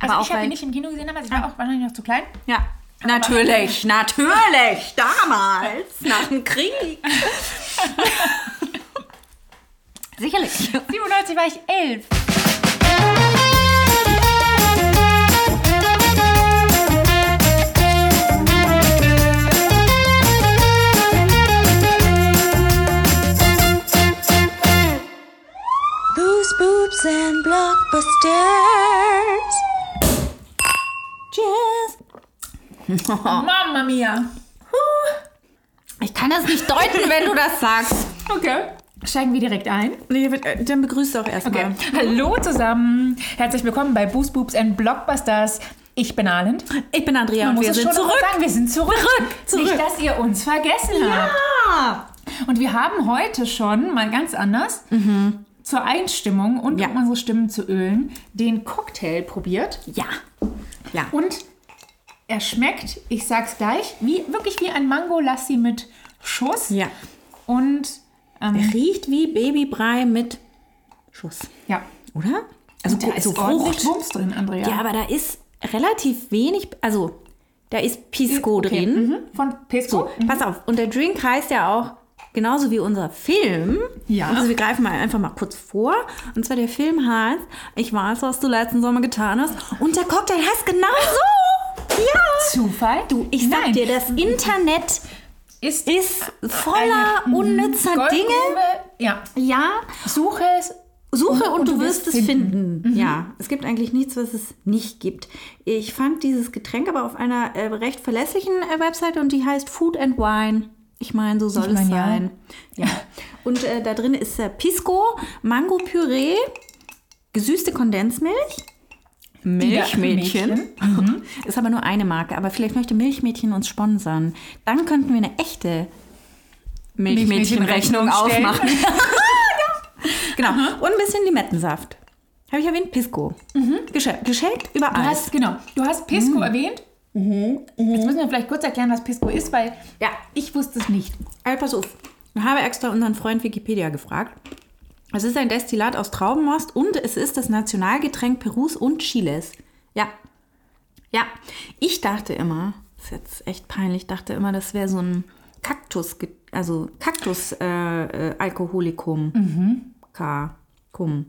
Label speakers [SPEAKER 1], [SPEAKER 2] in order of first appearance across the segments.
[SPEAKER 1] also
[SPEAKER 2] auch
[SPEAKER 1] ich habe ihn
[SPEAKER 2] weil-
[SPEAKER 1] nicht im Kino gesehen damals, ich war auch wahrscheinlich noch zu klein.
[SPEAKER 2] Ja. Natürlich, natürlich, damals, nach dem Krieg. Sicherlich.
[SPEAKER 1] 97 war ich elf.
[SPEAKER 3] Goose boobs and blockbusters. Just
[SPEAKER 1] Mama mia.
[SPEAKER 2] Ich kann das nicht deuten, wenn du das sagst.
[SPEAKER 1] Okay. Steigen wir direkt ein.
[SPEAKER 2] äh, dann begrüßt doch erstmal.
[SPEAKER 1] Okay. Hallo zusammen. Herzlich willkommen bei Boost Boobs and Blockbusters. Ich bin Arlind.
[SPEAKER 2] Ich bin Andrea und wir
[SPEAKER 1] es
[SPEAKER 2] sind
[SPEAKER 1] schon noch
[SPEAKER 2] zurück.
[SPEAKER 1] Sagen, wir sind zurück.
[SPEAKER 2] zurück.
[SPEAKER 1] Nicht, dass ihr uns vergessen habt.
[SPEAKER 2] Ah,
[SPEAKER 1] Und wir haben heute schon, mal ganz anders, zur Einstimmung und
[SPEAKER 2] Ja.
[SPEAKER 1] um unsere Stimmen zu ölen, den Cocktail probiert.
[SPEAKER 2] ja. Ja.
[SPEAKER 1] Und er schmeckt, ich sag's gleich, wie, wirklich wie ein Mango-Lassi mit Schuss.
[SPEAKER 2] Ja.
[SPEAKER 1] Und ähm,
[SPEAKER 2] Riecht wie Babybrei mit Schuss,
[SPEAKER 1] ja,
[SPEAKER 2] oder? Also
[SPEAKER 1] da ist
[SPEAKER 2] so
[SPEAKER 1] ordentlich
[SPEAKER 2] Frucht.
[SPEAKER 1] Wumms drin, Andrea.
[SPEAKER 2] Ja, aber da ist relativ wenig, also da ist Pisco
[SPEAKER 1] Okay,
[SPEAKER 2] drin.
[SPEAKER 1] mhm. Von Pesco.
[SPEAKER 2] So, pass auf. Und der Drink heißt ja auch genauso wie unser Film.
[SPEAKER 1] Ja.
[SPEAKER 2] Also wir greifen mal einfach mal kurz vor. Und zwar der Film heißt Ich weiß, was du letzten Sommer getan hast. Und der Cocktail heißt genau so. Ja.
[SPEAKER 1] Zufall?
[SPEAKER 2] Du, ich sag
[SPEAKER 1] Nein.
[SPEAKER 2] dir, das Internet
[SPEAKER 1] Ist,
[SPEAKER 2] ist voller unnützer
[SPEAKER 1] Goldgrube.
[SPEAKER 2] Dinge.
[SPEAKER 1] Ja.
[SPEAKER 2] Ja.
[SPEAKER 1] Suche es.
[SPEAKER 2] Suche und, du wirst es finden. Mhm. Ja, es gibt eigentlich nichts, was es nicht gibt. Ich fand dieses Getränk aber auf einer äh, recht verlässlichen äh, Webseite und die heißt Food and Wine. Ich meine, so soll es
[SPEAKER 1] mein, ja.
[SPEAKER 2] sein. Ja. Und äh, da drin ist äh, Pisco, Mango-Püree, gesüßte Kondensmilch.
[SPEAKER 1] Milchmädchen.
[SPEAKER 2] Ist aber nur eine Marke. Aber vielleicht möchte Milchmädchen uns sponsern. Dann könnten wir eine echte Milchmädchenrechnung
[SPEAKER 1] Milchmädchenrechnung stellen.
[SPEAKER 2] aufmachen. Genau. Und ein bisschen Limettensaft. Habe ich erwähnt? Pisco. Geschä- Geschenkt über
[SPEAKER 1] Du
[SPEAKER 2] Eis.
[SPEAKER 1] hast, genau. Du hast Pisco
[SPEAKER 2] Mhm.
[SPEAKER 1] erwähnt. Jetzt müssen wir vielleicht kurz erklären, was Pisco ist, weil
[SPEAKER 2] Ja.
[SPEAKER 1] ich wusste es nicht.
[SPEAKER 2] Also pass auf. Ich habe extra unseren Freund Wikipedia gefragt. Es ist ein Destillat aus Traubenmost und es ist das Nationalgetränk Perus und Chiles. Ja. Ja. Ich dachte immer, ist jetzt echt peinlich, dachte immer, das wäre so ein Kaktus, also äh, Kaktus-Alkoholikum. K. Cum.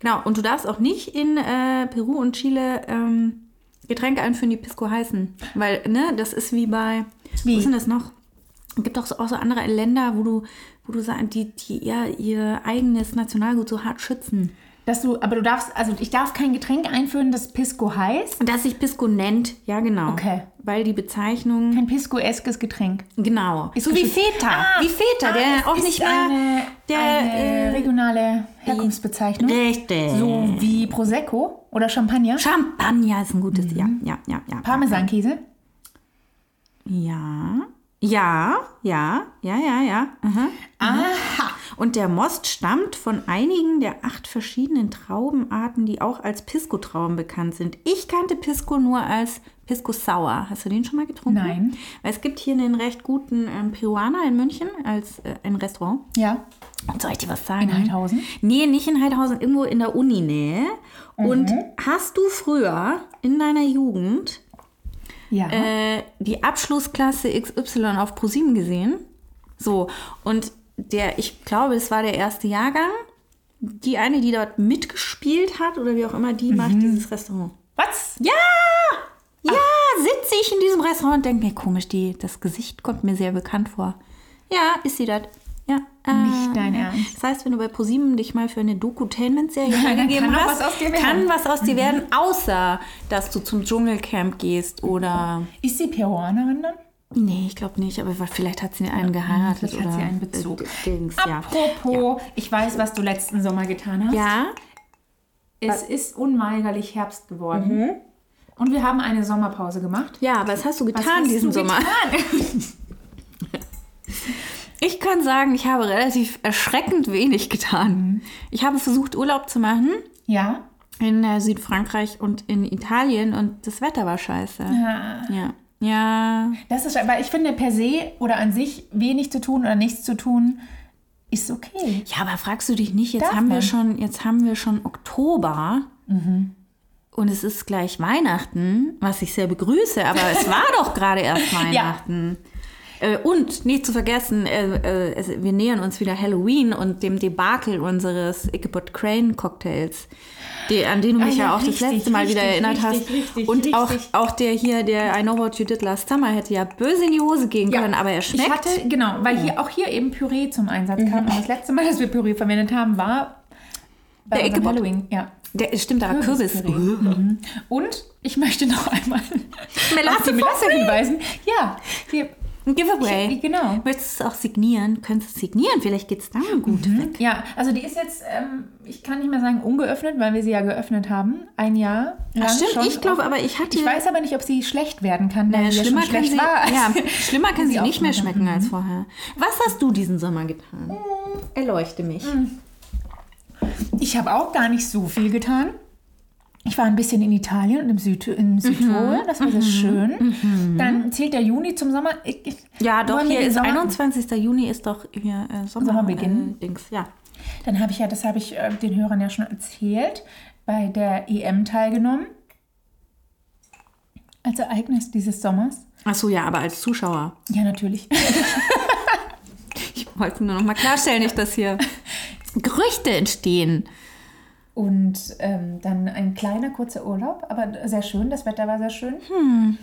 [SPEAKER 2] Genau, und du darfst auch nicht in äh, Peru und Chile ähm, Getränke einführen, die Pisco heißen. Weil, ne, das ist wie bei. Wie? Wo ist denn das noch? Es gibt doch so, auch so andere Länder, wo du, wo du sagst, die, die ja, ihr eigenes Nationalgut so hart schützen.
[SPEAKER 1] Dass du, aber du darfst, also ich darf kein Getränk einführen, das Pisco heißt.
[SPEAKER 2] Und dass sich Pisco nennt, ja genau.
[SPEAKER 1] Okay.
[SPEAKER 2] Weil die Bezeichnung.
[SPEAKER 1] Kein Pisco-eskes Getränk.
[SPEAKER 2] Genau.
[SPEAKER 1] Ist
[SPEAKER 2] so wie
[SPEAKER 1] geschützt.
[SPEAKER 2] Feta.
[SPEAKER 1] Ah,
[SPEAKER 2] wie Feta,
[SPEAKER 1] ah, es
[SPEAKER 2] der auch
[SPEAKER 1] ist
[SPEAKER 2] nicht mehr.
[SPEAKER 1] Eine,
[SPEAKER 2] der,
[SPEAKER 1] eine
[SPEAKER 2] äh,
[SPEAKER 1] regionale Herkunftsbezeichnung.
[SPEAKER 2] Richtig.
[SPEAKER 1] So wie Prosecco oder Champagner.
[SPEAKER 2] Champagner ist ein gutes. Ja, ja, ja, ja.
[SPEAKER 1] Parmesankäse.
[SPEAKER 2] Ja, ja, ja, ja, ja, ja. Aha. Aha. Und der Most stammt von einigen der acht verschiedenen Traubenarten, die auch als Pisco-Trauben bekannt sind. Ich kannte Pisco nur als Pisco Sour. Hast du den schon mal getrunken?
[SPEAKER 1] Nein.
[SPEAKER 2] Weil es gibt hier einen recht guten ähm, Peruaner in München als äh, ein Restaurant.
[SPEAKER 1] Ja.
[SPEAKER 2] Soll ich dir was sagen?
[SPEAKER 1] In Heidhausen?
[SPEAKER 2] Nee, nicht in Heidhausen, irgendwo in der Uninähe. Und
[SPEAKER 1] Mhm.
[SPEAKER 2] hast du früher in deiner Jugend
[SPEAKER 1] Ja.
[SPEAKER 2] äh, die Abschlussklasse XY auf ProSieben gesehen. So, und der, ich glaube, es war der erste Jahrgang. Die eine, die dort mitgespielt hat oder wie auch immer, die
[SPEAKER 1] Mhm.
[SPEAKER 2] macht dieses Restaurant.
[SPEAKER 1] Was?
[SPEAKER 2] Ja! Ja, sitze ich in diesem Restaurant und denke mir, komisch, die, das Gesicht kommt mir sehr bekannt vor. Ja, ist sie das. Ja.
[SPEAKER 1] Nicht
[SPEAKER 2] äh,
[SPEAKER 1] dein Ernst.
[SPEAKER 2] das heißt, wenn du bei ProSieben dich mal für eine Doku-Tainment-Serie
[SPEAKER 1] dann
[SPEAKER 2] eingegeben
[SPEAKER 1] kann doch
[SPEAKER 2] hast,
[SPEAKER 1] was aus dir werden.
[SPEAKER 2] kann was aus dir werden, außer dass du zum Dschungelcamp gehst oder
[SPEAKER 1] Ist sie Peruanerin dann?
[SPEAKER 2] Nee, ich glaube nicht, aber wa- vielleicht hat sie einen geheiratet
[SPEAKER 1] Vielleicht
[SPEAKER 2] oder
[SPEAKER 1] hat sie einen Bezug.
[SPEAKER 2] äh, Dings, ja.
[SPEAKER 1] Apropos, ich weiß, was du letzten Sommer getan hast.
[SPEAKER 2] Ja,
[SPEAKER 1] Es ist unweigerlich Herbst geworden. Und wir haben eine Sommerpause gemacht.
[SPEAKER 2] ja, was hast du
[SPEAKER 1] Was
[SPEAKER 2] Mhm. getan
[SPEAKER 1] hast
[SPEAKER 2] diesen
[SPEAKER 1] du
[SPEAKER 2] Sommer?
[SPEAKER 1] getan?
[SPEAKER 2] Ich kann sagen, ich habe relativ erschreckend wenig
[SPEAKER 1] Mhm.
[SPEAKER 2] getan. Ich habe versucht, Urlaub zu machen
[SPEAKER 1] Ja.
[SPEAKER 2] in äh, Südfrankreich und in Italien und das Wetter war scheiße. Ja. Ja.
[SPEAKER 1] Das ist, aber ich finde per se oder an sich wenig zu tun oder nichts zu tun, ist okay.
[SPEAKER 2] Ja, aber fragst du dich nicht, jetzt
[SPEAKER 1] Darf
[SPEAKER 2] haben wir
[SPEAKER 1] man? Mhm.
[SPEAKER 2] schon, jetzt haben wir schon Oktober. Und es ist gleich Weihnachten, was ich sehr begrüße, aber es war doch gerade erst Weihnachten. Äh, Und nicht zu vergessen, äh, äh, es, wir nähern uns wieder Halloween und dem Debakel unseres Ichabod Crane Cocktails, die, an den du
[SPEAKER 1] Ah
[SPEAKER 2] mich ja,
[SPEAKER 1] ja,
[SPEAKER 2] auch
[SPEAKER 1] richtig,
[SPEAKER 2] das letzte Mal wieder
[SPEAKER 1] richtig,
[SPEAKER 2] erinnert hast.
[SPEAKER 1] richtig, richtig,
[SPEAKER 2] und Auch,
[SPEAKER 1] richtig.
[SPEAKER 2] auch der hier, der I Know What You Did Last Summer, hätte ja böse in die Hose gehen können, aber er schmeckt. Mhm.
[SPEAKER 1] Ich hatte, genau, weil hier auch hier eben Püree zum Einsatz kam. Und das letzte Mal, dass wir Püree verwendet haben, war bei
[SPEAKER 2] Der
[SPEAKER 1] unserem
[SPEAKER 2] Ichabod.
[SPEAKER 1] Halloween. Ja.
[SPEAKER 2] der, stimmt, da war Kürbis.
[SPEAKER 1] Kürbispüree. Mhm. Und ich möchte noch einmal
[SPEAKER 2] Melasse
[SPEAKER 1] auf die
[SPEAKER 2] for
[SPEAKER 1] Melasse hinweisen. Ja, hier,
[SPEAKER 2] Ein Giveaway.
[SPEAKER 1] Ich- genau. Mhm.
[SPEAKER 2] Möchtest du es auch signieren? Könntest du es signieren? Vielleicht geht es dann gut weg.
[SPEAKER 1] ja, also die ist jetzt, ähm, ich kann nicht mehr sagen ungeöffnet, weil wir sie ja geöffnet haben, ein Jahr lang
[SPEAKER 2] Ach,
[SPEAKER 1] schon
[SPEAKER 2] stimmt, ich glaube
[SPEAKER 1] offen.
[SPEAKER 2] aber, ich hatte.
[SPEAKER 1] Ich weiß aber nicht, ob sie schlecht werden kann, da
[SPEAKER 2] Naja,
[SPEAKER 1] sie ja
[SPEAKER 2] Äh, schlimmer,
[SPEAKER 1] schon
[SPEAKER 2] kann
[SPEAKER 1] schlecht
[SPEAKER 2] sie,
[SPEAKER 1] war.
[SPEAKER 2] ja, schlimmer kann sie
[SPEAKER 1] sie
[SPEAKER 2] nicht mehr
[SPEAKER 1] aufmachen.
[SPEAKER 2] schmecken als vorher. Was hast du diesen Sommer getan?
[SPEAKER 1] Mm.
[SPEAKER 2] Mm. Erleuchte mich.
[SPEAKER 1] Ich habe auch gar nicht so viel getan. Ich war ein bisschen in Italien und im, Süd
[SPEAKER 2] Mhm.
[SPEAKER 1] im Südtirol, das war sehr schön. Dann zählt der Juni zum Sommer. Ich, ich,
[SPEAKER 2] Ja, doch,
[SPEAKER 1] wollen wir
[SPEAKER 2] hier
[SPEAKER 1] den
[SPEAKER 2] ist
[SPEAKER 1] Sommer-
[SPEAKER 2] 21. Juni ist doch hier äh, Sommer,
[SPEAKER 1] Sommerbeginn.
[SPEAKER 2] Äh, Dings, ja.
[SPEAKER 1] Dann habe ich ja, das habe ich äh, den Hörern ja schon erzählt, bei der EM teilgenommen. Als Ereignis dieses Sommers.
[SPEAKER 2] Achso, ja, aber als Zuschauer.
[SPEAKER 1] Ja, natürlich.
[SPEAKER 2] Ich wollte nur noch mal klarstellen, nicht, dass hier Gerüchte entstehen.
[SPEAKER 1] Und ähm, dann ein kleiner, kurzer Urlaub, aber sehr schön. Das Wetter war sehr schön.
[SPEAKER 2] Hm.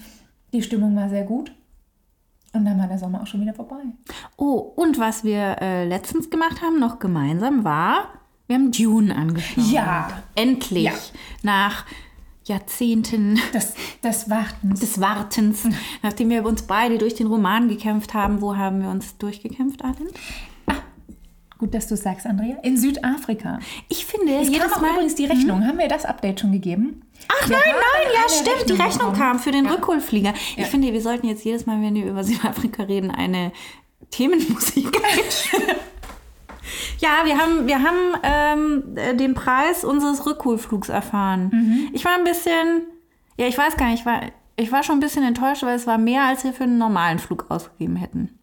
[SPEAKER 1] Die Stimmung war sehr gut. Und dann war der Sommer auch schon wieder vorbei.
[SPEAKER 2] Oh, und was wir äh, letztens gemacht haben, noch gemeinsam, war, wir haben Dune angeschaut.
[SPEAKER 1] Ja.
[SPEAKER 2] Endlich.
[SPEAKER 1] Ja.
[SPEAKER 2] Nach Jahrzehnten
[SPEAKER 1] Das, das Warten.
[SPEAKER 2] des Wartens, nachdem wir uns beide durch den Roman gekämpft haben. Wo haben wir uns durchgekämpft, Arlen?
[SPEAKER 1] Gut, dass du es sagst, Andrea. In Südafrika.
[SPEAKER 2] Ich finde,
[SPEAKER 1] Es
[SPEAKER 2] jedes
[SPEAKER 1] kam auch
[SPEAKER 2] Mal... Hm?
[SPEAKER 1] übrigens die Rechnung. Haben wir das Update schon gegeben?
[SPEAKER 2] Ach
[SPEAKER 1] Wir
[SPEAKER 2] nein,
[SPEAKER 1] haben
[SPEAKER 2] nein, ja
[SPEAKER 1] eine
[SPEAKER 2] stimmt, die Rechnung
[SPEAKER 1] bekommen.
[SPEAKER 2] kam für den Rückholflieger. Ich finde, wir sollten jetzt jedes Mal, wenn wir über Südafrika reden, eine Themenmusik einspielen. Ja, wir haben, wir haben ähm, äh, den Preis unseres Rückholflugs erfahren. Ich war ein bisschen, ja, ich weiß gar nicht, ich war, ich war schon ein bisschen enttäuscht, weil es war mehr, als wir für einen normalen Flug ausgegeben hätten.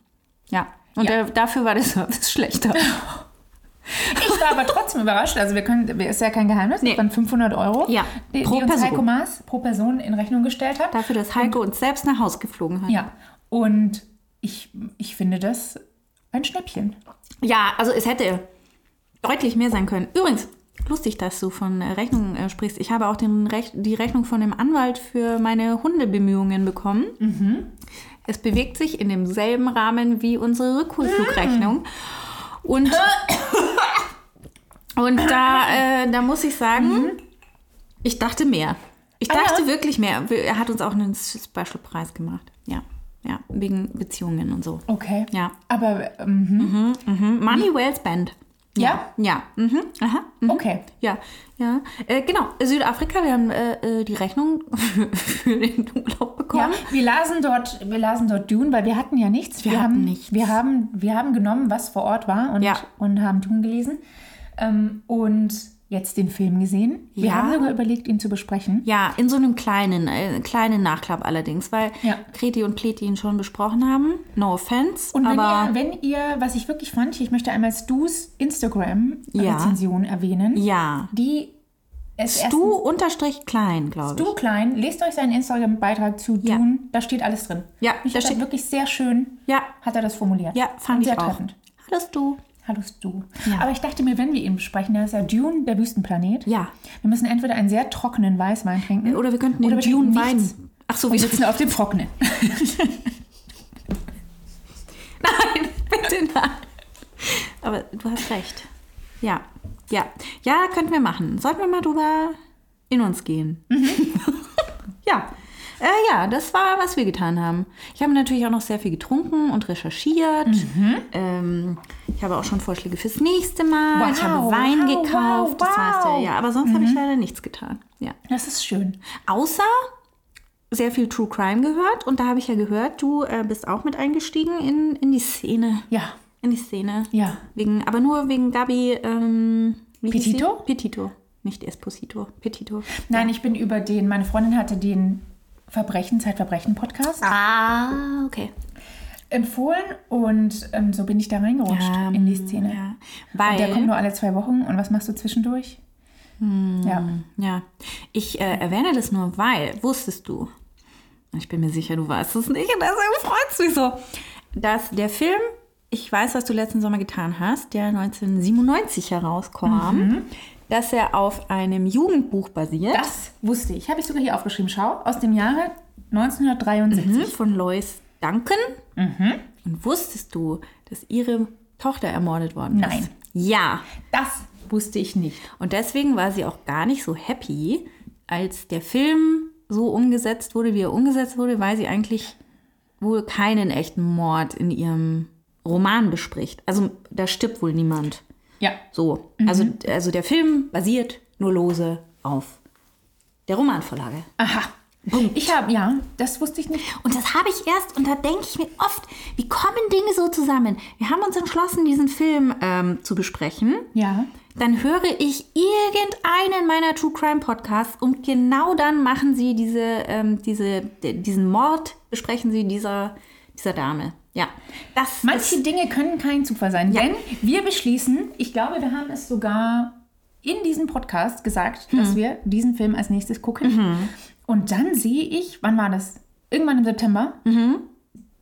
[SPEAKER 2] Ja, und Der, dafür war der Service schlechter.
[SPEAKER 1] Ich war aber trotzdem überrascht. Also wir können, ist ja kein Geheimnis,
[SPEAKER 2] Nee.
[SPEAKER 1] das waren 500 Euro,
[SPEAKER 2] Ja,
[SPEAKER 1] die,
[SPEAKER 2] pro
[SPEAKER 1] die uns
[SPEAKER 2] Person.
[SPEAKER 1] Heiko Maas pro Person in Rechnung gestellt hat.
[SPEAKER 2] dafür, dass Heiko uns selbst nach Hause geflogen hat.
[SPEAKER 1] Ja, und ich, ich finde das ein Schnäppchen.
[SPEAKER 2] Ja, also es hätte deutlich mehr sein können. Übrigens, lustig, dass du von äh, Rechnungen äh, sprichst. Ich habe auch den Rech die Rechnung von dem Anwalt für meine Hundebemühungen bekommen. Es bewegt sich in demselben Rahmen wie unsere Rückholflugrechnung. Und, und da, äh, da muss ich sagen, ich dachte mehr. Ich
[SPEAKER 1] ja.
[SPEAKER 2] dachte wirklich mehr. Wir- Er hat uns auch einen Special-Preis gemacht. Ja. Ja, wegen Beziehungen und so.
[SPEAKER 1] Okay.
[SPEAKER 2] Ja.
[SPEAKER 1] Aber, mhm.
[SPEAKER 2] Mhm. Money well spent.
[SPEAKER 1] ja?
[SPEAKER 2] Ja, mhm, aha, mhm.
[SPEAKER 1] Okay.
[SPEAKER 2] ja, ja. Äh, genau, Südafrika, wir haben äh, äh, die Rechnung für den Urlaub
[SPEAKER 1] Ja,
[SPEAKER 2] bekommen.
[SPEAKER 1] wir lasen dort, wir lasen dort Dune, weil wir hatten ja nichts. Wir,
[SPEAKER 2] hatten
[SPEAKER 1] haben,
[SPEAKER 2] nichts.
[SPEAKER 1] Wir haben, wir haben genommen, was vor Ort war und,
[SPEAKER 2] Ja.
[SPEAKER 1] und haben Dune gelesen. Ähm, und jetzt den Film gesehen. Wir
[SPEAKER 2] Ja.
[SPEAKER 1] haben sogar überlegt, ihn zu besprechen.
[SPEAKER 2] Ja, in so einem kleinen, äh, kleinen Nachklapp allerdings, weil
[SPEAKER 1] Ja.
[SPEAKER 2] Kreti und Pleti ihn schon besprochen haben. No offense,
[SPEAKER 1] Und wenn
[SPEAKER 2] aber
[SPEAKER 1] ihr, wenn ihr, was ich wirklich fand, ich möchte einmal Stu's
[SPEAKER 2] Ja.
[SPEAKER 1] Instagram-Rezension erwähnen.
[SPEAKER 2] ja.
[SPEAKER 1] Die ist
[SPEAKER 2] Du unterstrich klein, glaube ich.
[SPEAKER 1] Du klein, lest euch seinen Instagram-Beitrag zu
[SPEAKER 2] Ja.
[SPEAKER 1] Dune. Da steht alles drin.
[SPEAKER 2] Ja,
[SPEAKER 1] ich
[SPEAKER 2] da
[SPEAKER 1] fand
[SPEAKER 2] steht-
[SPEAKER 1] wirklich sehr schön.
[SPEAKER 2] Ja.
[SPEAKER 1] Hat er das formuliert?
[SPEAKER 2] Ja, fand
[SPEAKER 1] Und
[SPEAKER 2] ich
[SPEAKER 1] sehr
[SPEAKER 2] auch.
[SPEAKER 1] treffend.
[SPEAKER 2] Hattest du?
[SPEAKER 1] Hallo Stu.
[SPEAKER 2] Ja.
[SPEAKER 1] Aber ich dachte mir, wenn wir ihn besprechen, da ist ja Dune, der Wüstenplanet.
[SPEAKER 2] Ja.
[SPEAKER 1] Wir müssen entweder einen sehr trockenen Weißwein trinken.
[SPEAKER 2] Oder wir könnten
[SPEAKER 1] oder
[SPEAKER 2] den
[SPEAKER 1] wir trinken
[SPEAKER 2] Dune
[SPEAKER 1] nichts.
[SPEAKER 2] Wein. Ach so,
[SPEAKER 1] Wir
[SPEAKER 2] wir
[SPEAKER 1] sitzen auf dem Trockenen.
[SPEAKER 2] Nein, bitte nein. Aber du hast recht. Ja, ja, ja, könnten wir machen. Sollten wir mal drüber in uns gehen.
[SPEAKER 1] Mhm.
[SPEAKER 2] ja. Äh, ja, das war, was wir getan haben. Ich habe natürlich auch noch sehr viel getrunken und recherchiert.
[SPEAKER 1] Mhm.
[SPEAKER 2] Ähm, ich habe auch schon Vorschläge fürs nächste Mal. ich habe
[SPEAKER 1] Wow,
[SPEAKER 2] Wein
[SPEAKER 1] wow,
[SPEAKER 2] gekauft.
[SPEAKER 1] wow, Mhm.
[SPEAKER 2] das heißt ja,
[SPEAKER 1] wow.
[SPEAKER 2] ja. Aber sonst habe ich leider nichts getan. Ja.
[SPEAKER 1] Das ist schön.
[SPEAKER 2] Außer sehr viel True Crime gehört. Und da habe ich ja gehört, du äh, bist auch mit eingestiegen in, in die Szene.
[SPEAKER 1] Ja.
[SPEAKER 2] In die Szene.
[SPEAKER 1] Ja.
[SPEAKER 2] Wegen, aber nur wegen Gabi. Ähm, wie hieß
[SPEAKER 1] Petito?
[SPEAKER 2] sie? Petito. Nicht Esposito. Petito.
[SPEAKER 1] Nein, ich bin über den, meine Freundin hatte den Verbrechen, Zeitverbrechen-Podcast
[SPEAKER 2] Ah, okay.
[SPEAKER 1] empfohlen und ähm, so bin ich da reingerutscht in die Szene.
[SPEAKER 2] Ähm, Ja.
[SPEAKER 1] Und der
[SPEAKER 2] Weil.
[SPEAKER 1] kommt nur alle zwei Wochen und was machst du zwischendurch?
[SPEAKER 2] Hm.
[SPEAKER 1] Ja.
[SPEAKER 2] Ja, ich äh, erwähne das nur, weil, wusstest du, ich bin mir sicher, du weißt es nicht und deswegen freut es mich so, dass der Film, ich weiß, was du letzten Sommer getan hast, der 1997 herauskam, dass er auf einem Jugendbuch basiert.
[SPEAKER 1] Mhm. Das wusste ich. Habe ich sogar hier aufgeschrieben. Schau, aus dem Jahre 1973.
[SPEAKER 2] Mhm, von Lois Duncan. Und wusstest du, dass ihre Tochter ermordet worden ist?
[SPEAKER 1] Nein.
[SPEAKER 2] Ja.
[SPEAKER 1] Das wusste ich nicht.
[SPEAKER 2] Und deswegen war sie auch gar nicht so happy, als der Film so umgesetzt wurde, wie er umgesetzt wurde, weil sie eigentlich wohl keinen echten Mord in ihrem Roman bespricht. Also da stirbt wohl niemand.
[SPEAKER 1] Ja.
[SPEAKER 2] So. Also, also der Film basiert nur lose auf der Romanvorlage.
[SPEAKER 1] Aha. Ich habe, ja, das wusste ich nicht.
[SPEAKER 2] Und das habe ich erst, und da denke ich mir oft, wie kommen Dinge so zusammen? Wir haben uns entschlossen, diesen Film ähm, zu besprechen.
[SPEAKER 1] Ja.
[SPEAKER 2] Dann höre ich irgendeinen meiner True Crime Podcasts und genau dann machen sie diese, ähm, diese, d- diesen Mord, besprechen sie dieser, dieser Dame. Ja, das
[SPEAKER 1] Manche
[SPEAKER 2] ist,
[SPEAKER 1] Dinge können kein Zufall sein, denn wir beschließen, ich glaube, wir haben es sogar in diesem Podcast gesagt,
[SPEAKER 2] Hm.
[SPEAKER 1] dass wir diesen Film als nächstes gucken.
[SPEAKER 2] Mhm.
[SPEAKER 1] Und dann sehe ich, wann war das? Irgendwann im September,
[SPEAKER 2] Mhm.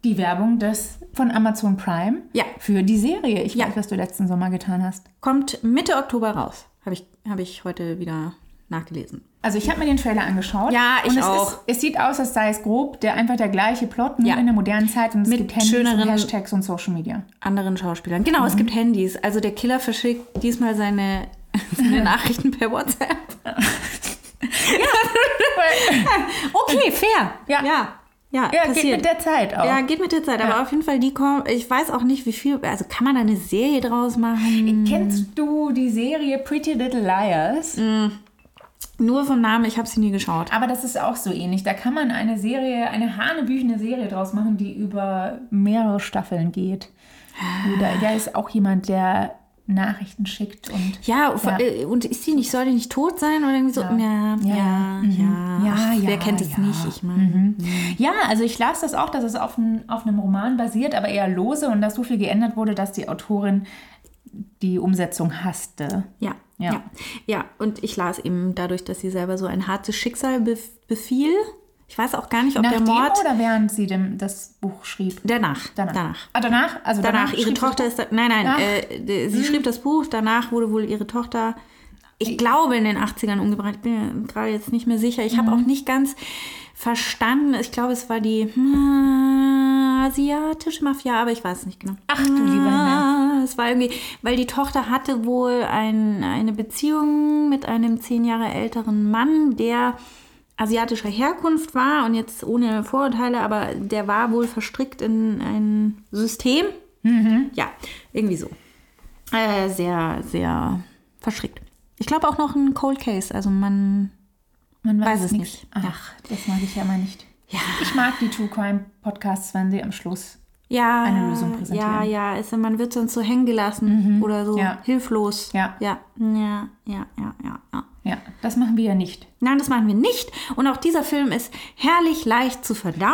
[SPEAKER 1] die Werbung des, von Amazon Prime
[SPEAKER 2] Ja.
[SPEAKER 1] für die Serie. Ich
[SPEAKER 2] Ja.
[SPEAKER 1] weiß, was du letzten Sommer getan hast.
[SPEAKER 2] kommt Mitte Oktober raus. Habe ich, hab ich heute wieder nachgelesen.
[SPEAKER 1] Also ich habe mir den Trailer angeschaut.
[SPEAKER 2] Ja, ich
[SPEAKER 1] und es
[SPEAKER 2] auch.
[SPEAKER 1] Ist, es sieht aus, als sei es grob der einfach der gleiche Plot, nur
[SPEAKER 2] Ja.
[SPEAKER 1] in der modernen Zeit und es
[SPEAKER 2] Mit
[SPEAKER 1] gibt Handys
[SPEAKER 2] schöneren-
[SPEAKER 1] und Hashtags und Social Media.
[SPEAKER 2] anderen Schauspielern. Genau, es gibt Handys. Also der Killer verschickt diesmal seine, seine Nachrichten per WhatsApp. Okay, fair.
[SPEAKER 1] Ja.
[SPEAKER 2] ja, ja,
[SPEAKER 1] ja,
[SPEAKER 2] passiert.
[SPEAKER 1] geht mit der Zeit auch.
[SPEAKER 2] ja, geht mit der Zeit. Aber auf jeden Fall, die kommen. Ich weiß auch nicht, wie viel. Also kann man da eine Serie draus machen?
[SPEAKER 1] Hm. Kennst du die Serie Pretty Little Liars?
[SPEAKER 2] Nur vom Namen, ich habe sie nie geschaut.
[SPEAKER 1] Aber das ist auch so ähnlich. Da kann man eine Serie, eine hanebüchene Serie draus machen, die über mehrere Staffeln geht. Da, da ist auch jemand, der Nachrichten schickt und.
[SPEAKER 2] Ja,
[SPEAKER 1] Ja.
[SPEAKER 2] äh, und ist sie nicht, soll die nicht tot sein? Oder irgendwie so, ja, ja, ja. ja,
[SPEAKER 1] Mhm. Ja,
[SPEAKER 2] Ach,
[SPEAKER 1] ja,
[SPEAKER 2] wer kennt es
[SPEAKER 1] ja.
[SPEAKER 2] nicht? Ich meine.
[SPEAKER 1] Ja, also ich las das auch, dass es auf, ein, auf einem Roman basiert, aber eher lose und dass so viel geändert wurde, dass die Autorin die Umsetzung hasste.
[SPEAKER 2] Ja,
[SPEAKER 1] Ja.
[SPEAKER 2] ja. ja. und ich las eben dadurch, dass sie selber so ein hartes Schicksal bef befiel. Ich weiß auch gar nicht, ob
[SPEAKER 1] Nach
[SPEAKER 2] der Mord.
[SPEAKER 1] dem oder während sie dem, das Buch schrieb?
[SPEAKER 2] Danach.
[SPEAKER 1] Danach.
[SPEAKER 2] Danach. Danach.
[SPEAKER 1] Ah, danach? Also danach,
[SPEAKER 2] ihre
[SPEAKER 1] schrieb sie-
[SPEAKER 2] Tochter ist. Da, nein, nein,
[SPEAKER 1] Ach. Mhm.
[SPEAKER 2] äh, d- sie schrieb das Buch. Danach wurde wohl ihre Tochter, ich glaube, in den 80ern umgebracht. Ich bin mir gerade jetzt nicht mehr sicher. Ich habe
[SPEAKER 1] Mhm.
[SPEAKER 2] auch nicht ganz verstanden. Ich glaube, es war die hm, asiatische Mafia, aber ich weiß es nicht genau.
[SPEAKER 1] Ach du lieber Himmel.
[SPEAKER 2] Ah, Es war irgendwie, weil die Tochter hatte wohl ein, eine Beziehung mit einem zehn Jahre älteren Mann, der asiatischer Herkunft war und jetzt ohne Vorurteile, aber der war wohl verstrickt in ein System. Ja, irgendwie so. Äh, sehr, sehr verstrickt. Ich glaube auch noch ein Cold Case, also man.
[SPEAKER 1] Man
[SPEAKER 2] Hm, Weiß es
[SPEAKER 1] nix.
[SPEAKER 2] nicht.
[SPEAKER 1] Ach, Ah, das mag ich ja immer nicht.
[SPEAKER 2] Ja.
[SPEAKER 1] Ich mag die True Crime Podcasts, wenn sie am Schluss.
[SPEAKER 2] Ja,
[SPEAKER 1] Eine Lösung präsentieren.
[SPEAKER 2] ja, ja, also man wird sonst so hängen gelassen oder so
[SPEAKER 1] Ja.
[SPEAKER 2] hilflos.
[SPEAKER 1] Ja.
[SPEAKER 2] ja, ja, ja, ja, ja. ja.
[SPEAKER 1] Ja, das machen wir ja nicht.
[SPEAKER 2] Nein, das machen wir nicht. Und auch dieser Film ist herrlich leicht zu verdauen.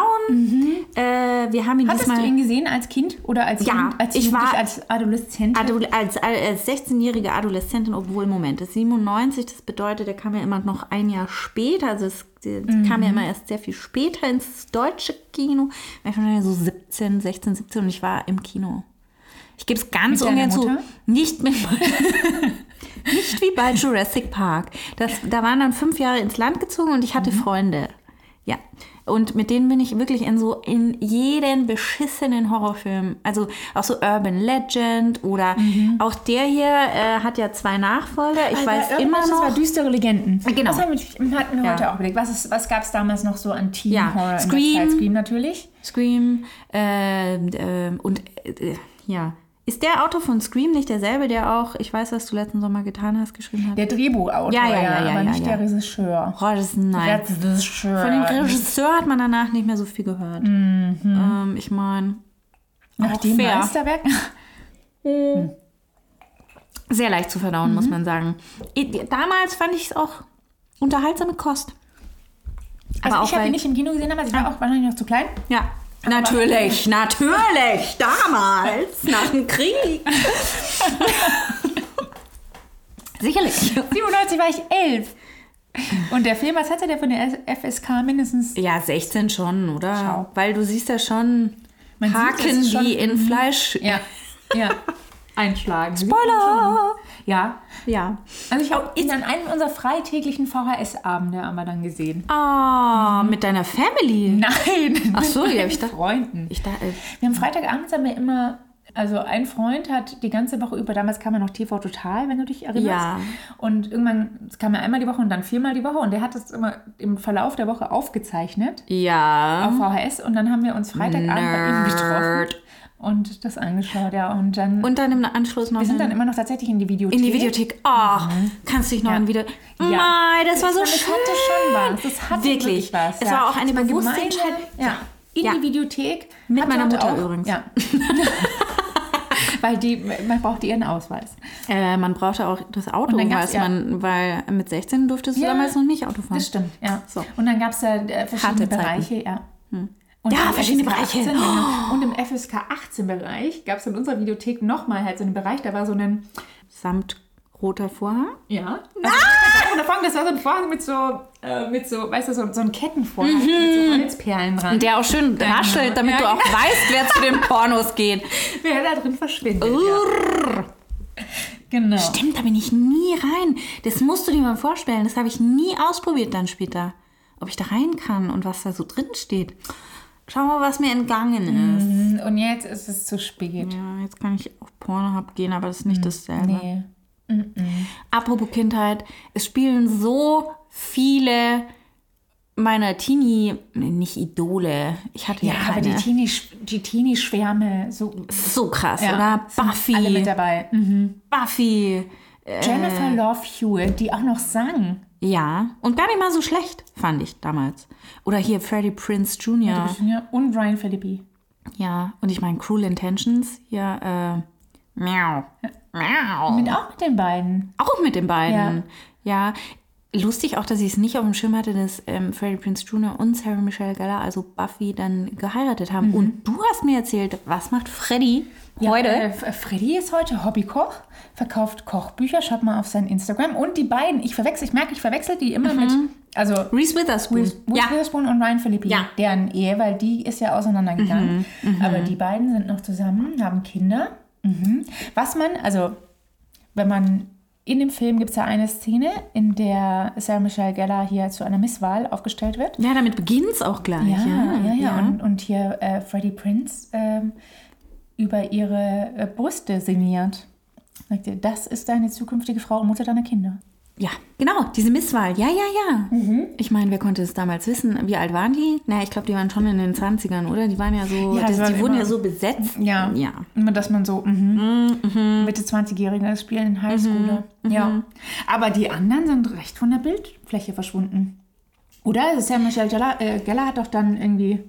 [SPEAKER 2] Äh, wir haben ihn
[SPEAKER 1] Mhm. Hattest
[SPEAKER 2] diesmal
[SPEAKER 1] du ihn gesehen als Kind oder als
[SPEAKER 2] Ja,
[SPEAKER 1] Kind, als
[SPEAKER 2] ich
[SPEAKER 1] Jugendliche,
[SPEAKER 2] war-
[SPEAKER 1] als Adoleszent?
[SPEAKER 2] Adol- als, als 16-jährige Adoleszentin, obwohl, Moment, das 97, das bedeutet, der kam ja immer noch ein Jahr später, also es es
[SPEAKER 1] Mhm.
[SPEAKER 2] kam ja immer erst sehr viel später ins deutsche Kino. War Ich war so 17, 16, 17 und ich war im Kino. Ich gebe es
[SPEAKER 1] Mit
[SPEAKER 2] ganz
[SPEAKER 1] deiner
[SPEAKER 2] ungern zu.
[SPEAKER 1] Mutter?
[SPEAKER 2] Nicht mit Nicht wie bei Jurassic Park. Das, da waren dann fünf Jahre ins Land gezogen und ich
[SPEAKER 1] Mhm.
[SPEAKER 2] hatte Freunde. Ja. Und mit denen bin ich wirklich in so in jeden beschissenen Horrorfilm. Also auch so Urban Legend oder
[SPEAKER 1] Mhm.
[SPEAKER 2] auch der hier äh, hat ja zwei Nachfolger. Ich
[SPEAKER 1] Alter,
[SPEAKER 2] weiß immer
[SPEAKER 1] irgendwas, Das war
[SPEAKER 2] noch.
[SPEAKER 1] düstere Legenden.
[SPEAKER 2] Genau.
[SPEAKER 1] Das haben wir- hatten wir
[SPEAKER 2] Ja.
[SPEAKER 1] heute auch überlegt. Was, ist- was gab es damals noch so an Teen
[SPEAKER 2] Ja,
[SPEAKER 1] Horror? in der
[SPEAKER 2] Scream.
[SPEAKER 1] Zeit? Scream natürlich.
[SPEAKER 2] Scream äh, äh, und äh, ja. Ist der Autor von Scream nicht derselbe, der auch, ich weiß, was du letzten Sommer getan hast, geschrieben hat?
[SPEAKER 1] Der Drehbuchautor,
[SPEAKER 2] Ja, ja, ja, ja,
[SPEAKER 1] aber
[SPEAKER 2] ja,
[SPEAKER 1] nicht
[SPEAKER 2] ja.
[SPEAKER 1] der Regisseur.
[SPEAKER 2] Oh, das ist nein.
[SPEAKER 1] Der Regisseur.
[SPEAKER 2] Von dem Regisseur hat man danach nicht mehr so viel gehört.
[SPEAKER 1] Mhm.
[SPEAKER 2] Ähm, ich meine,
[SPEAKER 1] Nach
[SPEAKER 2] auch
[SPEAKER 1] dem
[SPEAKER 2] fair.
[SPEAKER 1] Meisterwerk. Hm.
[SPEAKER 2] sehr leicht zu verdauen, muss
[SPEAKER 1] Mhm.
[SPEAKER 2] man sagen. I- Damals fand ich es auch unterhaltsame Kost.
[SPEAKER 1] Also
[SPEAKER 2] Aber
[SPEAKER 1] ich
[SPEAKER 2] auch
[SPEAKER 1] habe ihn
[SPEAKER 2] weil-
[SPEAKER 1] nicht im Kino gesehen, aber ich war auch wahrscheinlich noch zu klein.
[SPEAKER 2] Ja. Natürlich, natürlich, damals, nach dem Krieg. Sicherlich.
[SPEAKER 1] 97 war ich elf. Und der Film, was hatte der von der FSK mindestens?
[SPEAKER 2] Ja, 16 schon, oder?
[SPEAKER 1] Schau.
[SPEAKER 2] Weil du siehst ja schon
[SPEAKER 1] Man sieht,
[SPEAKER 2] Haken,
[SPEAKER 1] das ist schon- Mhm.
[SPEAKER 2] die in Fleisch.
[SPEAKER 1] Ja, ja. Einschlagen.
[SPEAKER 2] Spoiler!
[SPEAKER 1] Ja.
[SPEAKER 2] Ja. Oh,
[SPEAKER 1] Also ich habe ihn an einem unserer freitäglichen VHS-Abende aber dann gesehen.
[SPEAKER 2] Ah, mit deiner Family.
[SPEAKER 1] Nein.
[SPEAKER 2] Ach so,
[SPEAKER 1] mit
[SPEAKER 2] ja,
[SPEAKER 1] meinen
[SPEAKER 2] ich dachte-
[SPEAKER 1] Freunden.
[SPEAKER 2] Ich äh, dachte,
[SPEAKER 1] Wir haben Freitagabends haben wir immer, also ein Freund hat die ganze Woche über, damals kam ja noch TV Total, wenn du dich erinnerst.
[SPEAKER 2] Ja.
[SPEAKER 1] Und irgendwann, es kam ja einmal die Woche und dann viermal die Woche und der hat das immer im Verlauf der Woche aufgezeichnet
[SPEAKER 2] ja.
[SPEAKER 1] auf VHS und dann haben wir uns Freitagabend bei ihm getroffen
[SPEAKER 2] Nerd.
[SPEAKER 1] und das angeschaut, ja. Und dann,
[SPEAKER 2] Und dann im Anschluss noch
[SPEAKER 1] wir sind
[SPEAKER 2] eine-
[SPEAKER 1] dann immer noch tatsächlich in die Videothek.
[SPEAKER 2] in die Videothek. Ach, kannst dich noch
[SPEAKER 1] Ja.
[SPEAKER 2] ein Video.
[SPEAKER 1] Ja.
[SPEAKER 2] Mai, das war so
[SPEAKER 1] das
[SPEAKER 2] schön.
[SPEAKER 1] hatte schon was. Das hatte
[SPEAKER 2] Wirklich.
[SPEAKER 1] wirklich, was.
[SPEAKER 2] Es war auch eine
[SPEAKER 1] Es war
[SPEAKER 2] bewusste
[SPEAKER 1] gemeinsam,
[SPEAKER 2] Entscheidung.
[SPEAKER 1] Ja. In
[SPEAKER 2] Ja.
[SPEAKER 1] die Videothek.
[SPEAKER 2] Mit
[SPEAKER 1] Hat
[SPEAKER 2] meiner
[SPEAKER 1] dort
[SPEAKER 2] Mutter übrigens.
[SPEAKER 1] Ja. Weil die, man braucht ihren Ausweis.
[SPEAKER 2] Äh, man brauchte auch das Auto,
[SPEAKER 1] Und dann
[SPEAKER 2] weil,
[SPEAKER 1] gab's- ja.
[SPEAKER 2] man, weil mit 16 durftest du
[SPEAKER 1] Ja.
[SPEAKER 2] damals noch nicht Auto fahren.
[SPEAKER 1] Das stimmt, ja.
[SPEAKER 2] So.
[SPEAKER 1] Und dann gab es ja äh, verschiedene
[SPEAKER 2] Harte Zeiten. Hm.
[SPEAKER 1] Bereiche, ja. Und
[SPEAKER 2] Ja,
[SPEAKER 1] im
[SPEAKER 2] verschiedene
[SPEAKER 1] FSK 18,
[SPEAKER 2] Bereiche. Oh.
[SPEAKER 1] genau. Und im FSK 18-Bereich gab es in unserer Videothek nochmal halt so einen Bereich, da war so ein,
[SPEAKER 2] Samt roter Vorhang.
[SPEAKER 1] ja. Also, ah! davon, das war so ein Vorhang mit so, äh, mit so, weißt du, so, so ein Kettenvorhang mit so Holzperlen dran.
[SPEAKER 2] Der auch schön raschelt, damit du auch weißt, wer zu den Pornos geht.
[SPEAKER 1] Wer da drin verschwindet. ja. Genau.
[SPEAKER 2] Stimmt, da bin ich nie rein. Das musst du dir mal vorstellen. Das habe ich nie ausprobiert dann später. Ob ich da rein kann und was da so drin steht. Schau mal, was mir
[SPEAKER 1] Mhm.
[SPEAKER 2] entgangen ist.
[SPEAKER 1] Und jetzt ist es zu spät.
[SPEAKER 2] Ja, jetzt kann ich auf Pornhub gehen, aber das ist nicht dasselbe.
[SPEAKER 1] Mhm. Nee.
[SPEAKER 2] Apropos Kindheit, es spielen so viele meiner Teenie, nicht Idole. Ich hatte ja,
[SPEAKER 1] Ja, ne. aber die
[SPEAKER 2] keine.
[SPEAKER 1] Teenie, die Teenie-Schwärme, so
[SPEAKER 2] so krass,
[SPEAKER 1] Ja,
[SPEAKER 2] oder?
[SPEAKER 1] sind
[SPEAKER 2] Buffy.
[SPEAKER 1] alle mit dabei. Mhm.
[SPEAKER 2] Buffy.
[SPEAKER 1] Jennifer Love Hewitt, die auch noch sang.
[SPEAKER 2] Ja, und gar nicht mal so schlecht, fand ich damals. Oder hier Freddie Prince Jr.
[SPEAKER 1] Und Ryan Philippi.
[SPEAKER 2] Ja, und ich meine Cruel Intentions. Ja, äh, miau, miau.
[SPEAKER 1] Und auch mit den beiden.
[SPEAKER 2] Auch mit den beiden. Ja, lustig auch, dass ich es nicht auf dem Schirm hatte, dass ähm, Freddie Prince Jr. und Sarah Michelle Gellar, also Buffy, dann geheiratet haben. Und du hast mir erzählt, was macht Freddie
[SPEAKER 1] Mhm.
[SPEAKER 2] heute?
[SPEAKER 1] Ja, äh, F- Freddy ist heute Hobbykoch, verkauft Kochbücher, schaut mal auf sein Instagram. Und die beiden, ich verwechsel, ich merke, ich verwechsel die immer mit, also
[SPEAKER 2] Reese Witherspoon.
[SPEAKER 1] Reese
[SPEAKER 2] ja,
[SPEAKER 1] Witherspoon und Ryan Philippi,
[SPEAKER 2] Ja. Mhm,
[SPEAKER 1] deren Ehe, weil die ist ja auseinandergegangen. Aber die beiden sind noch zusammen, haben Kinder. Mhm. Was man, also wenn man in dem Film gibt es ja eine Szene, in der Sarah Michelle Gellar hier zu einer Misswahl aufgestellt wird.
[SPEAKER 2] ja, damit beginnt es auch gleich.
[SPEAKER 1] Ja, ja, ja.
[SPEAKER 2] ja.
[SPEAKER 1] Und, und hier äh, Freddie Prince ähm, über ihre äh, Brüste sinniert. Sagt ihr, das ist deine zukünftige Frau und Mutter deiner Kinder.
[SPEAKER 2] Ja, genau, diese Misswahl. Ja, ja, ja.
[SPEAKER 1] Mhm.
[SPEAKER 2] Ich meine, wer konnte es damals wissen? Wie alt waren die? Na, ich glaube, die waren schon in den 20ern, oder? Die waren ja so,
[SPEAKER 1] Ja,
[SPEAKER 2] das,
[SPEAKER 1] die waren
[SPEAKER 2] die wurden ja
[SPEAKER 1] immer-
[SPEAKER 2] so besetzt.
[SPEAKER 1] Ja.
[SPEAKER 2] Ja.
[SPEAKER 1] Immer, dass man so mhm, Mhm. Mitte 20-Jährige spielen in Highschooler. Ja. Aber die anderen sind recht von der Bildfläche verschwunden. Oder? Also Sarah Michelle Geller, äh, Geller hat doch dann irgendwie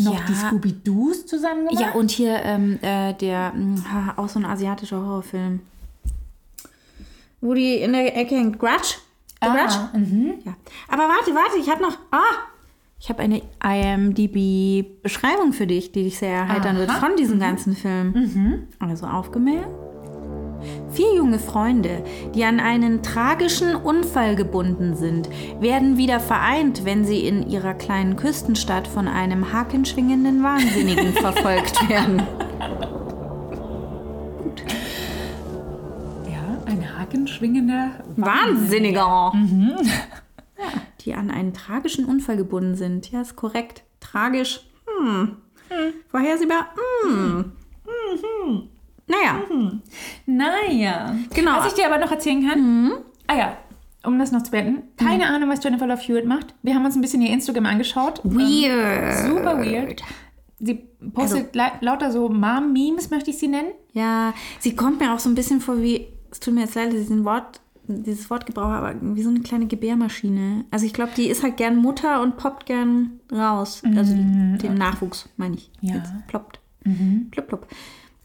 [SPEAKER 1] noch
[SPEAKER 2] Ja.
[SPEAKER 1] die Scooby-Doos zusammen gemacht.
[SPEAKER 2] Ja, und hier ähm, äh, der, mh, ha, auch so ein asiatischer Horrorfilm. Wo die in der Ecke hängt. Grudge? The
[SPEAKER 1] ah,
[SPEAKER 2] Grudge?
[SPEAKER 1] mhm.
[SPEAKER 2] Ja. Aber warte, warte, ich habe noch. Ah! Ich habe eine IMDb-Beschreibung für dich, die dich sehr erheitern wird
[SPEAKER 1] Aha.
[SPEAKER 2] von diesem ganzen Film. Also aufgemäht. Vier junge Freunde, die an einen tragischen Unfall gebunden sind, werden wieder vereint, wenn sie in ihrer kleinen Küstenstadt von einem hakenschwingenden Wahnsinnigen verfolgt werden.
[SPEAKER 1] ja, ein hakenschwingender.
[SPEAKER 2] Wahnsinniger! Ja, die an einen tragischen Unfall gebunden sind. Ja, ist korrekt. Tragisch. Hm. Vorhersehbar. Hm. Naja,
[SPEAKER 1] Naja.
[SPEAKER 2] Genau.
[SPEAKER 1] Was ich dir aber noch erzählen kann. Ah ja, um das noch zu beenden. Mhm. Keine Ahnung, was Jennifer Love Hewitt macht. Wir haben uns ein bisschen ihr Instagram angeschaut.
[SPEAKER 2] weird.
[SPEAKER 1] Super weird. Sie postet lau- lauter so Mom-Memes, möchte ich sie nennen.
[SPEAKER 2] Ja, sie kommt mir auch so ein bisschen vor wie, es tut mir jetzt leid, dass ich diesen Wort, dieses Wort gebrauche, aber wie so eine kleine Gebärmaschine. Also ich glaube, die ist halt gern Mutter und poppt gern raus. Also den Nachwuchs, meine ich.
[SPEAKER 1] Ja.
[SPEAKER 2] Jetzt ploppt. Plopp, plopp.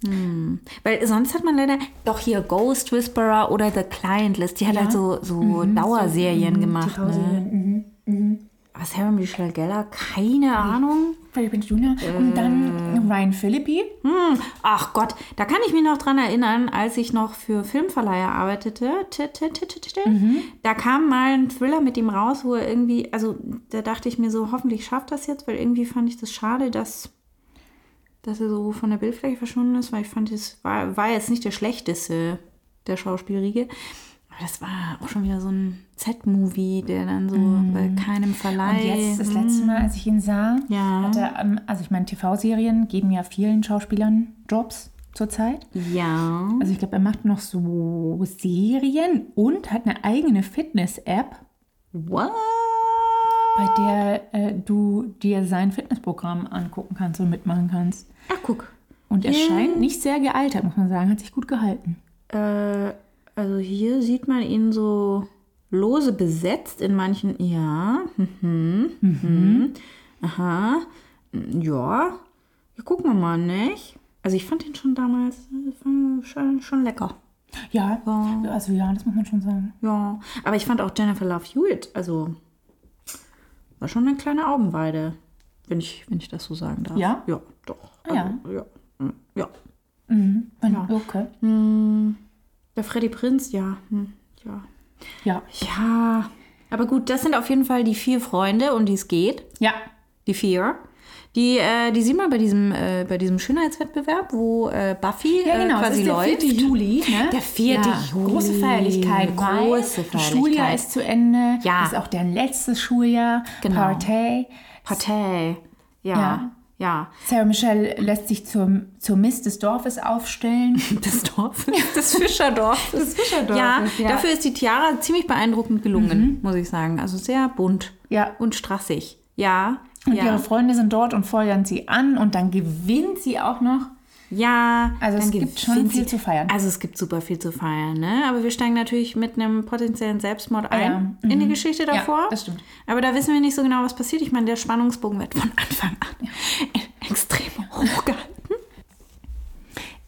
[SPEAKER 2] Hm. Weil sonst hat man leider doch hier Ghost Whisperer oder The Client List. Die hat halt so, so Dauerserien gemacht. Ne?
[SPEAKER 1] Mhm.
[SPEAKER 2] Aber Aber Sarah Michelle Geller, keine Ahnung.
[SPEAKER 1] Freddie Prinze Jr. Und dann Ryan Philippi.
[SPEAKER 2] Hm, ach Gott, da kann ich mich noch dran erinnern, als ich noch für Filmverleiher arbeitete. t- t- t- t- t-
[SPEAKER 1] Mhm.
[SPEAKER 2] Da kam mal ein Thriller mit ihm raus, wo er irgendwie, also da dachte ich mir so, hoffentlich schafft das jetzt, weil irgendwie fand ich das schade, dass, dass er so von der Bildfläche verschwunden ist, weil ich fand, es war, war jetzt nicht der schlechteste der Schauspielriege. Aber das war auch schon wieder so ein Z-Movie, der dann so bei keinem Verleih.
[SPEAKER 1] Mhm. Und jetzt, das letzte Mal, als ich ihn sah,
[SPEAKER 2] Mhm. Ja.
[SPEAKER 1] hat er, ähm, also ich meine, TV-Serien geben ja vielen Schauspielern Jobs zurzeit.
[SPEAKER 2] Mhm. ja.
[SPEAKER 1] Also ich glaube, er macht noch so Serien und hat eine eigene Fitness-App,
[SPEAKER 2] What?
[SPEAKER 1] bei der äh, du dir sein Fitnessprogramm angucken kannst und mitmachen kannst.
[SPEAKER 2] Ach, guck.
[SPEAKER 1] Und er scheint nicht sehr gealtert, muss man sagen, hat sich gut gehalten.
[SPEAKER 2] Äh, also hier sieht man ihn so lose besetzt in manchen. Ja. Mhm. Mhm. Aha. Mm, Ja. Ja, gucken wir mal, nicht? Also ich fand ihn schon damals äh, fand- schon, schon lecker.
[SPEAKER 1] Ja, also ja, das muss man schon sagen.
[SPEAKER 2] Ja. Aber ich fand auch Jennifer Love Hewitt, also war schon eine kleine Augenweide, wenn ich, wenn ich das so sagen darf.
[SPEAKER 1] Ja?
[SPEAKER 2] Ja, doch.
[SPEAKER 1] Ah, ja.
[SPEAKER 2] Also, ja. Mm, Ja.
[SPEAKER 1] Mhm. Ja. Okay.
[SPEAKER 2] Der Freddy Prinz, ja. Hm, Ja.
[SPEAKER 1] Ja.
[SPEAKER 2] Ja. Aber gut, das sind auf jeden Fall die vier Freunde, um die es geht.
[SPEAKER 1] Ja.
[SPEAKER 2] Die vier. Die, äh, die sieht man bei diesem, äh, bei diesem Schönheitswettbewerb, wo äh, Buffy
[SPEAKER 1] Ja, genau.
[SPEAKER 2] äh, quasi
[SPEAKER 1] es ist
[SPEAKER 2] läuft.
[SPEAKER 1] der 4. Juli. Ne?
[SPEAKER 2] Der 4. Juli.
[SPEAKER 1] Große Feierlichkeit. weil
[SPEAKER 2] Große
[SPEAKER 1] Das Schuljahr
[SPEAKER 2] Feierlichkeit.
[SPEAKER 1] ist zu Ende.
[SPEAKER 2] Ja.
[SPEAKER 1] Das ist auch deren letztes Schuljahr.
[SPEAKER 2] Genau.
[SPEAKER 1] Partei.
[SPEAKER 2] Partei. Ja.
[SPEAKER 1] Ja.
[SPEAKER 2] ja.
[SPEAKER 1] Sarah Michelle lässt sich zum, zur Miss des Dorfes aufstellen.
[SPEAKER 2] Das Dorf. Das Fischerdorf. Das
[SPEAKER 1] Fischerdorf,
[SPEAKER 2] Ja,
[SPEAKER 1] ja. Mhm.
[SPEAKER 2] dafür ist die Tiara ziemlich beeindruckend gelungen, muss ich sagen. Also sehr bunt
[SPEAKER 1] Ja.
[SPEAKER 2] und strassig. Ja.
[SPEAKER 1] Und
[SPEAKER 2] ja.
[SPEAKER 1] ihre Freunde sind dort und feuern sie an. Und dann gewinnt sie auch noch.
[SPEAKER 2] Ja,
[SPEAKER 1] Also es
[SPEAKER 2] dann
[SPEAKER 1] gibt schon
[SPEAKER 2] gewinnt
[SPEAKER 1] viel zu feiern.
[SPEAKER 2] Also es gibt super viel zu feiern, ne? Aber wir steigen natürlich mit einem potenziellen Selbstmord
[SPEAKER 1] Ah
[SPEAKER 2] ein in die Geschichte davor.
[SPEAKER 1] mhm. das stimmt.
[SPEAKER 2] Aber da wissen wir nicht so genau, was passiert. Ich meine, der Spannungsbogen wird von Anfang an extrem hochgehalten.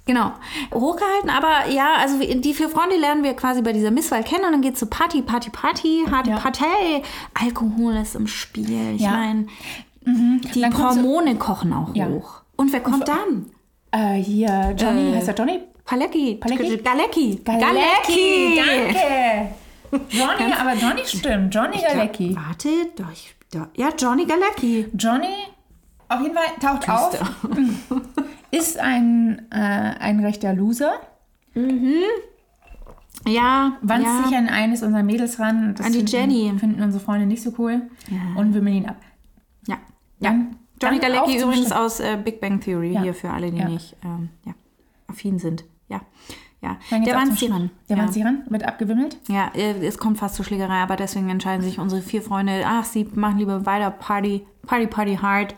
[SPEAKER 2] Genau, hochgehalten, aber ja, also wir- die vier Freunde lernen wir quasi bei dieser Misswahl kennen und dann geht's zu Party, Party, Party, harte
[SPEAKER 1] Ja.
[SPEAKER 2] Partei, Alkohol ist im Spiel. Ich
[SPEAKER 1] Ja. Mhm.
[SPEAKER 2] meine, die
[SPEAKER 1] Dann kommt so-
[SPEAKER 2] Hormone kochen auch
[SPEAKER 1] Ja.
[SPEAKER 2] hoch. Und wer kommt dann?
[SPEAKER 1] Äh, hier, Johnny,
[SPEAKER 2] Äh.
[SPEAKER 1] heißt er Johnny?
[SPEAKER 2] Palecki.
[SPEAKER 1] Palecki?
[SPEAKER 2] Galecki.
[SPEAKER 1] Danke! Johnny, aber Johnny stimmt. Johnny Galecki.
[SPEAKER 2] Warte, doch, ich, doch, ja, Johnny Galecki.
[SPEAKER 1] Johnny, auf jeden Fall, taucht auf,
[SPEAKER 2] Auf.
[SPEAKER 1] ist ein, äh, ein rechter Loser,
[SPEAKER 2] Ja,
[SPEAKER 1] wandt
[SPEAKER 2] ja.
[SPEAKER 1] sich an eines unserer Mädels ran. und Das
[SPEAKER 2] An die
[SPEAKER 1] finden,
[SPEAKER 2] Jenny.
[SPEAKER 1] Finden unsere Freunde nicht so cool und wimmeln ihn ab.
[SPEAKER 2] Ja.
[SPEAKER 1] Dann,
[SPEAKER 2] Johnny
[SPEAKER 1] dann
[SPEAKER 2] Galecki
[SPEAKER 1] aufzustehen.
[SPEAKER 2] übrigens aus äh, Big Bang Theory hier für alle, die
[SPEAKER 1] Ja.
[SPEAKER 2] nicht ähm, ja, affin sind. Ja. Ja.
[SPEAKER 1] Dann geht's
[SPEAKER 2] Der
[SPEAKER 1] auch
[SPEAKER 2] war
[SPEAKER 1] zum
[SPEAKER 2] ein
[SPEAKER 1] Sch-
[SPEAKER 2] Siren.
[SPEAKER 1] Der
[SPEAKER 2] ja.
[SPEAKER 1] wandt sich ran, wird abgewimmelt.
[SPEAKER 2] Ja, äh, es kommt fast zur Schlägerei, aber deswegen entscheiden sich unsere vier Freunde, ach, sie machen lieber weiter Party, Party, Party hard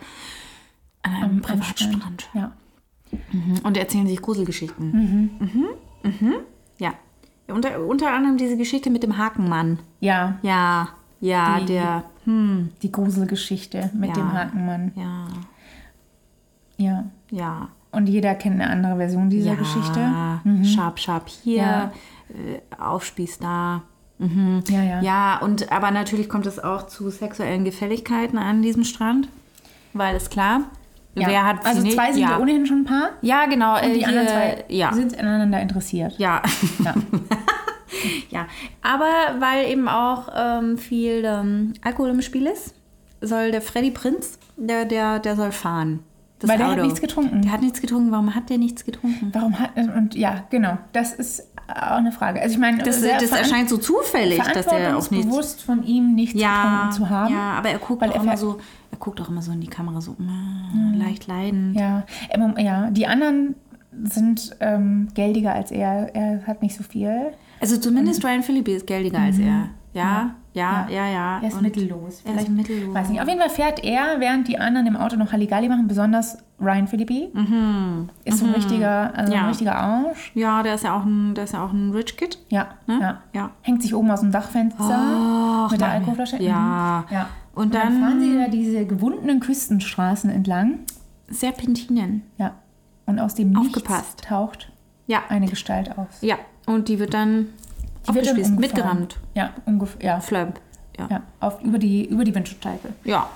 [SPEAKER 2] an einem Privatstrand.
[SPEAKER 1] Ja.
[SPEAKER 2] Mhm. Und erzählen sich Gruselgeschichten. Mhm. Mhm. Mhm. Ja. Unter, unter anderem diese Geschichte mit dem Hakenmann.
[SPEAKER 1] ja,
[SPEAKER 2] Ja, ja,
[SPEAKER 1] Die-
[SPEAKER 2] der.
[SPEAKER 1] die Gruselgeschichte mit
[SPEAKER 2] Ja.
[SPEAKER 1] dem Hakenmann.
[SPEAKER 2] Ja,
[SPEAKER 1] Ja.
[SPEAKER 2] ja.
[SPEAKER 1] Und jeder kennt eine andere Version dieser
[SPEAKER 2] ja.
[SPEAKER 1] Geschichte. Mhm.
[SPEAKER 2] Scharp, scharp hier,
[SPEAKER 1] Ja.
[SPEAKER 2] äh, Aufspieß da. Mhm.
[SPEAKER 1] Ja, ja.
[SPEAKER 2] Ja, und aber natürlich kommt es auch zu sexuellen Gefälligkeiten an diesem Strand, weil ist klar,
[SPEAKER 1] Ja.
[SPEAKER 2] wer hat sie
[SPEAKER 1] also
[SPEAKER 2] nicht?
[SPEAKER 1] zwei sind ja
[SPEAKER 2] ja.
[SPEAKER 1] ohnehin schon ein Paar.
[SPEAKER 2] ja, genau. äh,
[SPEAKER 1] Die anderen
[SPEAKER 2] hier-
[SPEAKER 1] zwei
[SPEAKER 2] Ja,
[SPEAKER 1] sind aneinander interessiert.
[SPEAKER 2] ja.
[SPEAKER 1] Ja.
[SPEAKER 2] Ja, aber weil eben auch ähm, viel ähm, Alkohol im Spiel ist, soll der Freddy Prinz, der, der, der soll fahren. Das
[SPEAKER 1] Weil der hat nichts getrunken.
[SPEAKER 2] Der hat nichts getrunken. Warum hat der nichts getrunken?
[SPEAKER 1] Warum hat und ja, genau, das ist auch eine Frage. Also ich meine,
[SPEAKER 2] Das,
[SPEAKER 1] sehr
[SPEAKER 2] das
[SPEAKER 1] veran-
[SPEAKER 2] erscheint so zufällig, dass der auch nichts.
[SPEAKER 1] verantwortungsbewusst von ihm nichts
[SPEAKER 2] Ja,
[SPEAKER 1] getrunken zu haben.
[SPEAKER 2] ja, aber er guckt
[SPEAKER 1] Weil
[SPEAKER 2] auch
[SPEAKER 1] er
[SPEAKER 2] immer
[SPEAKER 1] ver- Mhm.
[SPEAKER 2] so, er guckt auch immer so in die Kamera so, "Ah, leicht leiden.
[SPEAKER 1] Ja, ähm, ja, die anderen sind ähm, geldiger als er. Er hat nicht so viel.
[SPEAKER 2] Also zumindest Ryan Philippi ist geldiger als er. Ja, ja, ja, ja.
[SPEAKER 1] Mhm. Er ist
[SPEAKER 2] Und-
[SPEAKER 1] mittellos.
[SPEAKER 2] er ist mittellos.
[SPEAKER 1] Weiß nicht. Auf jeden Fall fährt er, während die anderen im Auto noch Halligalli machen, besonders Ryan Philippi. Ist so ein richtiger, also ein
[SPEAKER 2] Mhm. Ja.
[SPEAKER 1] richtiger Arsch.
[SPEAKER 2] Ja, der ist ja auch ein, der ist ja auch ein Rich Kid.
[SPEAKER 1] Ja,
[SPEAKER 2] Ne?
[SPEAKER 1] ja.
[SPEAKER 2] Ja.
[SPEAKER 1] Hängt sich oben aus dem Dachfenster mit der Alkoholflasche.
[SPEAKER 2] Ja.
[SPEAKER 1] Mhm. ja.
[SPEAKER 2] Und
[SPEAKER 1] Und dann fahren
[SPEAKER 2] dann-
[SPEAKER 1] sie da diese gewundenen Küstenstraßen entlang.
[SPEAKER 2] Serpentinen.
[SPEAKER 1] Ja. Und aus dem Nichts
[SPEAKER 2] Aufgepasst.
[SPEAKER 1] taucht
[SPEAKER 2] Ja.
[SPEAKER 1] eine Gestalt auf.
[SPEAKER 2] Ja. Und die wird dann
[SPEAKER 1] Die wird dann
[SPEAKER 2] aufgespießt,
[SPEAKER 1] umgefahren.
[SPEAKER 2] mitgerammt.
[SPEAKER 1] Ja, ungefähr. Ja.
[SPEAKER 2] Flömp. Ja.
[SPEAKER 1] Ja, auf, über die, über die Windschutzscheibe.
[SPEAKER 2] Ja.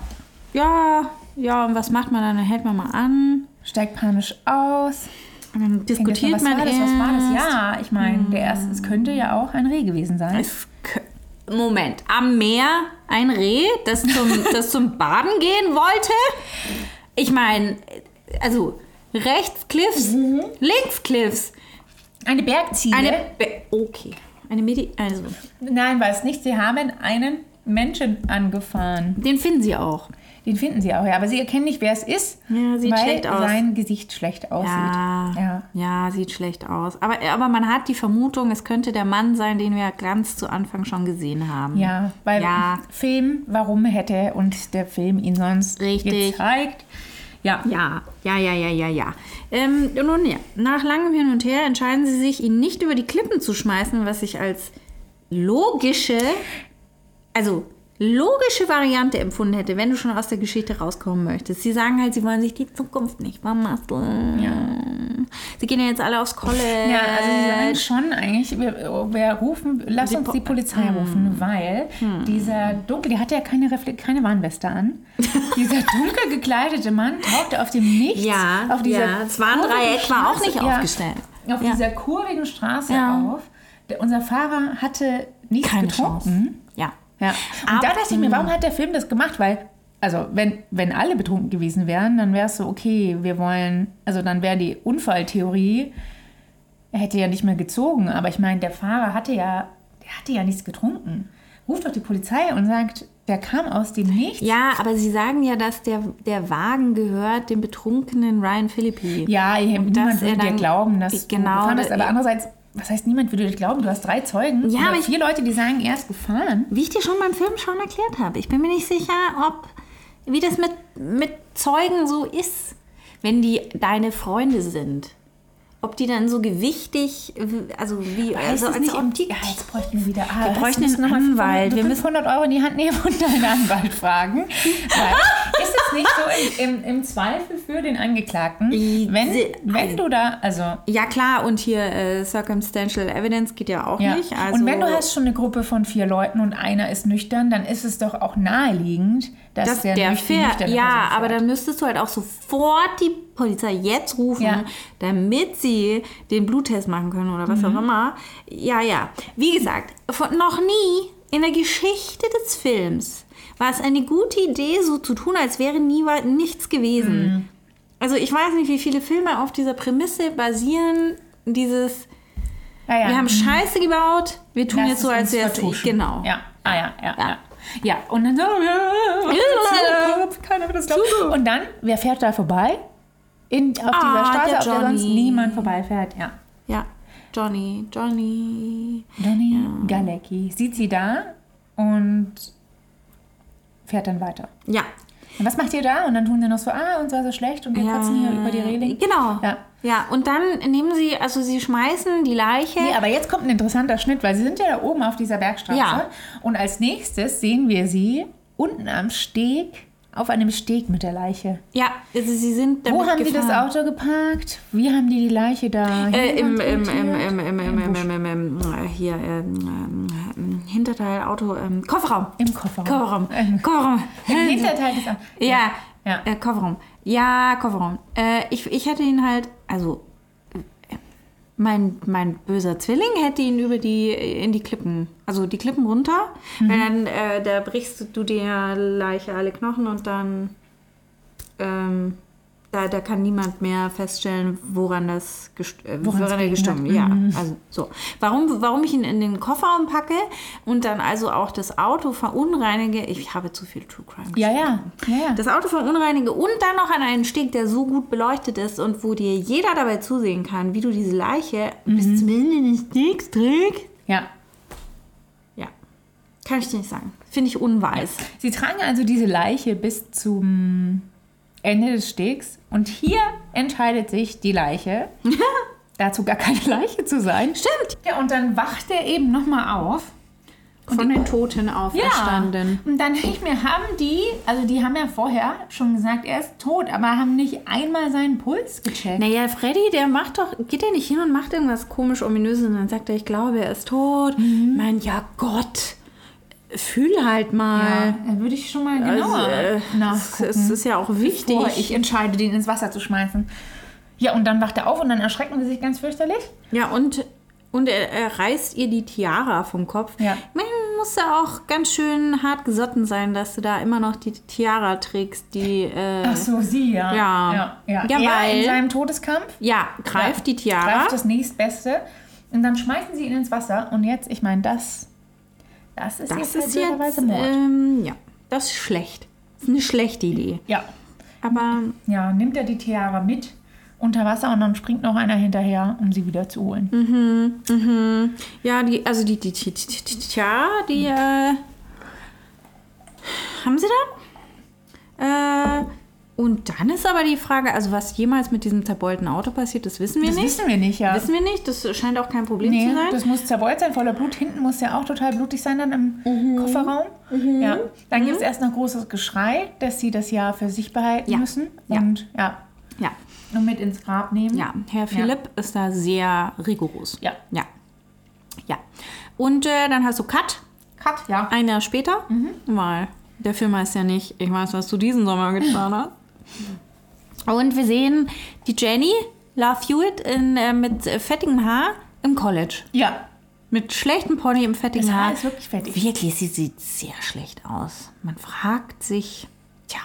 [SPEAKER 2] Ja, ja, und was macht man dann? Dann hält man mal an.
[SPEAKER 1] Steigt panisch aus.
[SPEAKER 2] Und dann
[SPEAKER 1] denkt
[SPEAKER 2] diskutiert
[SPEAKER 1] erstmal, was war
[SPEAKER 2] man
[SPEAKER 1] das,
[SPEAKER 2] erst. Hm.
[SPEAKER 1] was war das? Ja, ich meine, der erste, es könnte ja auch ein Reh gewesen sein.
[SPEAKER 2] Es k- Moment, am Meer ein Reh, das zum, das zum Baden gehen wollte? Ich meine, also rechts Cliffs,
[SPEAKER 1] Mhm.
[SPEAKER 2] links Cliffs.
[SPEAKER 1] Eine Bergziege.
[SPEAKER 2] Eine. Be- Okay. Eine Medi. Also,
[SPEAKER 1] Nein, weiß nicht. Sie haben einen Menschen angefahren.
[SPEAKER 2] den finden sie auch.
[SPEAKER 1] Den finden sie auch, ja. Aber sie erkennen nicht, wer es ist,
[SPEAKER 2] Ja, sieht
[SPEAKER 1] weil
[SPEAKER 2] schlecht aus.
[SPEAKER 1] sein Gesicht schlecht aussieht.
[SPEAKER 2] Ja,
[SPEAKER 1] Ja.
[SPEAKER 2] ja. sieht schlecht aus. Aber, aber man hat die Vermutung, es könnte der Mann sein, den wir ganz zu Anfang schon gesehen haben.
[SPEAKER 1] Ja, weil
[SPEAKER 2] Ja.
[SPEAKER 1] Film, warum hätte und der Film ihn sonst
[SPEAKER 2] Richtig.
[SPEAKER 1] gezeigt? Ja.
[SPEAKER 2] Ja, ja, ja, ja, ja, ja. Ähm, nun ja, nach langem Hin und Her entscheiden sie sich, ihn nicht über die Klippen zu schmeißen, was ich als logische, also logische Variante empfunden hätte, wenn du schon aus der Geschichte rauskommen möchtest. Sie sagen halt, sie wollen sich die Zukunft nicht vermasseln. Sie gehen ja jetzt alle aufs College.
[SPEAKER 1] Ja, also
[SPEAKER 2] Äh,
[SPEAKER 1] sie sagen schon eigentlich, wir, wir rufen, lass uns die Polizei
[SPEAKER 2] Hm.
[SPEAKER 1] rufen, weil dieser dunkel, der hatte ja keine, Refle keine Warnweste an. dieser dunkel gekleidete Mann tauchte auf dem Nichts.
[SPEAKER 2] Ja,
[SPEAKER 1] auf dieser
[SPEAKER 2] ja. Das Warndreieck
[SPEAKER 1] kurvigen
[SPEAKER 2] war auch
[SPEAKER 1] Straße-
[SPEAKER 2] nicht aufgestellt.
[SPEAKER 1] Auf
[SPEAKER 2] Ja.
[SPEAKER 1] dieser kurvigen Straße
[SPEAKER 2] Ja.
[SPEAKER 1] auf. Der, unser Fahrer hatte nichts
[SPEAKER 2] keine
[SPEAKER 1] getrunken.
[SPEAKER 2] Chance. Ja.
[SPEAKER 1] Ja. Und da
[SPEAKER 2] Aber-
[SPEAKER 1] dachte ich mir, warum hat der Film das gemacht? Weil, also wenn, wenn alle betrunken gewesen wären, dann wäre es so, okay, wir wollen, also dann wäre die Unfalltheorie, er hätte ja nicht mehr gezogen. Aber ich meine, der Fahrer hatte ja, der hatte ja nichts getrunken. Ruft doch die Polizei und sagt, der kam aus dem Nichts.
[SPEAKER 2] Ja, aber sie sagen ja, dass der, der Wagen gehört dem betrunkenen Ryan Philippi.
[SPEAKER 1] Ja, ja niemand
[SPEAKER 2] er
[SPEAKER 1] würde dir
[SPEAKER 2] dann-
[SPEAKER 1] glauben, dass
[SPEAKER 2] Genau,
[SPEAKER 1] du gefahren bist. Aber
[SPEAKER 2] äh,
[SPEAKER 1] andererseits, was heißt niemand würde dir glauben? Du hast drei Zeugen
[SPEAKER 2] Ja, aber
[SPEAKER 1] oder
[SPEAKER 2] ich-
[SPEAKER 1] vier Leute, die sagen, er ist gefahren.
[SPEAKER 2] Wie ich dir schon beim Film schon erklärt habe, ich bin mir nicht sicher, ob wie das mit, mit Zeugen so ist, wenn die deine Freunde sind. Ob die dann so gewichtig, also wie, also
[SPEAKER 1] es
[SPEAKER 2] als
[SPEAKER 1] nicht
[SPEAKER 2] ob
[SPEAKER 1] im-
[SPEAKER 2] die
[SPEAKER 1] ja, jetzt bräuchten wir wieder ah,
[SPEAKER 2] Wir
[SPEAKER 1] lass
[SPEAKER 2] bräuchten
[SPEAKER 1] uns
[SPEAKER 2] einen
[SPEAKER 1] noch mal
[SPEAKER 2] Anwalt.
[SPEAKER 1] 500
[SPEAKER 2] Wir
[SPEAKER 1] Wir
[SPEAKER 2] müssen-
[SPEAKER 1] müssen 100 Euro in die Hand nehmen und einen Anwalt fragen. Weil ist es nicht so im, im, im Zweifel für den Angeklagten,
[SPEAKER 2] I-
[SPEAKER 1] wenn,
[SPEAKER 2] se-
[SPEAKER 1] wenn du da, also
[SPEAKER 2] Ja klar, und hier äh, Circumstantial Evidence geht ja auch
[SPEAKER 1] ja.
[SPEAKER 2] nicht. Also,
[SPEAKER 1] und wenn du hast schon eine Gruppe von vier Leuten und einer ist nüchtern, dann ist es doch auch naheliegend, dass
[SPEAKER 2] dass
[SPEAKER 1] der,
[SPEAKER 2] der,
[SPEAKER 1] nüch- die
[SPEAKER 2] fährt,
[SPEAKER 1] nüchterne
[SPEAKER 2] ja,
[SPEAKER 1] Person
[SPEAKER 2] aber
[SPEAKER 1] fährt.
[SPEAKER 2] dann müsstest du halt auch sofort die Polizei jetzt rufen,
[SPEAKER 1] Ja.
[SPEAKER 2] damit sie den Bluttest machen können oder was
[SPEAKER 1] Mhm.
[SPEAKER 2] auch immer. Ja, ja. Wie gesagt, von, noch nie in der Geschichte des Films war es eine gute Idee, so zu tun, als wäre nie wa- nichts gewesen.
[SPEAKER 1] Mhm.
[SPEAKER 2] Also ich weiß nicht, wie viele Filme auf dieser Prämisse basieren, dieses
[SPEAKER 1] ja, ja.
[SPEAKER 2] wir haben Scheiße gebaut, wir tun
[SPEAKER 1] Lass
[SPEAKER 2] jetzt so,
[SPEAKER 1] es
[SPEAKER 2] als
[SPEAKER 1] uns
[SPEAKER 2] wäre es...
[SPEAKER 1] vertuschen.
[SPEAKER 2] Genau.
[SPEAKER 1] Ja, ah, ja, ja,
[SPEAKER 2] Ja.
[SPEAKER 1] ja. Ja, und dann so, äh, keiner wird das glauben. Und dann, wer fährt da vorbei? In, auf
[SPEAKER 2] Ah,
[SPEAKER 1] dieser Straße,
[SPEAKER 2] der
[SPEAKER 1] auf der sonst
[SPEAKER 2] Johnny.
[SPEAKER 1] niemand vorbeifährt, ja.
[SPEAKER 2] ja. Johnny, Johnny.
[SPEAKER 1] Johnny Galecki sieht sie da und fährt dann weiter.
[SPEAKER 2] Ja,
[SPEAKER 1] Und was macht ihr da? Und dann tun sie noch so, ah, uns war so schlecht und wir kotzen hier über die Reling.
[SPEAKER 2] Genau.
[SPEAKER 1] Ja.
[SPEAKER 2] ja, und dann nehmen sie, also sie schmeißen die Leiche.
[SPEAKER 1] Nee, aber jetzt kommt ein interessanter Schnitt, weil sie sind ja da oben auf dieser Bergstraße.
[SPEAKER 2] Ja.
[SPEAKER 1] Und als nächstes sehen wir sie unten am Steg, auf einem Steg mit der Leiche.
[SPEAKER 2] Ja, also sie sind damit
[SPEAKER 1] Wo haben die das
[SPEAKER 2] gefahren.
[SPEAKER 1] Auto geparkt? Wie haben die die Leiche da?
[SPEAKER 2] Äh, im, im, im,
[SPEAKER 1] hinmontiert?
[SPEAKER 2] im, im, im, im, im, im, im, äh, hier, ähm, ähm, Hinterteil, Auto, ähm, Kofferraum.
[SPEAKER 1] Im Kofferraum.
[SPEAKER 2] Kofferraum.
[SPEAKER 1] Ähm,
[SPEAKER 2] Kofferraum.
[SPEAKER 1] Im Hinterteil des Autos.
[SPEAKER 2] Ja,
[SPEAKER 1] Ja.
[SPEAKER 2] Äh, Kofferraum. Ja, Kofferraum. Äh, ich, ich hätte ihn halt, also äh, mein, mein böser Zwilling hätte ihn über die, äh, in die Klippen, also die Klippen runter. Weil dann, äh, da brichst du der Leiche alle Knochen und dann, ähm, da, da kann niemand mehr feststellen, woran das gest äh,
[SPEAKER 1] Woran's
[SPEAKER 2] woran er
[SPEAKER 1] gelegen
[SPEAKER 2] gestorben ist. Ja, also so. Warum, warum ich ihn in den Kofferraum packe und dann also auch das Auto verunreinige, ich habe zu viel True Crime
[SPEAKER 1] Ja, ja. ja, ja.
[SPEAKER 2] das Auto verunreinige und dann noch an einen Steg, der so gut beleuchtet ist und wo dir jeder dabei zusehen kann, wie du diese Leiche bis zum Ende des Stegs trägst.
[SPEAKER 1] ja.
[SPEAKER 2] Ja. Kann ich dir nicht sagen. Finde ich unweis.
[SPEAKER 1] Sie tragen also diese Leiche bis zum Ende des Stegs und hier entscheidet sich die Leiche, dazu gar keine Leiche zu sein. Stimmt. Ja, und dann wacht er eben nochmal auf.
[SPEAKER 2] Von den Toten
[SPEAKER 1] Ja. Und dann denke ich mir, haben die, also die haben ja vorher schon gesagt, er ist tot, aber haben nicht einmal seinen Puls gecheckt.
[SPEAKER 2] Naja, Freddy, der macht doch, geht der nicht hin und macht irgendwas komisch, ominöses und dann sagt er, ich glaube, er ist tot. Mein, ja Gott. fühl halt mal.
[SPEAKER 1] Ja, würde ich schon mal genauer
[SPEAKER 2] äh, es,
[SPEAKER 1] nachgucken.
[SPEAKER 2] es ist ja auch wichtig.
[SPEAKER 1] bevor ich entscheide, den ins Wasser zu schmeißen. Ja, und dann wacht er auf und dann erschrecken sie sich ganz fürchterlich.
[SPEAKER 2] Ja, und, und er, er reißt ihr die Tiara vom Kopf.
[SPEAKER 1] Ja.
[SPEAKER 2] Man muss ja auch ganz schön hart gesotten sein, dass du da immer noch die Tiara trägst, die. Äh,
[SPEAKER 1] Ach so, sie, ja.
[SPEAKER 2] Ja.
[SPEAKER 1] ja, ja.
[SPEAKER 2] Ja,
[SPEAKER 1] er
[SPEAKER 2] weil-
[SPEAKER 1] in seinem Todeskampf
[SPEAKER 2] ja, greift die Tiara.
[SPEAKER 1] greift das nächstbeste und dann schmeißen sie ihn ins Wasser. Und jetzt, ich meine, das, das ist
[SPEAKER 2] das
[SPEAKER 1] jetzt
[SPEAKER 2] ist
[SPEAKER 1] halt
[SPEAKER 2] jetzt.
[SPEAKER 1] blöderweise Mord.
[SPEAKER 2] Ähm, ja, das ist schlecht. Das ist eine schlechte Idee.
[SPEAKER 1] ja.
[SPEAKER 2] Aber
[SPEAKER 1] ja, nimmt er die Tiara mit unter Wasser und dann springt noch einer hinterher, um sie wieder zu holen.
[SPEAKER 2] Mhm. ja, die, also die, die, die, die, die, die Tiara, die. Äh, haben sie da? Äh, und dann ist aber die Frage, also was jemals mit diesem zerbeulten Auto passiert, das wissen wir
[SPEAKER 1] Das
[SPEAKER 2] nicht.
[SPEAKER 1] wissen wir nicht, ja.
[SPEAKER 2] Wissen wir nicht, das scheint auch kein Problem
[SPEAKER 1] Nee,
[SPEAKER 2] zu sein.
[SPEAKER 1] das muss zerbeult sein, voller Blut. Hinten muss ja auch total blutig sein dann im
[SPEAKER 2] Mhm.
[SPEAKER 1] Kofferraum. Ja. Dann gibt es erst noch großes Geschrei, dass sie das ja für sich behalten
[SPEAKER 2] Ja.
[SPEAKER 1] müssen
[SPEAKER 2] Ja.
[SPEAKER 1] und ja,
[SPEAKER 2] Ja,
[SPEAKER 1] nur mit ins Grab nehmen.
[SPEAKER 2] ja. Herr Philipp ist da sehr rigoros.
[SPEAKER 1] Ja.
[SPEAKER 2] Ja. Ja. Und äh, dann hast du Cut,
[SPEAKER 1] Cut, ja.
[SPEAKER 2] ein Jahr später, weil der Film heißt ja nicht, ich weiß, was du diesen Sommer getan hast. Und wir sehen die Jenny Love Hewitt in, äh, mit äh, fettigem Haar im College.
[SPEAKER 1] Ja.
[SPEAKER 2] Mit schlechtem Pony im fettigen
[SPEAKER 1] Das Haar
[SPEAKER 2] Haar.
[SPEAKER 1] ist wirklich fettig.
[SPEAKER 2] Wirklich, sie sieht sehr schlecht aus. Man fragt sich, tja.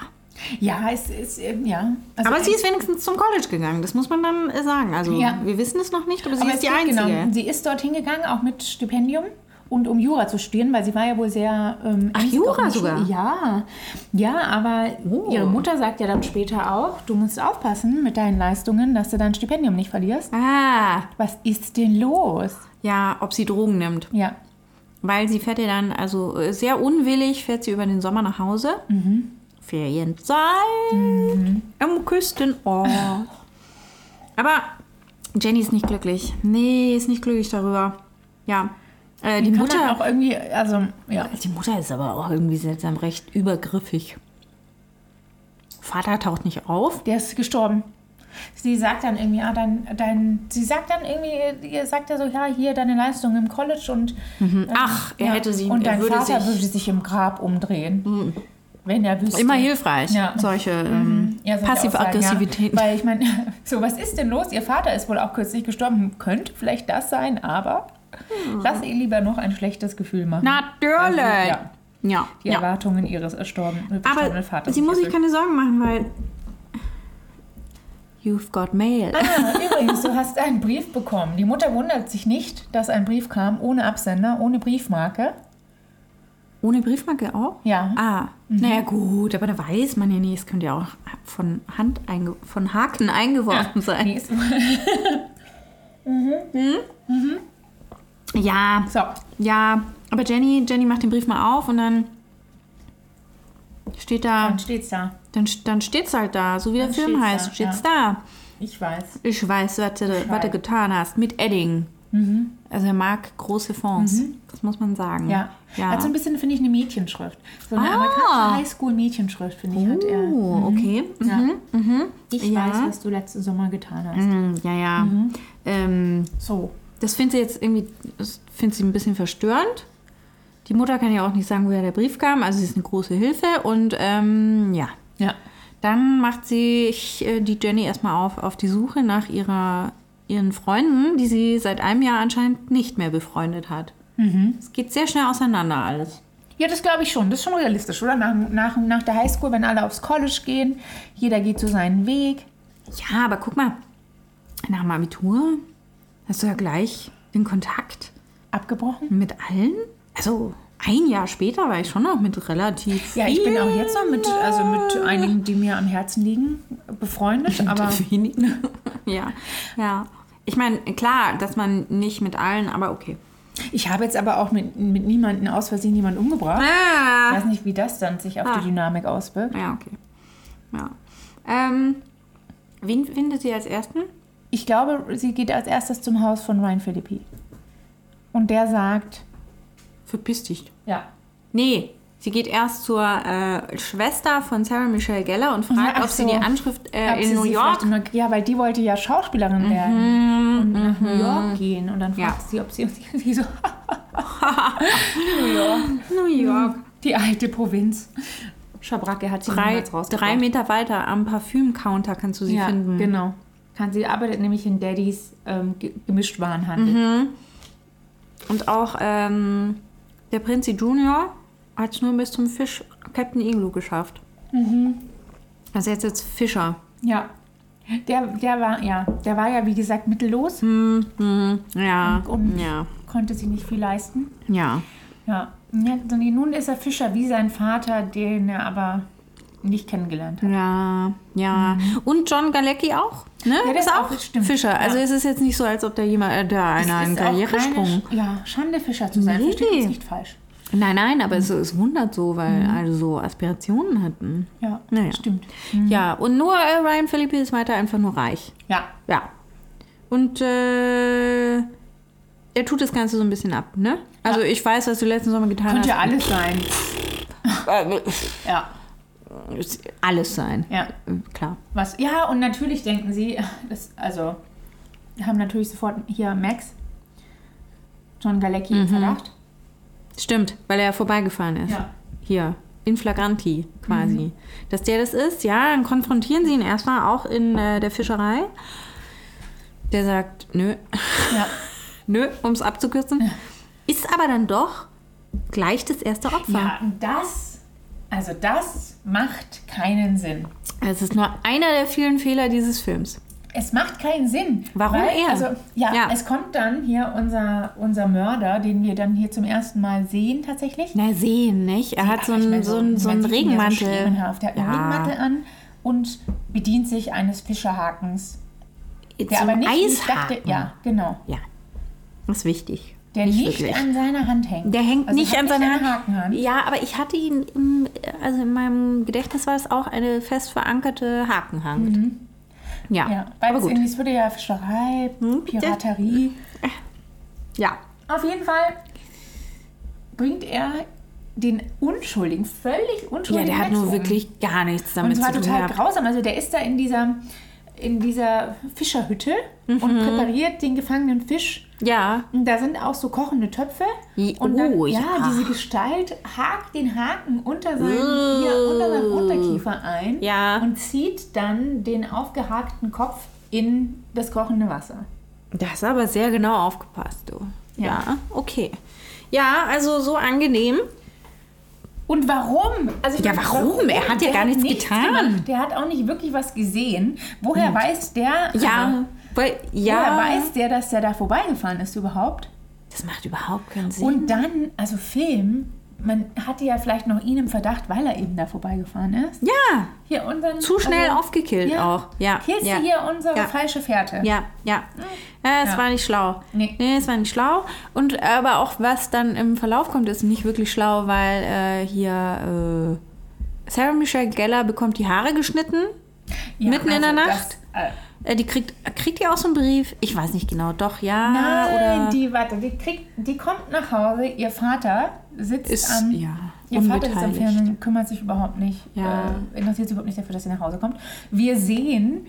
[SPEAKER 1] Ja, es ist, ähm, ja. Also,
[SPEAKER 2] Aber sie ist wenigstens zum College gegangen, das muss man dann äh, sagen. Also
[SPEAKER 1] Ja.
[SPEAKER 2] wir wissen es noch nicht, aber sie
[SPEAKER 1] aber es
[SPEAKER 2] ist
[SPEAKER 1] genau um
[SPEAKER 2] die
[SPEAKER 1] wird
[SPEAKER 2] Einzige.
[SPEAKER 1] genommen. Sie ist dorthin gegangen, auch mit Stipendium und um Jura zu studieren, weil sie war ja wohl sehr... Ähm,
[SPEAKER 2] Ach,
[SPEAKER 1] ängstlich
[SPEAKER 2] Jura
[SPEAKER 1] auch in der
[SPEAKER 2] sogar?
[SPEAKER 1] Schule. Ja. Ja, aber
[SPEAKER 2] Oh.
[SPEAKER 1] ihre Mutter sagt ja dann später auch, du musst aufpassen mit deinen Leistungen, dass du dein Stipendium nicht verlierst.
[SPEAKER 2] Ah,
[SPEAKER 1] Was ist denn los?
[SPEAKER 2] ja, ob sie Drogen nimmt.
[SPEAKER 1] Ja.
[SPEAKER 2] Weil sie fährt ja dann, also äh, sehr unwillig fährt sie über den Sommer nach Hause.
[SPEAKER 1] Mhm.
[SPEAKER 2] Ferienzeit am Küstenort. aber Jenny ist nicht glücklich. Nee, ist nicht glücklich darüber. Ja, äh, die
[SPEAKER 1] Die Mutter
[SPEAKER 2] Mutter...
[SPEAKER 1] auch irgendwie, also, ja.
[SPEAKER 2] Die Mutter ist aber auch irgendwie seltsam recht übergriffig. Vater taucht nicht auf.
[SPEAKER 1] Der ist gestorben. Sie sagt dann irgendwie, ah, dein, dein, sie sagt dann irgendwie, ihr sagt ja so, ja, hier deine Leistung im College und. ähm,
[SPEAKER 2] Ach, er hätte sie-
[SPEAKER 1] Und
[SPEAKER 2] er
[SPEAKER 1] dein
[SPEAKER 2] würde
[SPEAKER 1] Vater
[SPEAKER 2] sich- Hm.
[SPEAKER 1] würde sich im Grab umdrehen. Wenn er wüsste.
[SPEAKER 2] Immer hilfreich,
[SPEAKER 1] Ja. Mhm.
[SPEAKER 2] solche ähm,
[SPEAKER 1] Ja, solche
[SPEAKER 2] Passiv-Aggressivität.
[SPEAKER 1] Aussagen, Ja. Weil ich meine, so, was ist denn los? Ihr Vater ist wohl auch kürzlich gestorben. Könnte vielleicht das sein, aber
[SPEAKER 2] Hm.
[SPEAKER 1] lass ihr lieber noch ein schlechtes Gefühl machen. Also,
[SPEAKER 2] Natürlich. ja.
[SPEAKER 1] ja.
[SPEAKER 2] ja.
[SPEAKER 1] die Erwartungen ihres erstorbenen
[SPEAKER 2] Aber
[SPEAKER 1] verstorbenen Vaters.
[SPEAKER 2] sie muss sich
[SPEAKER 1] erfüllt.
[SPEAKER 2] keine Sorgen machen, weil. You've got mail.
[SPEAKER 1] Ah, übrigens, du hast einen Brief bekommen. Die Mutter wundert sich nicht, dass ein Brief kam ohne Absender, ohne Briefmarke.
[SPEAKER 2] Ohne Briefmarke auch?
[SPEAKER 1] Ja. Mhm.
[SPEAKER 2] Ah, naja, gut, aber da weiß man ja nie, es könnte ja auch von Hand einge von Haken eingeworfen sein. Mhm.
[SPEAKER 1] Nee, ist- Mhm.
[SPEAKER 2] Ja,
[SPEAKER 1] So,
[SPEAKER 2] ja. Aber Jenny, Jenny macht den Brief mal auf und dann steht da,
[SPEAKER 1] dann steht's da.
[SPEAKER 2] dann, dann steht's halt da, so wie der
[SPEAKER 1] Dann
[SPEAKER 2] Film
[SPEAKER 1] steht's
[SPEAKER 2] heißt,
[SPEAKER 1] da,
[SPEAKER 2] steht's da.
[SPEAKER 1] Ich weiß.
[SPEAKER 2] Ich weiß, was du, was du getan hast. Mit Edding. Also er mag große Fonds. Das muss man sagen.
[SPEAKER 1] Ja. Also,
[SPEAKER 2] ja.
[SPEAKER 1] Hat so ein bisschen, finde ich, eine Mädchenschrift. So eine
[SPEAKER 2] Ah.
[SPEAKER 1] amerikanische Highschool-Mädchenschrift, finde ich, hat er.
[SPEAKER 2] oh, okay. Mhm.
[SPEAKER 1] Ja. Ich weiß, was du letzten Sommer getan hast.
[SPEAKER 2] Mhm, Ja, ja. Ähm,
[SPEAKER 1] So.
[SPEAKER 2] das findet sie jetzt irgendwie, das findet sie ein bisschen verstörend. Die Mutter kann ja auch nicht sagen, woher der Brief kam. Also sie ist eine große Hilfe. Und ähm, ja,
[SPEAKER 1] Ja.
[SPEAKER 2] dann macht sich äh, die Jenny erstmal auf, auf die Suche nach ihrer, ihren Freunden, die sie seit einem Jahr anscheinend nicht mehr befreundet hat. Es geht sehr schnell auseinander alles.
[SPEAKER 1] Ja, das glaube ich schon. Das ist schon realistisch, oder? Nach, nach, nach der Highschool, wenn alle aufs College gehen, jeder geht so seinen Weg.
[SPEAKER 2] Ja, aber guck mal, nach dem Abitur hast du ja gleich den Kontakt
[SPEAKER 1] Abgebrochen.
[SPEAKER 2] mit allen. Also ein Jahr später war ich schon noch mit relativ.
[SPEAKER 1] Ja, ich bin auch jetzt noch mit, also mit einigen, die mir am Herzen liegen, befreundet. Aber
[SPEAKER 2] wenigen. ja, ja. Ich meine, klar, dass man nicht mit allen, aber okay.
[SPEAKER 1] ich habe jetzt aber auch mit, mit niemandem aus Versehen jemanden umgebracht. Ich
[SPEAKER 2] Ah.
[SPEAKER 1] weiß nicht, wie das dann sich auf
[SPEAKER 2] Ah.
[SPEAKER 1] die Dynamik auswirkt.
[SPEAKER 2] Ja, okay. Ja. Ähm, wen findet sie als ersten?
[SPEAKER 1] Ich glaube, sie geht als erstes zum Haus von Ryan Philippi. Und der sagt,
[SPEAKER 2] Verpiss dich.
[SPEAKER 1] ja.
[SPEAKER 2] Nee, sie geht erst zur äh, Schwester von Sarah Michelle Geller und fragt,
[SPEAKER 1] ach
[SPEAKER 2] ob sie
[SPEAKER 1] so.
[SPEAKER 2] die Anschrift
[SPEAKER 1] ob
[SPEAKER 2] äh,
[SPEAKER 1] sie
[SPEAKER 2] in New
[SPEAKER 1] sich
[SPEAKER 2] York Mhm.
[SPEAKER 1] vielleicht in Neu- Ja, weil die wollte ja Schauspielerin werden und nach New York gehen. Und dann
[SPEAKER 2] Ja.
[SPEAKER 1] fragt sie, ob sie, und sie so, New York.
[SPEAKER 2] New York.
[SPEAKER 1] Die alte Provinz. Schabracke hat sie
[SPEAKER 2] Drei,
[SPEAKER 1] damals rausgebracht.
[SPEAKER 2] drei Meter weiter am Parfüm-Counter kannst du sie
[SPEAKER 1] ja,
[SPEAKER 2] finden.
[SPEAKER 1] genau. Kann sie arbeitet nämlich in Daddys ähm, ge- Gemischtwarenhandel.
[SPEAKER 2] Mhm. Und auch ähm, der Prinzi Junior hat es nur bis zum Fisch Captain Igloo geschafft.
[SPEAKER 1] Mhm.
[SPEAKER 2] Also jetzt jetzt Fischer.
[SPEAKER 1] Ja. Der, der war, ja, der war ja, wie gesagt, mittellos,
[SPEAKER 2] Mhm. Ja.
[SPEAKER 1] Und-
[SPEAKER 2] Ja.
[SPEAKER 1] konnte sich nicht viel leisten.
[SPEAKER 2] Ja.
[SPEAKER 1] Ja. ja. so die- Nun ist er Fischer wie sein Vater, den er aber nicht kennengelernt hat.
[SPEAKER 2] Ja. Ja. Und John Galecki auch. Ne?
[SPEAKER 1] Mhm. Ja, der ist auch- stimmt.
[SPEAKER 2] Fischer. Also
[SPEAKER 1] Ja.
[SPEAKER 2] es ist jetzt nicht so, als ob da jemand, äh, da
[SPEAKER 1] Es
[SPEAKER 2] einer einen
[SPEAKER 1] ist auch
[SPEAKER 2] Karrieresprung.
[SPEAKER 1] keine Sch- Ja, Schande, Fischer zu sein.
[SPEAKER 2] Nee.
[SPEAKER 1] Versteht uns nicht falsch.
[SPEAKER 2] Nein, nein, aber
[SPEAKER 1] Mhm.
[SPEAKER 2] es, es wundert so, weil alle so Aspirationen hatten.
[SPEAKER 1] Ja,
[SPEAKER 2] Naja.
[SPEAKER 1] stimmt.
[SPEAKER 2] Ja, und nur äh, Ryan Phillippe ist weiter einfach nur reich.
[SPEAKER 1] Ja,
[SPEAKER 2] Ja. Und äh, er tut das Ganze so ein bisschen ab, ne? Also ich weiß, was du letzten Sommer getan
[SPEAKER 1] könnte ja
[SPEAKER 2] hast.
[SPEAKER 1] alles sein.
[SPEAKER 2] Äh,
[SPEAKER 1] Ja,
[SPEAKER 2] es- alles sein.
[SPEAKER 1] ja.
[SPEAKER 2] Äh, Klar.
[SPEAKER 1] Was? Ja, und natürlich denken sie, das, also haben natürlich sofort hier Max, John Galecki im Verdacht.
[SPEAKER 2] Stimmt, weil er vorbeigefahren ist.
[SPEAKER 1] Ja.
[SPEAKER 2] Hier. In flagranti quasi. Dass der das ist, ja, dann konfrontieren sie ihn erstmal auch in äh, der Fischerei. Der sagt, nö,
[SPEAKER 1] ja.
[SPEAKER 2] nö, um es abzukürzen. Ist aber dann doch gleich das erste Opfer.
[SPEAKER 1] Ja, und das, also das macht keinen Sinn.
[SPEAKER 2] Es ist nur einer der vielen Fehler dieses Films.
[SPEAKER 1] Es macht keinen Sinn.
[SPEAKER 2] Warum
[SPEAKER 1] weil,
[SPEAKER 2] er?
[SPEAKER 1] Also, ja,
[SPEAKER 2] Ja.
[SPEAKER 1] es kommt dann hier unser, unser Mörder, den wir dann hier zum ersten Mal sehen tatsächlich.
[SPEAKER 2] Na, sehen, nicht? Er hat so
[SPEAKER 1] Ach, ich
[SPEAKER 2] einen
[SPEAKER 1] meine,
[SPEAKER 2] so einen- so
[SPEAKER 1] man
[SPEAKER 2] einen
[SPEAKER 1] sieht ihn ja So
[SPEAKER 2] Regenmantel.
[SPEAKER 1] schemenhaft. der hat einen
[SPEAKER 2] Ja.
[SPEAKER 1] Regenmantel an und bedient sich eines Fischerhakens. Der
[SPEAKER 2] so
[SPEAKER 1] aber
[SPEAKER 2] ein
[SPEAKER 1] nicht, wie ich
[SPEAKER 2] Eishaken.
[SPEAKER 1] dachte, ja, genau.
[SPEAKER 2] Ja. Das ist wichtig.
[SPEAKER 1] Der nicht,
[SPEAKER 2] wirklich.
[SPEAKER 1] an seiner Hand hängt.
[SPEAKER 2] Der hängt
[SPEAKER 1] Also
[SPEAKER 2] nicht
[SPEAKER 1] hat
[SPEAKER 2] an seiner Hand.
[SPEAKER 1] Haken an.
[SPEAKER 2] Ja, aber ich hatte ihn, im, also in meinem Gedächtnis war es auch eine fest verankerte Hakenhand. Ja.
[SPEAKER 1] Mhm. Ja, weil
[SPEAKER 2] aber
[SPEAKER 1] es
[SPEAKER 2] gut.
[SPEAKER 1] irgendwie, es würde ja Fischerei,
[SPEAKER 2] Hm?
[SPEAKER 1] Piraterie.
[SPEAKER 2] Ja.
[SPEAKER 1] Auf jeden Fall bringt er den Unschuldigen, völlig
[SPEAKER 2] ja,
[SPEAKER 1] Unschuldigen.
[SPEAKER 2] der hat
[SPEAKER 1] Max
[SPEAKER 2] nur
[SPEAKER 1] um.
[SPEAKER 2] wirklich gar nichts
[SPEAKER 1] Und
[SPEAKER 2] damit
[SPEAKER 1] es war
[SPEAKER 2] zu tun.
[SPEAKER 1] total
[SPEAKER 2] gehabt.
[SPEAKER 1] grausam. Also, der ist da in dieser, in dieser Fischerhütte
[SPEAKER 2] Mhm.
[SPEAKER 1] und präpariert den gefangenen Fisch.
[SPEAKER 2] Ja,
[SPEAKER 1] Und da sind auch so kochende Töpfe.
[SPEAKER 2] Je-
[SPEAKER 1] Und dann,
[SPEAKER 2] oh,
[SPEAKER 1] ja,
[SPEAKER 2] ja.
[SPEAKER 1] diese Gestalt hakt den Haken unter seinen,
[SPEAKER 2] Äh.
[SPEAKER 1] hier, unter seinen Unterkiefer ein
[SPEAKER 2] Ja.
[SPEAKER 1] und zieht dann den aufgehakten Kopf in das kochende Wasser.
[SPEAKER 2] Das ist aber sehr genau aufgepasst, du.
[SPEAKER 1] Ja.
[SPEAKER 2] okay. Ja, also so angenehm.
[SPEAKER 1] Und warum? Also ich
[SPEAKER 2] Ja,
[SPEAKER 1] meine,
[SPEAKER 2] warum? Er hat ja gar nichts getan. Hm.
[SPEAKER 1] gemacht. Der hat auch nicht wirklich was gesehen. Woher weiß der?
[SPEAKER 2] Ja, weil, ja.
[SPEAKER 1] Woher weiß der, dass der da vorbeigefahren ist überhaupt?
[SPEAKER 2] Das macht überhaupt keinen Sinn.
[SPEAKER 1] Und dann, also Film, man hatte ja vielleicht noch ihn im Verdacht, weil er eben da vorbeigefahren ist.
[SPEAKER 2] ja,
[SPEAKER 1] Hier unseren,
[SPEAKER 2] zu schnell
[SPEAKER 1] also,
[SPEAKER 2] aufgekillt
[SPEAKER 1] ja.
[SPEAKER 2] auch. Ja,
[SPEAKER 1] Hier ist
[SPEAKER 2] ja.
[SPEAKER 1] hier unsere
[SPEAKER 2] Ja.
[SPEAKER 1] falsche Fährte.
[SPEAKER 2] Ja, ja. Ja, es war nicht schlau.
[SPEAKER 1] Hm. Nee.
[SPEAKER 2] es war nicht schlau. Und aber auch was dann im Verlauf kommt, ist nicht wirklich schlau, weil äh, hier äh, Sarah Michelle Geller bekommt die Haare geschnitten.
[SPEAKER 1] Ja,
[SPEAKER 2] Mitten in der Nacht?
[SPEAKER 1] Das, äh,
[SPEAKER 2] Äh, die kriegt, kriegt die auch so einen Brief? Ich weiß nicht genau. Doch, ja.
[SPEAKER 1] nein,
[SPEAKER 2] oder
[SPEAKER 1] die, warte, die, kriegt, die kommt nach Hause, ihr Vater sitzt
[SPEAKER 2] ist
[SPEAKER 1] am...
[SPEAKER 2] ja
[SPEAKER 1] Ihr Vater ist am
[SPEAKER 2] unbeteiligt.
[SPEAKER 1] Fernsehen, kümmert sich überhaupt nicht,
[SPEAKER 2] Ja.
[SPEAKER 1] äh, interessiert sich überhaupt nicht dafür, dass er nach Hause kommt. Wir sehen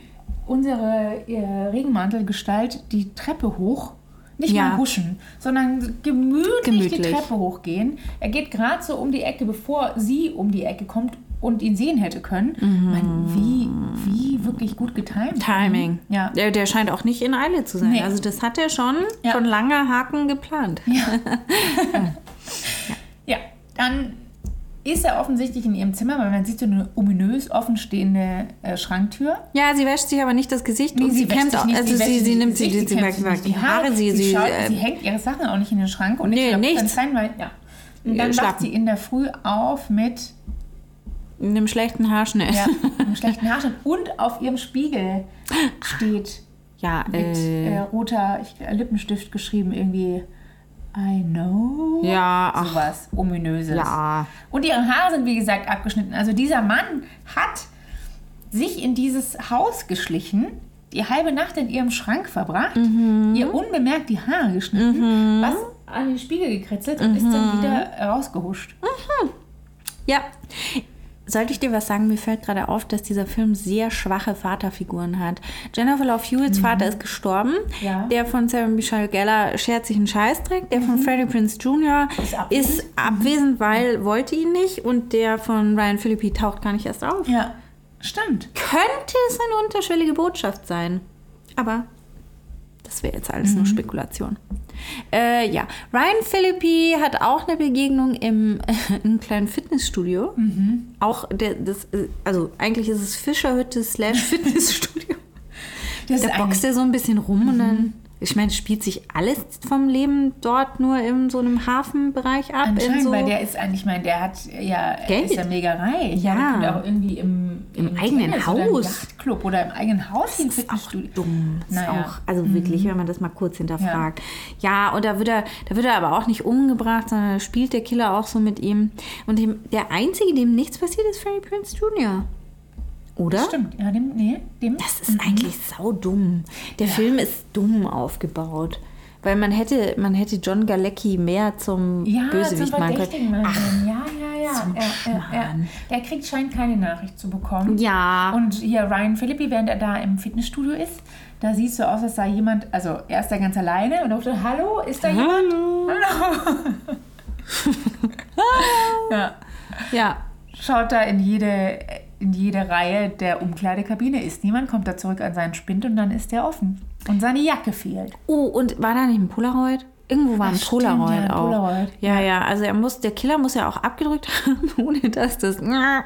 [SPEAKER 1] unsere äh, Regenmantelgestalt die Treppe hoch. Nicht
[SPEAKER 2] Ja.
[SPEAKER 1] mal huschen, sondern gemütlich, die
[SPEAKER 2] Gemütlich.
[SPEAKER 1] Treppe hochgehen. Er geht gerade so um die Ecke, bevor sie um die Ecke kommt und ihn sehen hätte können.
[SPEAKER 2] Mhm.
[SPEAKER 1] Ich meine, wie, wie wirklich gut getimt.
[SPEAKER 2] Timing.
[SPEAKER 1] Mhm. Ja.
[SPEAKER 2] Der, der scheint auch nicht in Eile zu sein.
[SPEAKER 1] Nee.
[SPEAKER 2] Also das hat er schon
[SPEAKER 1] Ja.
[SPEAKER 2] schon lange Haken geplant.
[SPEAKER 1] Ja, dann ist er offensichtlich in ihrem Zimmer, weil man sieht so eine ominös offenstehende äh, Schranktür.
[SPEAKER 2] Ja, sie wäscht sich aber nicht das Gesicht und sie,
[SPEAKER 1] wäscht
[SPEAKER 2] kämmt
[SPEAKER 1] sich
[SPEAKER 2] auch.
[SPEAKER 1] nicht,
[SPEAKER 2] also
[SPEAKER 1] wäscht
[SPEAKER 2] sie,
[SPEAKER 1] sich
[SPEAKER 2] sie
[SPEAKER 1] nicht
[SPEAKER 2] nimmt sie,
[SPEAKER 1] das
[SPEAKER 2] die,
[SPEAKER 1] Gesicht,
[SPEAKER 2] sie
[SPEAKER 1] kämmt sich
[SPEAKER 2] merkt
[SPEAKER 1] nicht
[SPEAKER 2] die Haare, sie, sie,
[SPEAKER 1] schaut,
[SPEAKER 2] äh,
[SPEAKER 1] sie hängt ihre Sachen auch nicht in den Schrank und
[SPEAKER 2] Nee,
[SPEAKER 1] ich glaub,
[SPEAKER 2] nichts.
[SPEAKER 1] kann sein, weil, ja. Und dann wacht
[SPEAKER 2] Schlappen.
[SPEAKER 1] sie in der Früh auf mit
[SPEAKER 2] in einem schlechten Haarschnitt.
[SPEAKER 1] ja, einem schlechten Haarschnitt und auf ihrem Spiegel steht
[SPEAKER 2] Ja,
[SPEAKER 1] mit
[SPEAKER 2] äh,
[SPEAKER 1] äh, roter ich, Lippenstift geschrieben irgendwie I know
[SPEAKER 2] ja, ach,
[SPEAKER 1] sowas ominöses.
[SPEAKER 2] ja.
[SPEAKER 1] Und ihre Haare sind wie gesagt abgeschnitten. Also dieser Mann hat sich in dieses Haus geschlichen, die halbe Nacht in ihrem Schrank verbracht,
[SPEAKER 2] Mhm.
[SPEAKER 1] ihr unbemerkt die Haare geschnitten, was an
[SPEAKER 2] Mhm.
[SPEAKER 1] den Spiegel gekritzelt und ist dann wieder rausgehuscht.
[SPEAKER 2] Ja. sollte ich dir was sagen? Mir fällt gerade auf, dass dieser Film sehr schwache Vaterfiguren hat. Jennifer Love Hewitts Vater ist gestorben.
[SPEAKER 1] Mhm. Ja. Mhm.
[SPEAKER 2] Der von Sarah Michelle Geller schert sich einen Scheißdreck. Der von Freddie Prinze Jr.
[SPEAKER 1] Ist abwesend.
[SPEAKER 2] ist abwesend, weil wollte ihn nicht. Und der von Ryan Philippi taucht gar nicht erst auf.
[SPEAKER 1] Ja, stimmt.
[SPEAKER 2] Könnte es eine unterschwellige Botschaft sein. Aber das wäre jetzt
[SPEAKER 1] Mhm.
[SPEAKER 2] alles nur Spekulation. Äh, ja, Ryan Philippi hat auch eine Begegnung im einem kleinen Fitnessstudio.
[SPEAKER 1] Mhm.
[SPEAKER 2] Auch der, das, äh, also eigentlich ist es Fischerhütte slash Fitnessstudio.
[SPEAKER 1] Das
[SPEAKER 2] Da
[SPEAKER 1] ist Mhm.
[SPEAKER 2] boxt er so ein bisschen rum und dann, ich meine, spielt sich alles vom Leben dort nur in so einem Hafenbereich ab. In
[SPEAKER 1] Anscheinend,
[SPEAKER 2] so
[SPEAKER 1] weil der ist eigentlich, ich meine, der hat ja,
[SPEAKER 2] Geld.
[SPEAKER 1] ist ja mega reich.
[SPEAKER 2] Ja.
[SPEAKER 1] Der könnte auch irgendwie im,
[SPEAKER 2] Im eigenen
[SPEAKER 1] Tennis Oder im
[SPEAKER 2] Haus.
[SPEAKER 1] Yachtclub oder im eigenen Haus hier im
[SPEAKER 2] ist auch
[SPEAKER 1] Fitnessstudio.
[SPEAKER 2] dumm. Ist
[SPEAKER 1] Naja. Mhm.
[SPEAKER 2] auch, also wirklich, wenn man das mal kurz hinterfragt. Ja, und da wird, er, da wird er aber auch nicht umgebracht, sondern da spielt der Killer auch so mit ihm. Und dem, der Einzige, dem nichts passiert, ist Freddie Prince Jr. Oder?
[SPEAKER 1] Stimmt, Mhm. ja, dem, nee, dem.
[SPEAKER 2] Das ist eigentlich sau dumm. Der Film ist dumm aufgebaut. Weil man hätte, man hätte John Galecki mehr zum
[SPEAKER 1] ja,
[SPEAKER 2] Bösewicht
[SPEAKER 1] zum
[SPEAKER 2] machen
[SPEAKER 1] Verdächtigen
[SPEAKER 2] können.
[SPEAKER 1] machen können. Ja, ja, ja. er, er, er, der kriegt scheint keine Nachricht zu bekommen.
[SPEAKER 2] Ja.
[SPEAKER 1] Und hier Ryan Philippi, während er da im Fitnessstudio ist, da siehst du aus, als sei jemand, also er ist da ganz alleine und ruft, dann, hallo, ist da jemand?
[SPEAKER 2] Hallo.
[SPEAKER 1] Hallo. ja.
[SPEAKER 2] Ja.
[SPEAKER 1] schaut da in jede, in jede Reihe der Umkleidekabine ist. Niemand kommt da zurück an seinen Spind und dann ist der offen. Und seine Jacke fehlt.
[SPEAKER 2] Oh, und war da nicht ein Polaroid? Irgendwo war ein
[SPEAKER 1] stimmt, ja,
[SPEAKER 2] Polaroid
[SPEAKER 1] ein
[SPEAKER 2] auch.
[SPEAKER 1] Polaroid.
[SPEAKER 2] Ja, ja, also er muss, der Killer muss ja auch abgedrückt haben, ohne dass das
[SPEAKER 1] Ja,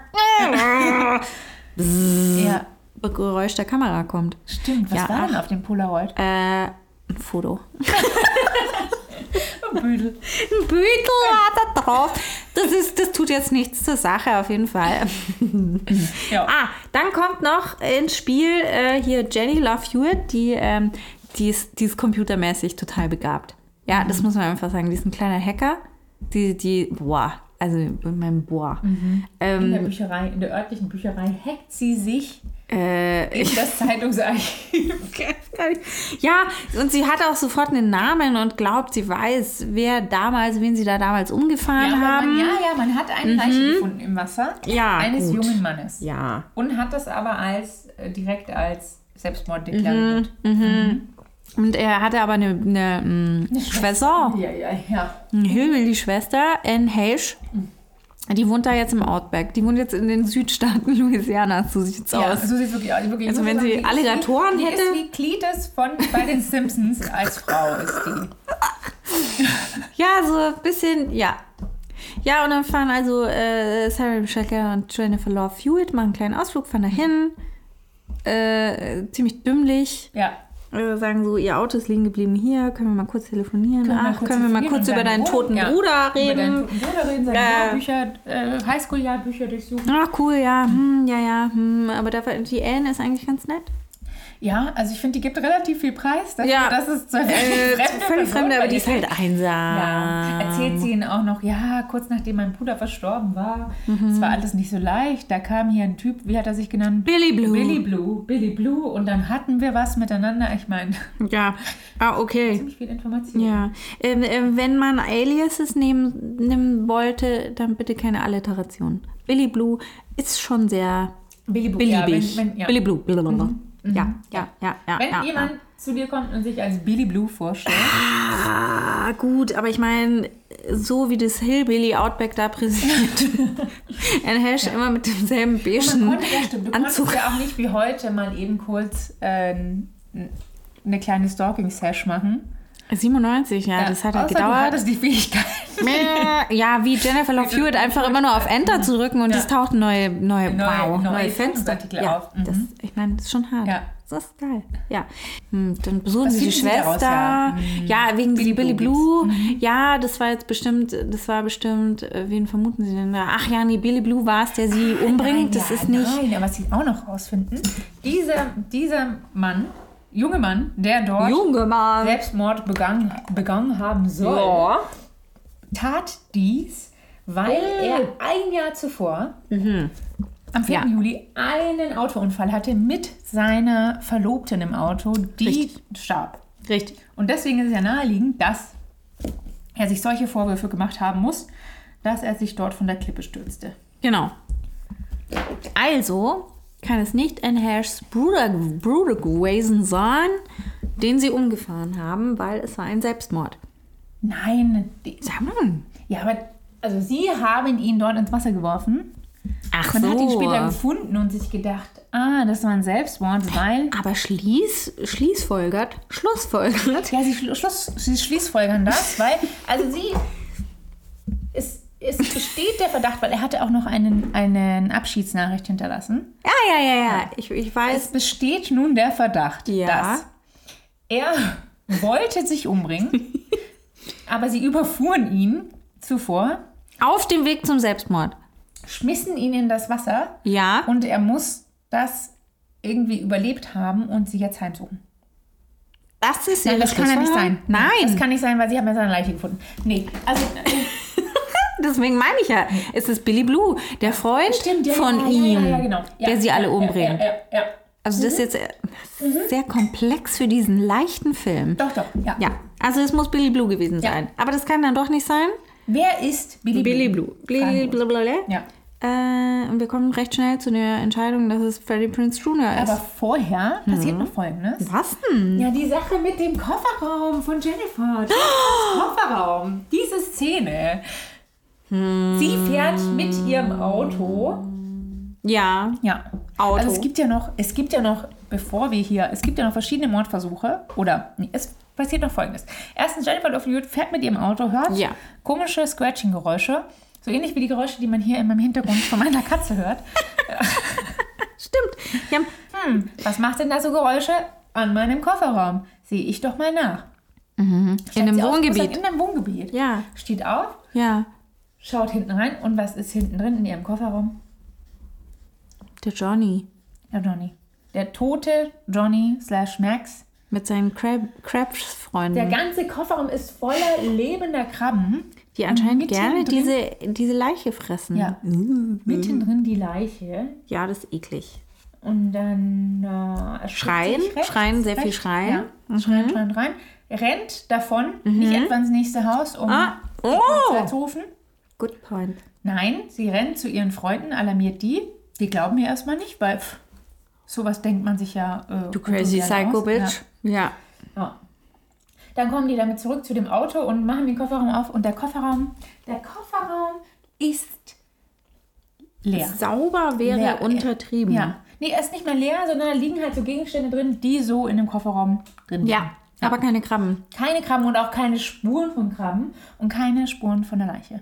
[SPEAKER 2] Geräusch der Kamera kommt.
[SPEAKER 1] stimmt. Was
[SPEAKER 2] Mhm. Ja,
[SPEAKER 1] war denn auf dem Polaroid?
[SPEAKER 2] Äh, ein Foto.
[SPEAKER 1] Büdel.
[SPEAKER 2] Ein Büdel hat er drauf. Das, ist, das tut jetzt nichts zur Sache, auf jeden Fall.
[SPEAKER 1] Ja.
[SPEAKER 2] Ah, dann kommt noch ins Spiel äh, hier Jenny Love Hewitt, die, ähm, die, ist, die ist computermäßig total begabt. Ja, das muss man einfach sagen. Die ist ein kleiner Hacker. Die, die, boah, also mein Boah.
[SPEAKER 1] In der
[SPEAKER 2] Ähm,
[SPEAKER 1] Bücherei, in der örtlichen Bücherei hackt sie sich
[SPEAKER 2] äh,
[SPEAKER 1] in das Zeitungsarchiv.
[SPEAKER 2] ja, und sie hat auch sofort einen Namen und glaubt, sie weiß, wer damals, wen sie da damals umgefahren
[SPEAKER 1] aber
[SPEAKER 2] haben. Mhm.
[SPEAKER 1] man, ja, ja, man hat eine Leiche gefunden im Wasser
[SPEAKER 2] Ja,
[SPEAKER 1] eines
[SPEAKER 2] gut.
[SPEAKER 1] jungen Mannes.
[SPEAKER 2] ja.
[SPEAKER 1] Und hat das aber als äh, direkt als
[SPEAKER 2] Mhm.
[SPEAKER 1] Selbstmord deklariert.
[SPEAKER 2] Und er hatte aber eine, eine, ähm, Schwester.
[SPEAKER 1] Ja, ja, ja.
[SPEAKER 2] Eine Hillbilly-Schwester, Anne Hesch. Die wohnt da jetzt im Outback. Die wohnt jetzt in den Südstaaten Louisianas, so sieht's
[SPEAKER 1] Ja,
[SPEAKER 2] aus.
[SPEAKER 1] so sieht es wirklich aus. Wirklich, ich
[SPEAKER 2] Also
[SPEAKER 1] muss
[SPEAKER 2] wenn sie
[SPEAKER 1] die ist wie-
[SPEAKER 2] Alligatoren
[SPEAKER 1] die
[SPEAKER 2] hätte-
[SPEAKER 1] Ist wie Cletus von bei den Simpsons als Frau ist die.
[SPEAKER 2] Ja, so ein bisschen, ja. Ja, und dann fahren also äh, Sarah Michelle Gellar und Jennifer Love Hewitt, machen einen kleinen Ausflug, fahren dahin. Äh, ziemlich dümmlich.
[SPEAKER 1] Ja.
[SPEAKER 2] Äh, sagen so, ihr Auto ist liegen geblieben hier, können wir mal kurz telefonieren.
[SPEAKER 1] Können wir mal
[SPEAKER 2] Ach,
[SPEAKER 1] kurz
[SPEAKER 2] können wir mal
[SPEAKER 1] telefonieren
[SPEAKER 2] kurz
[SPEAKER 1] und
[SPEAKER 2] über
[SPEAKER 1] dann
[SPEAKER 2] deinen
[SPEAKER 1] wohnen?
[SPEAKER 2] toten
[SPEAKER 1] Ja.
[SPEAKER 2] Bruder
[SPEAKER 1] Über deinen
[SPEAKER 2] reden.
[SPEAKER 1] toten Bruder reden, seine
[SPEAKER 2] Äh.
[SPEAKER 1] Jahrbücher, äh, Highschool-Jahrbücher durchsuchen.
[SPEAKER 2] Ach cool, ja, hm, ja, ja, hm, aber dafür, die Anne ist eigentlich ganz nett.
[SPEAKER 1] Ja, also ich finde, die gibt relativ viel Preis. Das,
[SPEAKER 2] Ja.
[SPEAKER 1] das ist zwar
[SPEAKER 2] Äh, völlig
[SPEAKER 1] Person,
[SPEAKER 2] fremde, aber
[SPEAKER 1] weil
[SPEAKER 2] die ist halt einsam.
[SPEAKER 1] Ja, erzählt sie ihnen auch noch, ja, kurz nachdem mein Bruder verstorben war, es
[SPEAKER 2] Mhm.
[SPEAKER 1] war alles nicht so leicht. Da kam hier ein Typ, wie hat er sich genannt?
[SPEAKER 2] Billy Blue.
[SPEAKER 1] Billy Blue, Billy Blue. Und dann hatten wir was miteinander. Ich meine,
[SPEAKER 2] Ja, ah, okay.
[SPEAKER 1] ziemlich viel Information.
[SPEAKER 2] Ja, ähm, ähm, wenn man Aliases nehmen, nehmen wollte, dann bitte keine Alliteration. Billy Blue ist schon sehr
[SPEAKER 1] Billy Blue. ja, wenn,
[SPEAKER 2] beliebig.
[SPEAKER 1] wenn, ja. Mhm.
[SPEAKER 2] Billy Blue. blablabla. Ja, ja, ja, ja.
[SPEAKER 1] Wenn
[SPEAKER 2] ja,
[SPEAKER 1] jemand
[SPEAKER 2] Ja.
[SPEAKER 1] zu dir kommt und sich als Billy Blue vorstellt,
[SPEAKER 2] Ah, gut, aber ich meine, so wie das Hillbilly Outback da präsentiert, ein Hash immer mit demselben
[SPEAKER 1] man
[SPEAKER 2] beigen
[SPEAKER 1] konnte, ja, stimmt, du konntest
[SPEAKER 2] Anzug.
[SPEAKER 1] ja auch nicht wie heute mal eben kurz äh, eine kleine Stalking-Sash machen.
[SPEAKER 2] 97, ja, das hat halt
[SPEAKER 1] Außer Du
[SPEAKER 2] gedauert.
[SPEAKER 1] hattest die Fähigkeit.
[SPEAKER 2] Mäh. Ja, wie Jennifer Love Hewitt einfach immer nur auf Enter zu drücken und
[SPEAKER 1] Ja.
[SPEAKER 2] es taucht neue, neue,
[SPEAKER 1] Neue- neue
[SPEAKER 2] wow, neue, Fenster.
[SPEAKER 1] Zeitungsartikel
[SPEAKER 2] Ja,
[SPEAKER 1] auf. Mhm.
[SPEAKER 2] das, ich meine, das ist schon hart.
[SPEAKER 1] Ja.
[SPEAKER 2] Das ist geil. Ja. Hm, Dann besuchen
[SPEAKER 1] Was
[SPEAKER 2] sie die
[SPEAKER 1] finden Sie daraus,
[SPEAKER 2] Schwester.
[SPEAKER 1] ja? Mhm.
[SPEAKER 2] ja. wegen Billy,
[SPEAKER 1] Billy
[SPEAKER 2] Billy
[SPEAKER 1] Blue Mhm.
[SPEAKER 2] Blue. Ja, das war jetzt bestimmt, das war bestimmt, äh, wen vermuten sie denn da? Ach ja, nee, Billy Blue war es, der sie umbringt. das
[SPEAKER 1] ja, ne?
[SPEAKER 2] ist nicht.
[SPEAKER 1] Nein, aber was sie auch noch rausfinden, dieser, dieser Mann, junge Mann, der dort
[SPEAKER 2] Junge Mann.
[SPEAKER 1] Selbstmord begangen, begangen haben soll, tat dies, weil
[SPEAKER 2] Oh.
[SPEAKER 1] er ein Jahr zuvor, am 4.
[SPEAKER 2] Mhm. Ja.
[SPEAKER 1] Juli, einen Autounfall hatte mit seiner Verlobten im Auto, die
[SPEAKER 2] Richtig.
[SPEAKER 1] starb.
[SPEAKER 2] Richtig.
[SPEAKER 1] Und deswegen ist es ja naheliegend, dass er sich solche Vorwürfe gemacht haben muss, dass er sich dort von der Klippe stürzte.
[SPEAKER 2] Genau. Also kann es nicht ein Herrs Bruder, Bruder gewesen sein, den sie umgefahren haben, weil es war ein Selbstmord.
[SPEAKER 1] Nein. Die,
[SPEAKER 2] Sag mal.
[SPEAKER 1] ja, aber also sie haben ihn dort ins Wasser geworfen.
[SPEAKER 2] Ach
[SPEAKER 1] Man
[SPEAKER 2] so.
[SPEAKER 1] hat ihn später gefunden und sich gedacht, ah, das war ein Selbstmord, weil.
[SPEAKER 2] Aber schließ, schließfolgert, schlussfolgert.
[SPEAKER 1] Ja, sie, schlu- schluss, sie schließfolgern das, weil, also sie, es, es besteht der Verdacht, weil er hatte auch noch einen, einen Abschiedsnachricht hinterlassen.
[SPEAKER 2] Ja, ja, ja, ja. Ich, ich weiß.
[SPEAKER 1] Es besteht nun der Verdacht,
[SPEAKER 2] Ja.
[SPEAKER 1] dass er wollte sich umbringen, aber sie überfuhren ihn zuvor,
[SPEAKER 2] Auf dem Weg zum Selbstmord.
[SPEAKER 1] schmissen ihn in das Wasser
[SPEAKER 2] Ja.
[SPEAKER 1] und er muss das irgendwie überlebt haben und sie jetzt heimsuchen.
[SPEAKER 2] das ist
[SPEAKER 1] Nein,
[SPEAKER 2] ihre
[SPEAKER 1] das kann ja nicht
[SPEAKER 2] Schlussfolgerung?
[SPEAKER 1] sein. Das
[SPEAKER 2] Nein.
[SPEAKER 1] kann nicht sein, weil sie haben ja seine Leiche gefunden. Nee, also
[SPEAKER 2] Deswegen meine ich ja, es ist Billy Blue, der Freund
[SPEAKER 1] Stimmt, ja,
[SPEAKER 2] von
[SPEAKER 1] ja,
[SPEAKER 2] ihm,
[SPEAKER 1] ja, ja, ja, genau. ja,
[SPEAKER 2] der sie alle
[SPEAKER 1] ja,
[SPEAKER 2] umbringt.
[SPEAKER 1] Ja, ja, ja, ja.
[SPEAKER 2] Also das ist
[SPEAKER 1] Mhm.
[SPEAKER 2] jetzt äh, sehr komplex für diesen leichten Film.
[SPEAKER 1] Doch, doch. Ja.
[SPEAKER 2] Ja, also es muss Billy Blue gewesen
[SPEAKER 1] Ja.
[SPEAKER 2] sein. Aber das kann dann doch nicht sein.
[SPEAKER 1] Wer ist Billy,
[SPEAKER 2] Billy Blue. Blue.
[SPEAKER 1] Ja.
[SPEAKER 2] Äh, und wir kommen recht schnell zu der Entscheidung, dass es Freddie Prince Jr. ist.
[SPEAKER 1] Aber vorher passiert noch Folgendes.
[SPEAKER 2] was denn?
[SPEAKER 1] Ja, die Sache mit dem Kofferraum von Jennifer. Jennifers Kofferraum. Diese Szene. Sie fährt mit ihrem Auto.
[SPEAKER 2] Ja,
[SPEAKER 1] Ja.
[SPEAKER 2] Auto.
[SPEAKER 1] Also es gibt ja noch, es gibt ja noch, bevor wir hier, es gibt ja noch verschiedene Mordversuche. Oder nee, es passiert noch folgendes. Erstens, Jennifer Love Hewitt fährt mit ihrem Auto, hört
[SPEAKER 2] Ja.
[SPEAKER 1] komische Scratching-Geräusche. So ähnlich wie die Geräusche, die man hier in meinem Hintergrund von meiner Katze hört.
[SPEAKER 2] stimmt. Ja,
[SPEAKER 1] Hm, was macht denn da so Geräusche an meinem Kofferraum? Sehe ich doch mal nach.
[SPEAKER 2] in einem
[SPEAKER 1] Sie aus, muss
[SPEAKER 2] Wohngebiet.
[SPEAKER 1] sagen, In einem Wohngebiet.
[SPEAKER 2] Ja,
[SPEAKER 1] Steht auf,
[SPEAKER 2] ja.
[SPEAKER 1] schaut hinten rein und was ist hinten drin in ihrem Kofferraum?
[SPEAKER 2] Der Johnny
[SPEAKER 1] Ja, Johnny. Der tote Johnny slash Max.
[SPEAKER 2] mit seinen Crab,
[SPEAKER 1] Der
[SPEAKER 2] Crabs-Freunden,
[SPEAKER 1] ganze Kofferraum ist voller lebender Krabben.
[SPEAKER 2] die anscheinend gerne
[SPEAKER 1] mittendrin-
[SPEAKER 2] diese, diese Leiche fressen.
[SPEAKER 1] Ja. Mittendrin die Leiche.
[SPEAKER 2] ja, das ist eklig.
[SPEAKER 1] Und dann äh, erschrickt
[SPEAKER 2] Schreien,
[SPEAKER 1] sich rechts,
[SPEAKER 2] schreien, sehr viel
[SPEAKER 1] rechts,
[SPEAKER 2] schreien. Mhm.
[SPEAKER 1] Ja. Schreien, schreien, rein. Rennt davon, nicht etwa ins nächste Haus, um
[SPEAKER 2] Ah,
[SPEAKER 1] die
[SPEAKER 2] oh.
[SPEAKER 1] Polizei zu rufen.
[SPEAKER 2] Good point.
[SPEAKER 1] Nein, sie rennt zu ihren Freunden, alarmiert die. Die glauben ihr erstmal nicht, weil pff, sowas denkt man sich ja. Äh,
[SPEAKER 2] Du crazy
[SPEAKER 1] unter
[SPEAKER 2] psycho
[SPEAKER 1] aus.
[SPEAKER 2] bitch. Ja.
[SPEAKER 1] Ja, ja. Dann kommen die damit zurück zu dem Auto und machen den Kofferraum auf. Und der Kofferraum, der Kofferraum ist leer.
[SPEAKER 2] Sauber wäre
[SPEAKER 1] Leer.
[SPEAKER 2] untertrieben.
[SPEAKER 1] Ja. Nee, er ist nicht mehr leer, sondern da liegen halt so Gegenstände drin, die so in dem Kofferraum drin liegen.
[SPEAKER 2] ja, aber keine Krabben.
[SPEAKER 1] Keine Krabben und auch keine Spuren von Krabben und keine Spuren von der Leiche.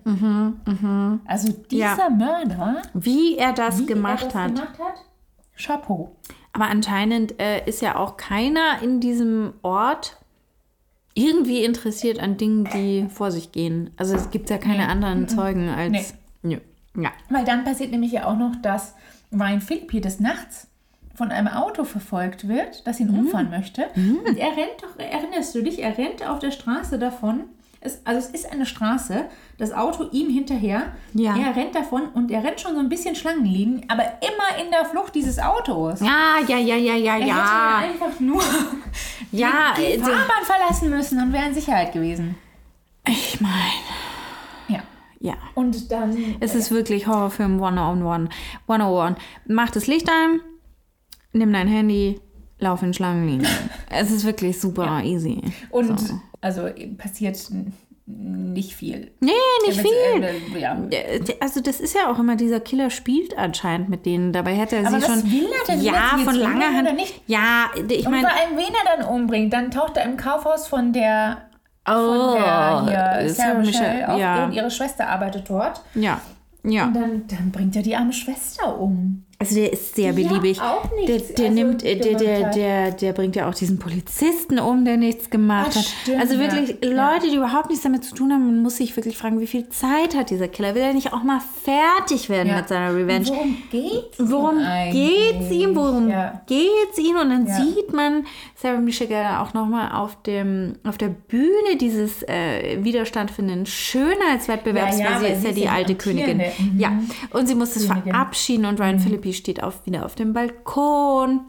[SPEAKER 1] Also dieser
[SPEAKER 2] Mhm, Ja.
[SPEAKER 1] Mörder,
[SPEAKER 2] Wie er das
[SPEAKER 1] wie
[SPEAKER 2] gemacht
[SPEAKER 1] er das
[SPEAKER 2] hat.
[SPEAKER 1] gemacht hat, Chapeau.
[SPEAKER 2] Aber anscheinend äh, ist ja auch keiner in diesem Ort irgendwie interessiert an Dingen, die vor sich gehen. Also es gibt ja keine anderen Zeugen als. Nö. Ja.
[SPEAKER 1] Weil dann passiert nämlich ja auch noch, dass Ryan Philippi des Nachts von einem Auto verfolgt wird, das ihn
[SPEAKER 2] Mm.
[SPEAKER 1] umfahren möchte. Und er rennt doch, erinnerst du dich, er rennt auf der Straße davon. Es, also es ist eine Straße, das Auto ihm hinterher.
[SPEAKER 2] Ja.
[SPEAKER 1] Er rennt davon und er rennt schon so ein bisschen Schlangenlinien, aber immer in der Flucht dieses Autos.
[SPEAKER 2] Ja, ja, ja, ja,
[SPEAKER 1] Er
[SPEAKER 2] ja, ja.
[SPEAKER 1] hätte ihn einfach nur
[SPEAKER 2] Ja,
[SPEAKER 1] die
[SPEAKER 2] also-
[SPEAKER 1] Fahrbahn verlassen müssen und wäre in Sicherheit gewesen.
[SPEAKER 2] Ich meine,
[SPEAKER 1] Ja.
[SPEAKER 2] ja.
[SPEAKER 1] Und dann
[SPEAKER 2] Es ist wirklich Horrorfilm 101. 101. Mach das Licht an, nimm dein Handy, lauf in Schlangenlinien. es ist wirklich super easy.
[SPEAKER 1] Und also passiert n- nicht viel.
[SPEAKER 2] Nee, nicht viel.
[SPEAKER 1] Äh, ja.
[SPEAKER 2] Also das ist ja auch immer, dieser Killer spielt anscheinend mit denen. Dabei hätte er
[SPEAKER 1] Aber
[SPEAKER 2] sie
[SPEAKER 1] was
[SPEAKER 2] schon...
[SPEAKER 1] will er denn
[SPEAKER 2] ja,
[SPEAKER 1] jetzt? Jetzt
[SPEAKER 2] von
[SPEAKER 1] will
[SPEAKER 2] langer
[SPEAKER 1] er
[SPEAKER 2] Hand...
[SPEAKER 1] oder nicht?
[SPEAKER 2] Ja, ich
[SPEAKER 1] Und
[SPEAKER 2] meine...
[SPEAKER 1] vor allem, wen er dann umbringt, dann taucht er im Kaufhaus von der,
[SPEAKER 2] Oh,
[SPEAKER 1] von der hier,
[SPEAKER 2] ist
[SPEAKER 1] Sarah Michelle,
[SPEAKER 2] ja Michelle,
[SPEAKER 1] auf
[SPEAKER 2] ja.
[SPEAKER 1] und ihre Schwester arbeitet dort.
[SPEAKER 2] Ja, ja.
[SPEAKER 1] Und dann, dann bringt er die arme Schwester um.
[SPEAKER 2] Also der ist sehr beliebig.
[SPEAKER 1] auch
[SPEAKER 2] der
[SPEAKER 1] nichts,
[SPEAKER 2] der
[SPEAKER 1] also
[SPEAKER 2] nimmt, äh, der,
[SPEAKER 1] gemacht
[SPEAKER 2] der,
[SPEAKER 1] hat.
[SPEAKER 2] der, der bringt ja auch diesen Polizisten um, der nichts gemacht
[SPEAKER 1] Ah,
[SPEAKER 2] hat.
[SPEAKER 1] stimmt,
[SPEAKER 2] also
[SPEAKER 1] ja.
[SPEAKER 2] wirklich
[SPEAKER 1] Ja.
[SPEAKER 2] Leute, die überhaupt nichts damit zu tun haben, man muss sich wirklich fragen, wie viel Zeit hat dieser Killer? Will er nicht auch mal fertig werden
[SPEAKER 1] Ja.
[SPEAKER 2] mit seiner Revenge?
[SPEAKER 1] Worum geht's? ihm
[SPEAKER 2] Worum
[SPEAKER 1] eigentlich?
[SPEAKER 2] geht's ihm? Worum
[SPEAKER 1] Ja.
[SPEAKER 2] geht's ihm? Und dann
[SPEAKER 1] Ja.
[SPEAKER 2] sieht man Sarah Michelle auch nochmal auf dem auf der Bühne dieses äh, Widerstand für den Schönheitswettbewerbs,
[SPEAKER 1] Ja, ja,
[SPEAKER 2] weil sie
[SPEAKER 1] weil
[SPEAKER 2] ist
[SPEAKER 1] sie
[SPEAKER 2] ja
[SPEAKER 1] ist
[SPEAKER 2] die
[SPEAKER 1] ja die
[SPEAKER 2] alte Königin.
[SPEAKER 1] amtierende. Mhm.
[SPEAKER 2] Ja. Und sie muss es
[SPEAKER 1] Königin. Mhm.
[SPEAKER 2] verabschieden und Ryan Philippi steht auf, wieder auf dem Balkon.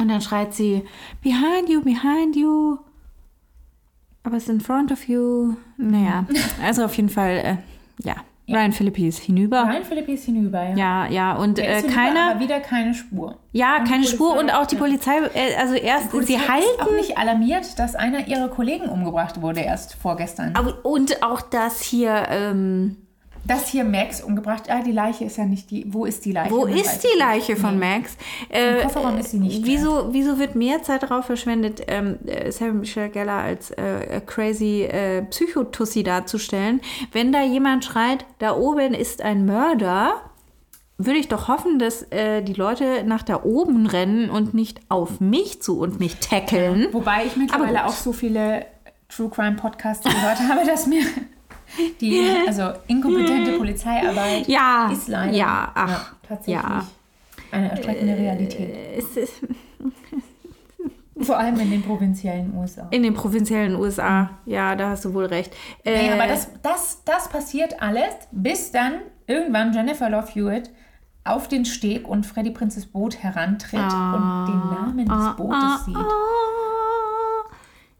[SPEAKER 2] Und dann schreit sie, behind you, behind you. Aber es ist in front of you. Naja, also auf jeden Fall, äh, ja, Ryan Philippis hinüber.
[SPEAKER 1] Ryan Philippis hinüber, ja.
[SPEAKER 2] Ja, ja, und
[SPEAKER 1] Der
[SPEAKER 2] äh,
[SPEAKER 1] ist hinüber,
[SPEAKER 2] keiner.
[SPEAKER 1] Aber wieder keine Spur.
[SPEAKER 2] Ja,
[SPEAKER 1] Und die
[SPEAKER 2] keine Spur
[SPEAKER 1] Polizei-
[SPEAKER 2] und auch die
[SPEAKER 1] Ja.
[SPEAKER 2] Polizei. Äh, also erst, sie
[SPEAKER 1] Polizei ist auch
[SPEAKER 2] halten.
[SPEAKER 1] nicht alarmiert, dass einer ihrer Kollegen umgebracht wurde erst vorgestern.
[SPEAKER 2] Au- Und auch das hier. Ähm,
[SPEAKER 1] Dass hier Max umgebracht, ah, die Leiche ist ja nicht die, wo ist die Leiche?
[SPEAKER 2] Wo
[SPEAKER 1] Man weiß
[SPEAKER 2] ist die
[SPEAKER 1] es
[SPEAKER 2] Leiche von Max? Äh,
[SPEAKER 1] Kofferraum ist sie nicht,
[SPEAKER 2] Wieso, wieso wird mehr Zeit darauf verschwendet, ähm, äh, Sarah Michelle Geller als äh, crazy äh, Psychotussi darzustellen? Wenn da jemand schreit, da oben ist ein Mörder, würde ich doch hoffen, dass äh, die Leute nach da oben rennen und nicht auf mich zu und mich tackeln.
[SPEAKER 1] Wobei ich mittlerweile
[SPEAKER 2] Aber
[SPEAKER 1] auch
[SPEAKER 2] gut.
[SPEAKER 1] so viele True Crime Podcasts gehört habe, dass mir die also inkompetente Polizeiarbeit
[SPEAKER 2] Hm. Ja,
[SPEAKER 1] ist leider
[SPEAKER 2] ja, ach,
[SPEAKER 1] tatsächlich
[SPEAKER 2] ja. Äh.
[SPEAKER 1] eine erschreckende Realität.
[SPEAKER 2] Es ist
[SPEAKER 1] Vor allem in den provinziellen USA.
[SPEAKER 2] in den provinziellen USA, ja, da hast du wohl recht. Äh,
[SPEAKER 1] Naja, aber das, das, das passiert alles, bis dann irgendwann Jennifer Love Hewitt auf den Steg und Freddy Prinzes Boot herantritt und den Namen
[SPEAKER 2] ah,
[SPEAKER 1] des Bootes
[SPEAKER 2] ah,
[SPEAKER 1] sieht.
[SPEAKER 2] ah.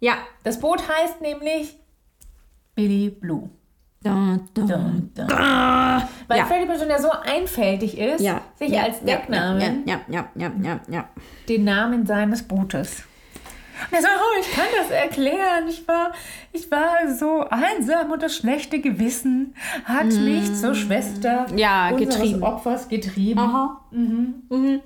[SPEAKER 2] Ja.
[SPEAKER 1] Das Boot heißt nämlich Billy Blue.
[SPEAKER 2] Dun, dun.
[SPEAKER 1] Dun, dun. Weil
[SPEAKER 2] Ja.
[SPEAKER 1] Freddy Prinze ja so einfältig ist,
[SPEAKER 2] Ja.
[SPEAKER 1] sich
[SPEAKER 2] ja,
[SPEAKER 1] als
[SPEAKER 2] ja,
[SPEAKER 1] Decknamen
[SPEAKER 2] Ja, ja, ja, ja, ja, ja.
[SPEAKER 1] den Namen seines Bootes. Und er sagt, oh, ich kann das erklären. Ich war, ich war so einsam und das schlechte Gewissen hat mich zur Schwester
[SPEAKER 2] Mm. Ja,
[SPEAKER 1] unseres
[SPEAKER 2] getrieben.
[SPEAKER 1] Opfers getrieben,
[SPEAKER 2] Aha.
[SPEAKER 1] um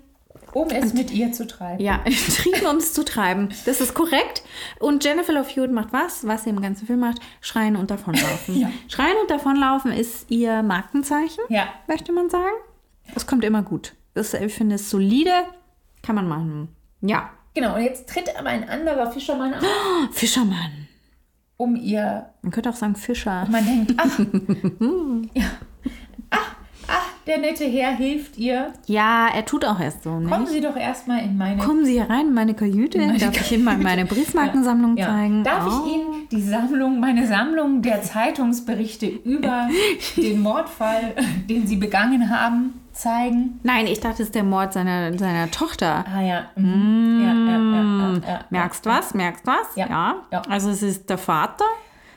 [SPEAKER 1] es mit ihr zu treiben.
[SPEAKER 2] Oh. Ja, trieben, um es zu treiben. Das ist korrekt. Und Jennifer Love Hewitt macht was, was sie im ganzen Film macht? Schreien und davonlaufen.
[SPEAKER 1] Ja.
[SPEAKER 2] Schreien und davonlaufen ist ihr Markenzeichen,
[SPEAKER 1] Ja.
[SPEAKER 2] möchte man sagen. Das kommt immer gut. Das, ich finde es solide. Kann man machen. Ja.
[SPEAKER 1] Genau, und jetzt tritt aber ein anderer Fischermann auf,
[SPEAKER 2] Fischermann.
[SPEAKER 1] um ihr.
[SPEAKER 2] Man könnte auch sagen Fischer.
[SPEAKER 1] Man denkt, ah. ach, ja, ach, ach, ah, der nette Herr hilft ihr.
[SPEAKER 2] Ja, er tut auch erst so. Ne?
[SPEAKER 1] Kommen Sie doch erstmal in meine
[SPEAKER 2] Kommen Sie hier rein in meine Kajüte. Darf ich Ihnen mal meine Briefmarkensammlung
[SPEAKER 1] Ja.
[SPEAKER 2] zeigen? Oh.
[SPEAKER 1] Darf
[SPEAKER 2] Au.
[SPEAKER 1] ich Ihnen die Sammlung, meine Sammlung der Zeitungsberichte über den Mordfall, den Sie begangen haben, zeigen?
[SPEAKER 2] Nein, ich dachte, es ist der Mord seiner, seiner Tochter.
[SPEAKER 1] Ah ja. Mhm. ja, ja, ja, ja, ja.
[SPEAKER 2] Merkst was? Merkst was?
[SPEAKER 1] Ja. Ja.
[SPEAKER 2] Also es ist der Vater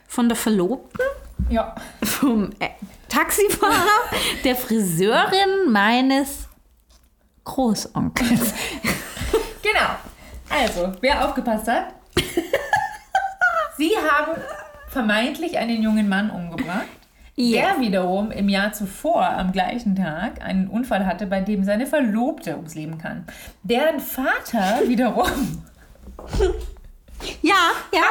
[SPEAKER 2] von der Verlobten,
[SPEAKER 1] Ja.
[SPEAKER 2] vom äh, Taxifahrer, der Friseurin meines Großonkels.
[SPEAKER 1] Genau. Also, wer aufgepasst hat, Sie haben vermeintlich einen jungen Mann umgebracht.
[SPEAKER 2] Ja.
[SPEAKER 1] Der wiederum im Jahr zuvor am gleichen Tag einen Unfall hatte, bei dem seine Verlobte ums Leben kam. Deren Vater wiederum
[SPEAKER 2] Ja, ja.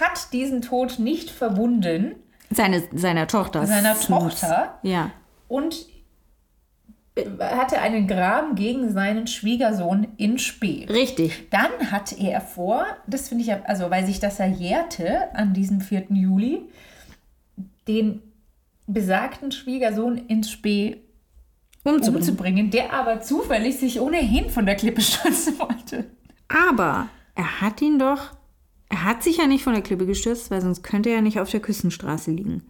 [SPEAKER 1] hat diesen Tod nicht verwunden
[SPEAKER 2] Seine, seiner Tochter.
[SPEAKER 1] seiner
[SPEAKER 2] Snoops.
[SPEAKER 1] Tochter
[SPEAKER 2] Ja.
[SPEAKER 1] und hatte einen Graben gegen seinen Schwiegersohn in Spee.
[SPEAKER 2] Richtig.
[SPEAKER 1] Dann hatte er vor, das finde ich ja, also weil sich das ja jährte an diesem 4. Juli, den besagten Schwiegersohn in Spee Oh,
[SPEAKER 2] Umzubringen.
[SPEAKER 1] umzubringen, der aber zufällig sich ohnehin von der Klippe stürzen wollte.
[SPEAKER 2] Aber er hat ihn doch. Er hat sich ja nicht von der Klippe gestürzt, weil sonst könnte er nicht auf der Küstenstraße liegen.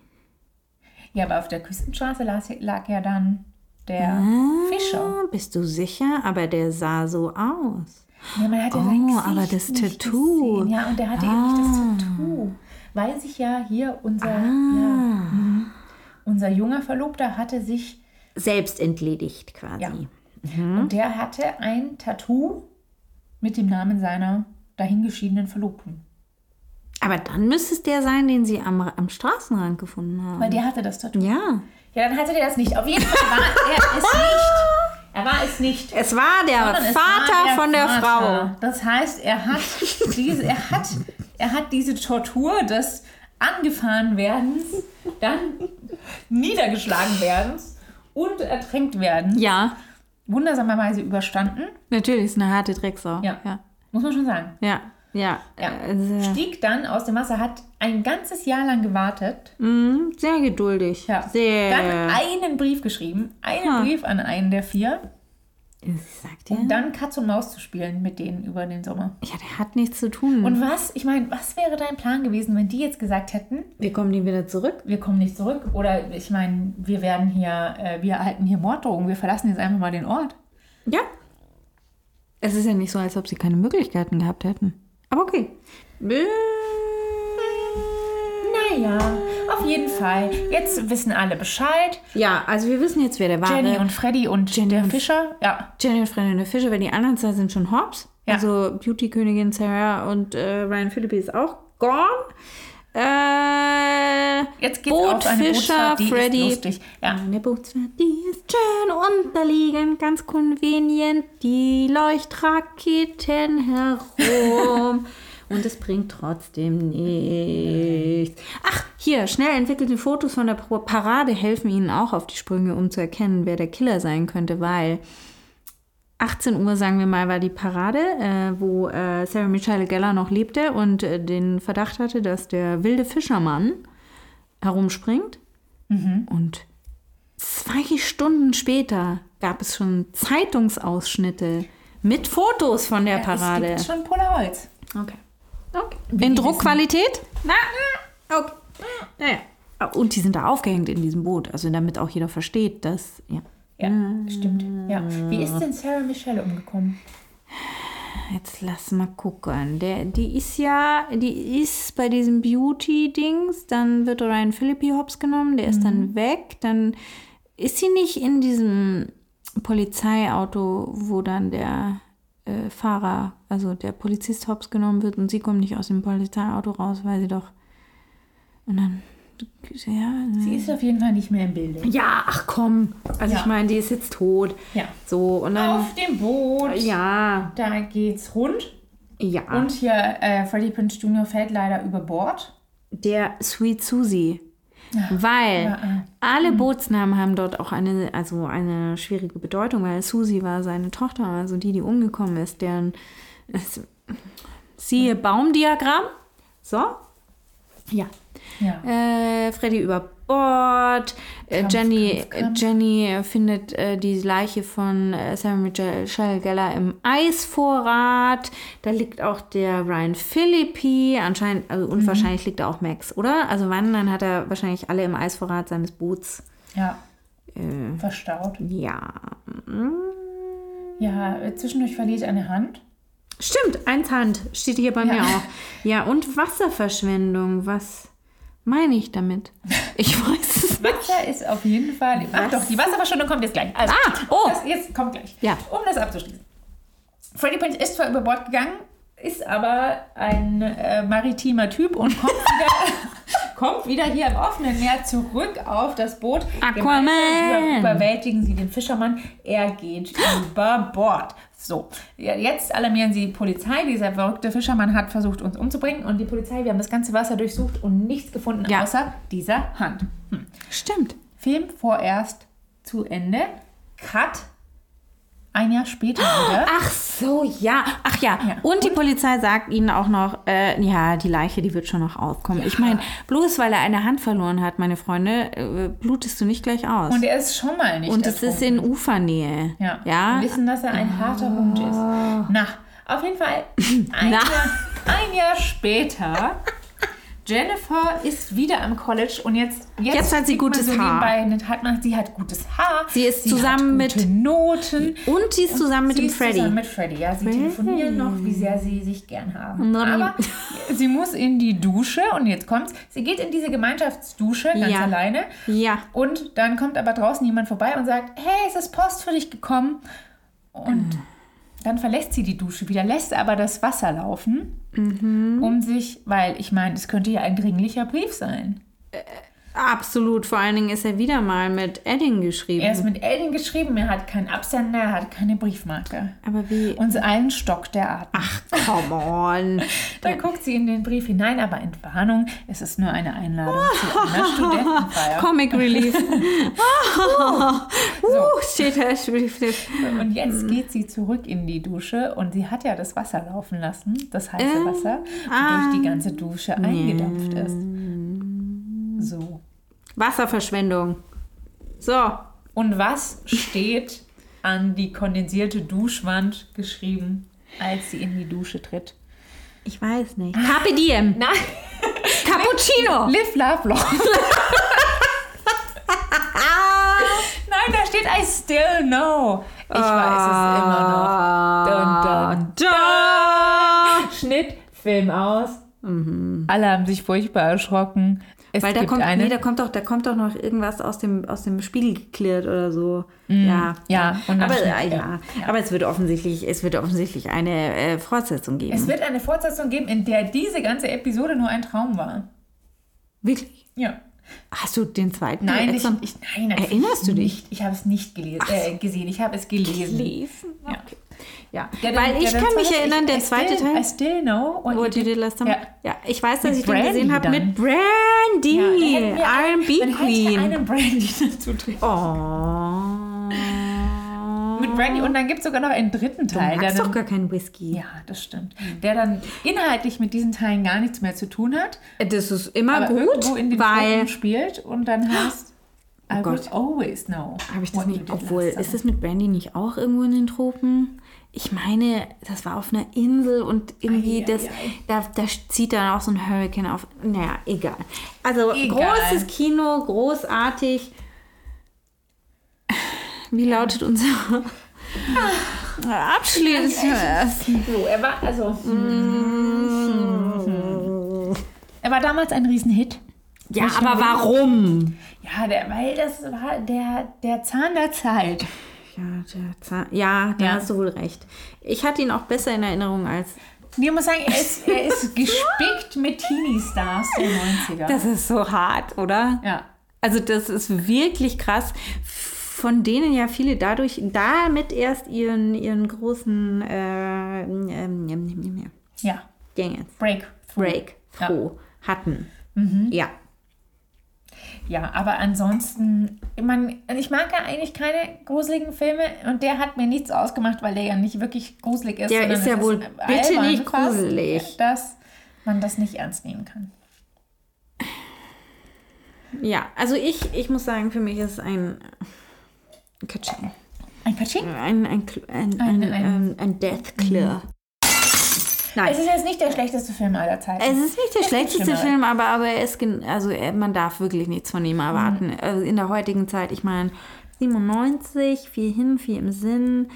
[SPEAKER 1] Ja, aber auf der Küstenstraße las- lag ja dann der Fischer.
[SPEAKER 2] Ah, Bist du sicher? Aber der sah so aus.
[SPEAKER 1] Ja, man hat ja
[SPEAKER 2] Oh,
[SPEAKER 1] sein Gesicht
[SPEAKER 2] aber das
[SPEAKER 1] nicht
[SPEAKER 2] Tattoo. Ah.
[SPEAKER 1] Gesehen. Ja, und er hatte eben nicht das Tattoo, weil sich ja hier unser, ja, mhm. unser junger Verlobter hatte sich,
[SPEAKER 2] Selbst entledigt quasi.
[SPEAKER 1] ja,
[SPEAKER 2] Mhm.
[SPEAKER 1] und der hatte ein Tattoo mit dem Namen seiner dahingeschiedenen Verlobten.
[SPEAKER 2] Aber dann müsste es der sein, den sie am, am Straßenrand gefunden haben.
[SPEAKER 1] Weil der hatte das Tattoo.
[SPEAKER 2] Ja.
[SPEAKER 1] Ja, dann hatte der das nicht. Auf jeden Fall war er es nicht. Er war es nicht.
[SPEAKER 2] Es war der
[SPEAKER 1] sondern es
[SPEAKER 2] Vater
[SPEAKER 1] war der
[SPEAKER 2] von der
[SPEAKER 1] Vater.
[SPEAKER 2] Frau.
[SPEAKER 1] Das heißt, er hat diese, er hat, er hat diese Tortur des Angefahrenwerdens, dann niedergeschlagen werdens und ertränkt werden,
[SPEAKER 2] Ja,
[SPEAKER 1] wundersamerweise überstanden.
[SPEAKER 2] natürlich, ist eine harte Drecksau.
[SPEAKER 1] Ja.
[SPEAKER 2] Ja.
[SPEAKER 1] Muss man schon sagen.
[SPEAKER 2] Ja. ja.
[SPEAKER 1] Ja.
[SPEAKER 2] Also,
[SPEAKER 1] Stieg dann aus dem Wasser, hat ein ganzes Jahr lang gewartet.
[SPEAKER 2] mh, sehr geduldig.
[SPEAKER 1] Ja. Dann
[SPEAKER 2] Sehr.
[SPEAKER 1] einen Brief geschrieben, einen
[SPEAKER 2] Ja.
[SPEAKER 1] Brief an einen der vier.
[SPEAKER 2] Ich sag dir.
[SPEAKER 1] Und dann Katz und Maus zu spielen mit denen über den Sommer.
[SPEAKER 2] Ja, der hat nichts zu tun.
[SPEAKER 1] Und was, ich meine, was wäre dein Plan gewesen, wenn die jetzt gesagt hätten,
[SPEAKER 2] wir kommen die wieder zurück.
[SPEAKER 1] wir kommen nicht zurück. Oder ich meine, wir werden hier, äh, wir erhalten hier Morddrohungen, wir verlassen jetzt einfach mal den Ort.
[SPEAKER 2] Ja. Es ist ja nicht so, als ob sie keine Möglichkeiten gehabt hätten. Aber okay.
[SPEAKER 1] Naja, Auf jeden Fall. Jetzt wissen alle Bescheid.
[SPEAKER 2] Ja, also wir wissen jetzt, wer der wahre
[SPEAKER 1] Jenny und Freddy und
[SPEAKER 2] Jenny
[SPEAKER 1] der
[SPEAKER 2] und-
[SPEAKER 1] Fischer. Ja.
[SPEAKER 2] Jenny und Freundin der Fische, weil die anderen zwei sind schon hops.
[SPEAKER 1] Ja.
[SPEAKER 2] Also Beauty-Königin Sarah und äh, Ryan Philippi ist auch gone. Äh,
[SPEAKER 1] Jetzt geht's auf eine Botschaft, die
[SPEAKER 2] Freddy.
[SPEAKER 1] ist lustig. Ja.
[SPEAKER 2] Eine Bootsfahrt, die ist schön unterliegen, ganz convenient, die Leuchtraketen herum. Und es bringt trotzdem nichts. Ach, hier, schnell entwickelte Fotos von der Pro- Parade helfen Ihnen auch auf die Sprünge, um zu erkennen, wer der Killer sein könnte, weil 18 Uhr, sagen wir mal, war die Parade, äh, wo äh, Sarah Michelle Geller noch lebte und äh, den Verdacht hatte, dass der wilde Fischermann herumspringt. Und zwei Stunden später gab es schon Zeitungsausschnitte mit Fotos von der Parade.
[SPEAKER 1] Es gibt schon Polaroids.
[SPEAKER 2] okay. okay. In Druckqualität? Na, mm, okay. Naja. Ah, Und die sind da aufgehängt in diesem Boot, also damit auch jeder versteht, dass. Ja.
[SPEAKER 1] Ja, stimmt. Ja. Wie ist denn Sarah Michelle umgekommen?
[SPEAKER 2] Jetzt lass mal gucken. Der, die ist ja, die ist bei diesem Beauty-Dings, dann wird Ryan Philippi hops genommen, der ist dann weg, dann ist sie nicht in diesem Polizeiauto, wo dann der äh, Fahrer, also der Polizist hops genommen wird und sie kommt nicht aus dem Polizeiauto raus, weil sie doch. Und dann. Ja,
[SPEAKER 1] Sie ist auf jeden Fall nicht mehr im Bilde.
[SPEAKER 2] ja ach komm. Also
[SPEAKER 1] Ja.
[SPEAKER 2] ich meine, die ist jetzt tot.
[SPEAKER 1] Ja.
[SPEAKER 2] So, und dann.
[SPEAKER 1] Auf dem Boot.
[SPEAKER 2] Ja,
[SPEAKER 1] Da geht's rund.
[SPEAKER 2] ja.
[SPEAKER 1] Und hier, äh, Freddie Prinze Jr. fällt leider über Bord.
[SPEAKER 2] der Sweet Susie. Weil alle Bootsnamen haben dort auch eine, also eine schwierige Bedeutung, weil Susie war seine Tochter, also die, die umgekommen ist, deren es, siehe Baumdiagramm. So. Ja.
[SPEAKER 1] Ja.
[SPEAKER 2] Äh, Freddy über Bord. Äh, Jenny,
[SPEAKER 1] Kampf, Kampf.
[SPEAKER 2] Jenny findet äh, die Leiche von äh, Sarah Michelle Geller im Eisvorrat. Da liegt auch der Ryan Philippi. Anscheinend,
[SPEAKER 1] Mhm.
[SPEAKER 2] also unwahrscheinlich liegt da auch Max, oder? Also wann, dann hat er wahrscheinlich alle im Eisvorrat seines Boots.
[SPEAKER 1] Ja. Verstaut.
[SPEAKER 2] Ja.
[SPEAKER 1] Ja, äh, zwischendurch verliert er eine Hand.
[SPEAKER 2] Stimmt, ein Hand steht hier bei mir auch. Ja, und Wasserverschwendung. Was meine ich damit? Ich weiß es nicht.
[SPEAKER 1] Wasser ist auf jeden Fall. Ach doch, die Wasserverschwendung kommt jetzt gleich. Also,
[SPEAKER 2] Ah, oh.
[SPEAKER 1] Das jetzt kommt gleich.
[SPEAKER 2] Ja.
[SPEAKER 1] Um das abzuschließen. Freddie Prinze ist zwar über Bord gegangen, ist aber ein äh, maritimer Typ und kommt wieder, kommt wieder hier im offenen Meer zurück auf das Boot.
[SPEAKER 2] Aquaman.
[SPEAKER 1] Gemeinsam über- Überwältigen sie den Fischermann. Er geht über Bord. So, ja, jetzt alarmieren sie die Polizei. Dieser verrückte Fischermann hat versucht, uns umzubringen. Und die Polizei, wir haben das ganze Wasser durchsucht und nichts gefunden,
[SPEAKER 2] Ja.
[SPEAKER 1] außer dieser Hand.
[SPEAKER 2] Stimmt.
[SPEAKER 1] Film vorerst zu Ende. Cut. Ein Jahr später wieder.
[SPEAKER 2] Ach so, ja. Ach ja.
[SPEAKER 1] Ja.
[SPEAKER 2] Und die Polizei sagt ihnen auch noch, äh, ja, die Leiche, die wird schon noch aufkommen. Ich meine, bloß weil er eine Hand verloren hat, meine Freunde, äh, blutest du nicht gleich aus.
[SPEAKER 1] Und
[SPEAKER 2] Und,
[SPEAKER 1] er ist schon mal nicht.
[SPEAKER 2] es ist
[SPEAKER 1] ertrunken.
[SPEAKER 2] in Ufernähe.
[SPEAKER 1] Ja.
[SPEAKER 2] ja? Ah.
[SPEAKER 1] Wir wissen, dass er ein harter Hund ist. Na, auf jeden Fall. Ein,
[SPEAKER 2] Na.
[SPEAKER 1] Jahr, ein Jahr später. Jennifer ist wieder am College und jetzt,
[SPEAKER 2] Jetzt hat sie
[SPEAKER 1] sieht man
[SPEAKER 2] gutes
[SPEAKER 1] so
[SPEAKER 2] Haar.
[SPEAKER 1] nebenbei, hat man- Sie hat gutes Haar.
[SPEAKER 2] Sie ist zusammen
[SPEAKER 1] hat
[SPEAKER 2] mit-
[SPEAKER 1] gute Noten.
[SPEAKER 2] Und sie ist zusammen mit
[SPEAKER 1] sie
[SPEAKER 2] dem
[SPEAKER 1] ist
[SPEAKER 2] Freddy.
[SPEAKER 1] Zusammen mit Freddy, ja. Sie telefonieren noch, wie sehr sie sich gern haben.
[SPEAKER 2] Mami.
[SPEAKER 1] Aber sie muss in die Dusche und jetzt kommt's. Sie geht in diese Gemeinschaftsdusche ganz
[SPEAKER 2] Ja.
[SPEAKER 1] alleine.
[SPEAKER 2] Ja.
[SPEAKER 1] Und dann kommt aber draußen jemand vorbei und sagt, hey, es ist Post für dich gekommen. Und
[SPEAKER 2] Ah.
[SPEAKER 1] dann verlässt sie die Dusche wieder, lässt aber das Wasser laufen,
[SPEAKER 2] Mhm.
[SPEAKER 1] um sich, weil ich meine, es könnte ja ein dringlicher Brief sein.
[SPEAKER 2] Absolut. Vor allen Dingen ist er wieder mal mit Edding geschrieben.
[SPEAKER 1] Er ist mit Eldin geschrieben, er hat keinen Absender, er hat keine Briefmarke.
[SPEAKER 2] Aber wie?
[SPEAKER 1] Uns allen stockt der Atem.
[SPEAKER 2] Ach, come on.
[SPEAKER 1] Dann guckt sie in den Brief hinein, aber Entwarnung, es ist nur eine Einladung zu einer Studentenfeier.
[SPEAKER 2] Comic Relief. uh, steht da.
[SPEAKER 1] Und jetzt geht sie zurück in die Dusche und sie hat ja das Wasser laufen lassen, das heiße Wasser, wodurch die ganze Dusche eingedampft ist. So.
[SPEAKER 2] Wasserverschwendung. So,
[SPEAKER 1] Und was steht an die kondensierte Duschwand geschrieben, als sie in die Dusche tritt?
[SPEAKER 2] Ich weiß nicht. Carpe Diem.
[SPEAKER 1] Nein,
[SPEAKER 2] Cappuccino.
[SPEAKER 1] live, love, love. Nein, da steht I still know. Ich weiß es immer noch. Dun, dun,
[SPEAKER 2] Da. Ah.
[SPEAKER 1] Schnitt, Film aus. Alle haben sich furchtbar erschrocken. Es
[SPEAKER 2] Mhm. Weil da
[SPEAKER 1] gibt
[SPEAKER 2] kommt,
[SPEAKER 1] eine.
[SPEAKER 2] nee, da kommt doch, da kommt doch noch irgendwas aus dem, aus dem Spiegel geklärt oder so. ja.
[SPEAKER 1] Mm, ja, und dann
[SPEAKER 2] aber,
[SPEAKER 1] Schnitt,
[SPEAKER 2] äh, ja. aber es wird offensichtlich, es wird offensichtlich eine äh, Fortsetzung geben.
[SPEAKER 1] es wird eine Fortsetzung geben, in der diese ganze Episode nur ein Traum war.
[SPEAKER 2] Wirklich?
[SPEAKER 1] Ja.
[SPEAKER 2] Hast du den zweiten?
[SPEAKER 1] Nein, ich,
[SPEAKER 2] extra-
[SPEAKER 1] ich, nein natürlich
[SPEAKER 2] Erinnerst du dich?
[SPEAKER 1] Nicht. Ich habe es nicht gelesen, äh, gesehen. Ich habe es gelesen.
[SPEAKER 2] gelesen?
[SPEAKER 1] Ja.
[SPEAKER 2] Okay. Ja,
[SPEAKER 1] Der- der-
[SPEAKER 2] weil ich
[SPEAKER 1] der-
[SPEAKER 2] kann
[SPEAKER 1] der-
[SPEAKER 2] mich
[SPEAKER 1] ich-
[SPEAKER 2] erinnern, der
[SPEAKER 1] I
[SPEAKER 2] zweite
[SPEAKER 1] still,
[SPEAKER 2] Teil.
[SPEAKER 1] I still know what
[SPEAKER 2] What you did last summer.
[SPEAKER 1] Ja.
[SPEAKER 2] Ja. ich weiß, dass
[SPEAKER 1] Mit
[SPEAKER 2] ich den gesehen
[SPEAKER 1] Brandy
[SPEAKER 2] habe mit
[SPEAKER 1] Ja, dann
[SPEAKER 2] Brandy,
[SPEAKER 1] hätten wir ein- dann
[SPEAKER 2] R&B
[SPEAKER 1] hätte
[SPEAKER 2] Queen.
[SPEAKER 1] eine Brandy dazu trinken.
[SPEAKER 2] Oh.
[SPEAKER 1] Mit Brandy und dann gibt es sogar noch einen dritten
[SPEAKER 2] Du
[SPEAKER 1] Teil. der
[SPEAKER 2] magst
[SPEAKER 1] dann,
[SPEAKER 2] doch gar keinen Whisky.
[SPEAKER 1] ja, das stimmt. Der dann inhaltlich mit diesen Teilen gar nichts mehr zu tun hat.
[SPEAKER 2] Äh, Das ist immer
[SPEAKER 1] aber
[SPEAKER 2] gut,
[SPEAKER 1] irgendwo in den Gruppen
[SPEAKER 2] weil
[SPEAKER 1] spielt und dann heißt I
[SPEAKER 2] Gott.
[SPEAKER 1] will always know.
[SPEAKER 2] habe ich das
[SPEAKER 1] what you
[SPEAKER 2] nicht.
[SPEAKER 1] did
[SPEAKER 2] Obwohl,
[SPEAKER 1] last
[SPEAKER 2] ist
[SPEAKER 1] summer.
[SPEAKER 2] das mit Brandy nicht auch irgendwo in den Tropen? Ich meine, das war auf einer Insel und irgendwie
[SPEAKER 1] Ei, ei,
[SPEAKER 2] das,
[SPEAKER 1] ei.
[SPEAKER 2] Da, da zieht dann auch so ein Hurricane auf. Naja, egal. Also
[SPEAKER 1] Egal.
[SPEAKER 2] großes Kino, großartig. Wie lautet unser abschließend?
[SPEAKER 1] so? Er war also. Mhm. Er war damals ein Riesenhit.
[SPEAKER 2] Ja, aber warum?
[SPEAKER 1] Ja, der, weil das war der, der Zahn der Zeit.
[SPEAKER 2] Ja, der Zahn, ja da
[SPEAKER 1] Ja.
[SPEAKER 2] hast du wohl recht. Ich hatte ihn auch besser in Erinnerung als.
[SPEAKER 1] Ich muss sagen, er ist, er ist gespickt mit Teenie-Stars der 90er.
[SPEAKER 2] Das ist so hart, oder?
[SPEAKER 1] ja.
[SPEAKER 2] Also das ist wirklich krass. Von denen ja viele dadurch, damit erst ihren, ihren großen äh, ähm, ähm, ähm, ähm,
[SPEAKER 1] Ja.
[SPEAKER 2] Ding jetzt.
[SPEAKER 1] Break.
[SPEAKER 2] Break froh hatten. Ja.
[SPEAKER 1] Ja, aber ansonsten, ich, mein, ich mag ja eigentlich keine gruseligen Filme und der hat mir nichts ausgemacht, weil der ja nicht wirklich gruselig ist.
[SPEAKER 2] Der
[SPEAKER 1] sondern
[SPEAKER 2] ist
[SPEAKER 1] es
[SPEAKER 2] ja wohl bitte
[SPEAKER 1] albern
[SPEAKER 2] nicht
[SPEAKER 1] fast,
[SPEAKER 2] gruselig.
[SPEAKER 1] Dass man das nicht ernst nehmen kann.
[SPEAKER 2] Ja, also ich, ich muss sagen, für mich ist ein Katsching.
[SPEAKER 1] Ein Katsching?
[SPEAKER 2] Ein, ein, Cl- ein,
[SPEAKER 1] Ein-
[SPEAKER 2] ein, Mhm.
[SPEAKER 1] ein-
[SPEAKER 2] ähm, ein Death Clear. Nein.
[SPEAKER 1] Es ist jetzt nicht der schlechteste Film aller Zeiten.
[SPEAKER 2] Es ist nicht der
[SPEAKER 1] Es gibt
[SPEAKER 2] schlechteste
[SPEAKER 1] schlimmere.
[SPEAKER 2] Film, aber, aber er ist gen- also äh, man darf wirklich nichts von ihm erwarten.
[SPEAKER 1] Mhm.
[SPEAKER 2] Also in der heutigen Zeit, ich meine, 97, viel hin, viel im Sinn.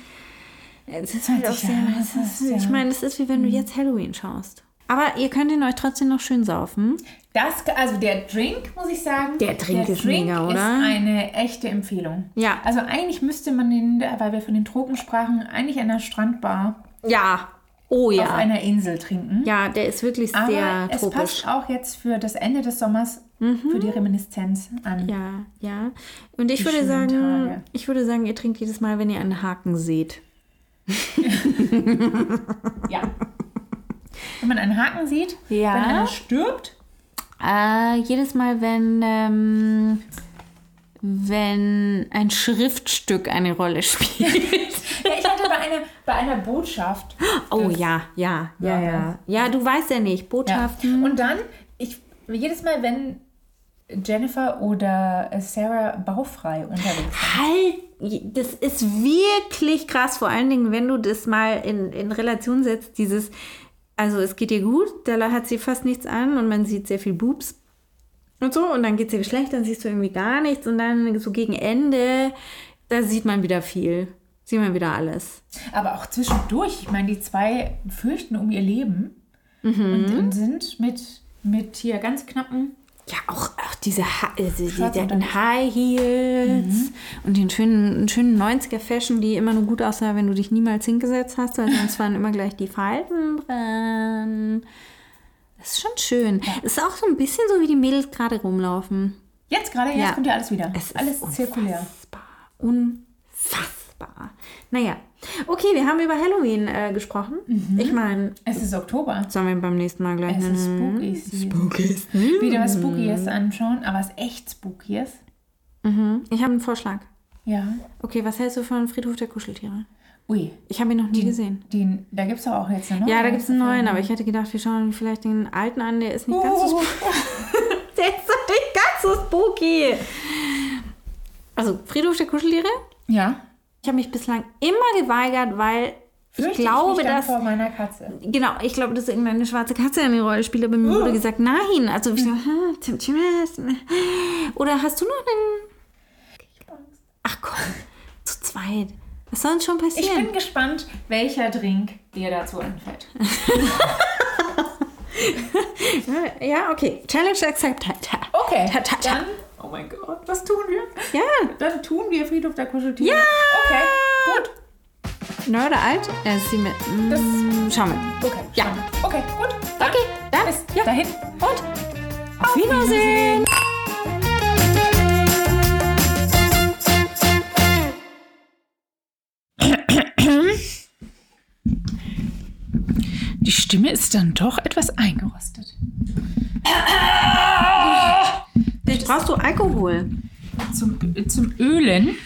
[SPEAKER 2] Es ist halt auch
[SPEAKER 1] 20
[SPEAKER 2] sehr,
[SPEAKER 1] Jahre,
[SPEAKER 2] es
[SPEAKER 1] das
[SPEAKER 2] ist,
[SPEAKER 1] ist,
[SPEAKER 2] ich
[SPEAKER 1] ja. Mhm.
[SPEAKER 2] meine, es ist wie wenn du jetzt Halloween schaust. Aber ihr könnt ihn euch trotzdem noch schön saufen.
[SPEAKER 1] Das, also der Drink, muss ich sagen.
[SPEAKER 2] Der Drink ist mega,
[SPEAKER 1] ist
[SPEAKER 2] oder?
[SPEAKER 1] eine echte Empfehlung.
[SPEAKER 2] Ja.
[SPEAKER 1] Also eigentlich müsste man den, weil wir von den Tropen sprachen, eigentlich an einer Strandbar
[SPEAKER 2] Ja. Oh
[SPEAKER 1] auf
[SPEAKER 2] ja.
[SPEAKER 1] einer Insel trinken.
[SPEAKER 2] Ja, der ist wirklich
[SPEAKER 1] Aber
[SPEAKER 2] sehr
[SPEAKER 1] es
[SPEAKER 2] tropisch. Mhm.
[SPEAKER 1] passt auch jetzt für das Ende des Sommers, für die Reminiszenz an.
[SPEAKER 2] Ja, ja. Und ich würde
[SPEAKER 1] schönen
[SPEAKER 2] sagen,
[SPEAKER 1] Tage.
[SPEAKER 2] ich würde sagen, ihr trinkt jedes Mal, wenn ihr einen Haken seht.
[SPEAKER 1] Ja. Wenn man einen Haken sieht,
[SPEAKER 2] Ja.
[SPEAKER 1] wenn einer stirbt,
[SPEAKER 2] Äh, jedes Mal, wenn, ähm, wenn ein Schriftstück eine Rolle spielt.
[SPEAKER 1] ja, ich hatte bei einer, bei einer Botschaft.
[SPEAKER 2] oh ja, ja, ja, ja. Ja, du weißt ja nicht,
[SPEAKER 1] Ja.
[SPEAKER 2] Botschaften.
[SPEAKER 1] Und dann, ich, jedes Mal, wenn Jennifer oder Sarah baufrei unterwegs sind.
[SPEAKER 2] Halt, das ist wirklich krass, vor allen Dingen, wenn du das mal in, in Relation setzt, dieses, also es geht ihr gut, da hat sie fast nichts an und man sieht sehr viel Boobs und so und dann geht's ihr schlecht, dann siehst du irgendwie gar nichts und dann so gegen Ende, da sieht man wieder viel, sieht man wieder alles.
[SPEAKER 1] Aber auch zwischendurch, ich meine, die zwei fürchten um ihr Leben
[SPEAKER 2] Mhm.
[SPEAKER 1] und, und sind mit, mit hier ganz knappen
[SPEAKER 2] Ja, auch, auch diese ha also die,
[SPEAKER 1] Schwarz
[SPEAKER 2] die
[SPEAKER 1] und Mhm.
[SPEAKER 2] hatten High Heels und den schönen, schönen 90er-Fashion, die immer nur gut aussah, wenn du dich niemals hingesetzt hast, weil sonst waren immer gleich die Falten dran. Das ist schon schön. Es ist auch so ein bisschen so, wie die Mädels gerade rumlaufen.
[SPEAKER 1] Jetzt gerade, jetzt
[SPEAKER 2] Ja.
[SPEAKER 1] kommt ja alles wieder.
[SPEAKER 2] Es ist
[SPEAKER 1] alles zirkulär.
[SPEAKER 2] Unfassbar. Unfassbar. Naja. Okay, wir haben über Halloween äh, gesprochen. Ich meine,
[SPEAKER 1] Es ist Oktober.
[SPEAKER 2] sollen wir beim nächsten Mal gleich
[SPEAKER 1] Mhm.
[SPEAKER 2] Hm?
[SPEAKER 1] Es ist
[SPEAKER 2] einen-
[SPEAKER 1] spooky season.
[SPEAKER 2] Mhm. Spooky.
[SPEAKER 1] Wieder was Spookyes anschauen, aber was echt Spookyes.
[SPEAKER 2] Mhm. Ich habe einen Vorschlag.
[SPEAKER 1] Ja.
[SPEAKER 2] Okay, was hältst du von Friedhof der Kuscheltiere?
[SPEAKER 1] Ui,
[SPEAKER 2] Ich habe ihn noch nie gesehen.
[SPEAKER 1] den, da gibt es doch auch jetzt einen neuen.
[SPEAKER 2] Ja, da gibt es einen neuen, aber ich hätte gedacht, wir schauen vielleicht den alten an, der ist nicht ganz so
[SPEAKER 1] Oh,
[SPEAKER 2] spooky. Der ist doch nicht ganz so spooky. Also, Friedhof der Kuscheltiere?
[SPEAKER 1] ja.
[SPEAKER 2] Ich habe mich bislang immer geweigert, weil ich
[SPEAKER 1] Fürchte
[SPEAKER 2] glaube,
[SPEAKER 1] mich dann
[SPEAKER 2] dass.
[SPEAKER 1] vor meiner Katze.
[SPEAKER 2] Genau, ich glaube, dass irgendeine schwarze Katze eine Rolle spielt, aber
[SPEAKER 1] Oh.
[SPEAKER 2] mir wurde gesagt, nein. Also, ich so, hm, Tim Timmers. Oder hast du noch einen. Ach komm, zu zweit. Was soll uns schon
[SPEAKER 1] Ich
[SPEAKER 2] passieren?
[SPEAKER 1] bin gespannt, welcher Drink dir dazu einfällt.
[SPEAKER 2] Ja, okay. Challenge accepted.
[SPEAKER 1] Okay. Okay.
[SPEAKER 2] Ta, ta, ta.
[SPEAKER 1] Dann, oh mein Gott, was tun wir?
[SPEAKER 2] Ja.
[SPEAKER 1] Dann tun wir Friedhof der Kuscheltiere.
[SPEAKER 2] Ja.
[SPEAKER 1] Okay, gut.
[SPEAKER 2] Neu oder alt? Äh, sie mit. Mm,
[SPEAKER 1] Das-
[SPEAKER 2] schauen wir.
[SPEAKER 1] Okay,
[SPEAKER 2] Ja.
[SPEAKER 1] schauen wir. Okay, gut. Dann,
[SPEAKER 2] Okay, dann
[SPEAKER 1] bis
[SPEAKER 2] ja.
[SPEAKER 1] dahin.
[SPEAKER 2] Und auf Wiedersehen.
[SPEAKER 1] Die Stimme ist dann doch etwas eingerostet.
[SPEAKER 2] Vielleicht brauchst du Alkohol.
[SPEAKER 1] Zum, zum Ölen.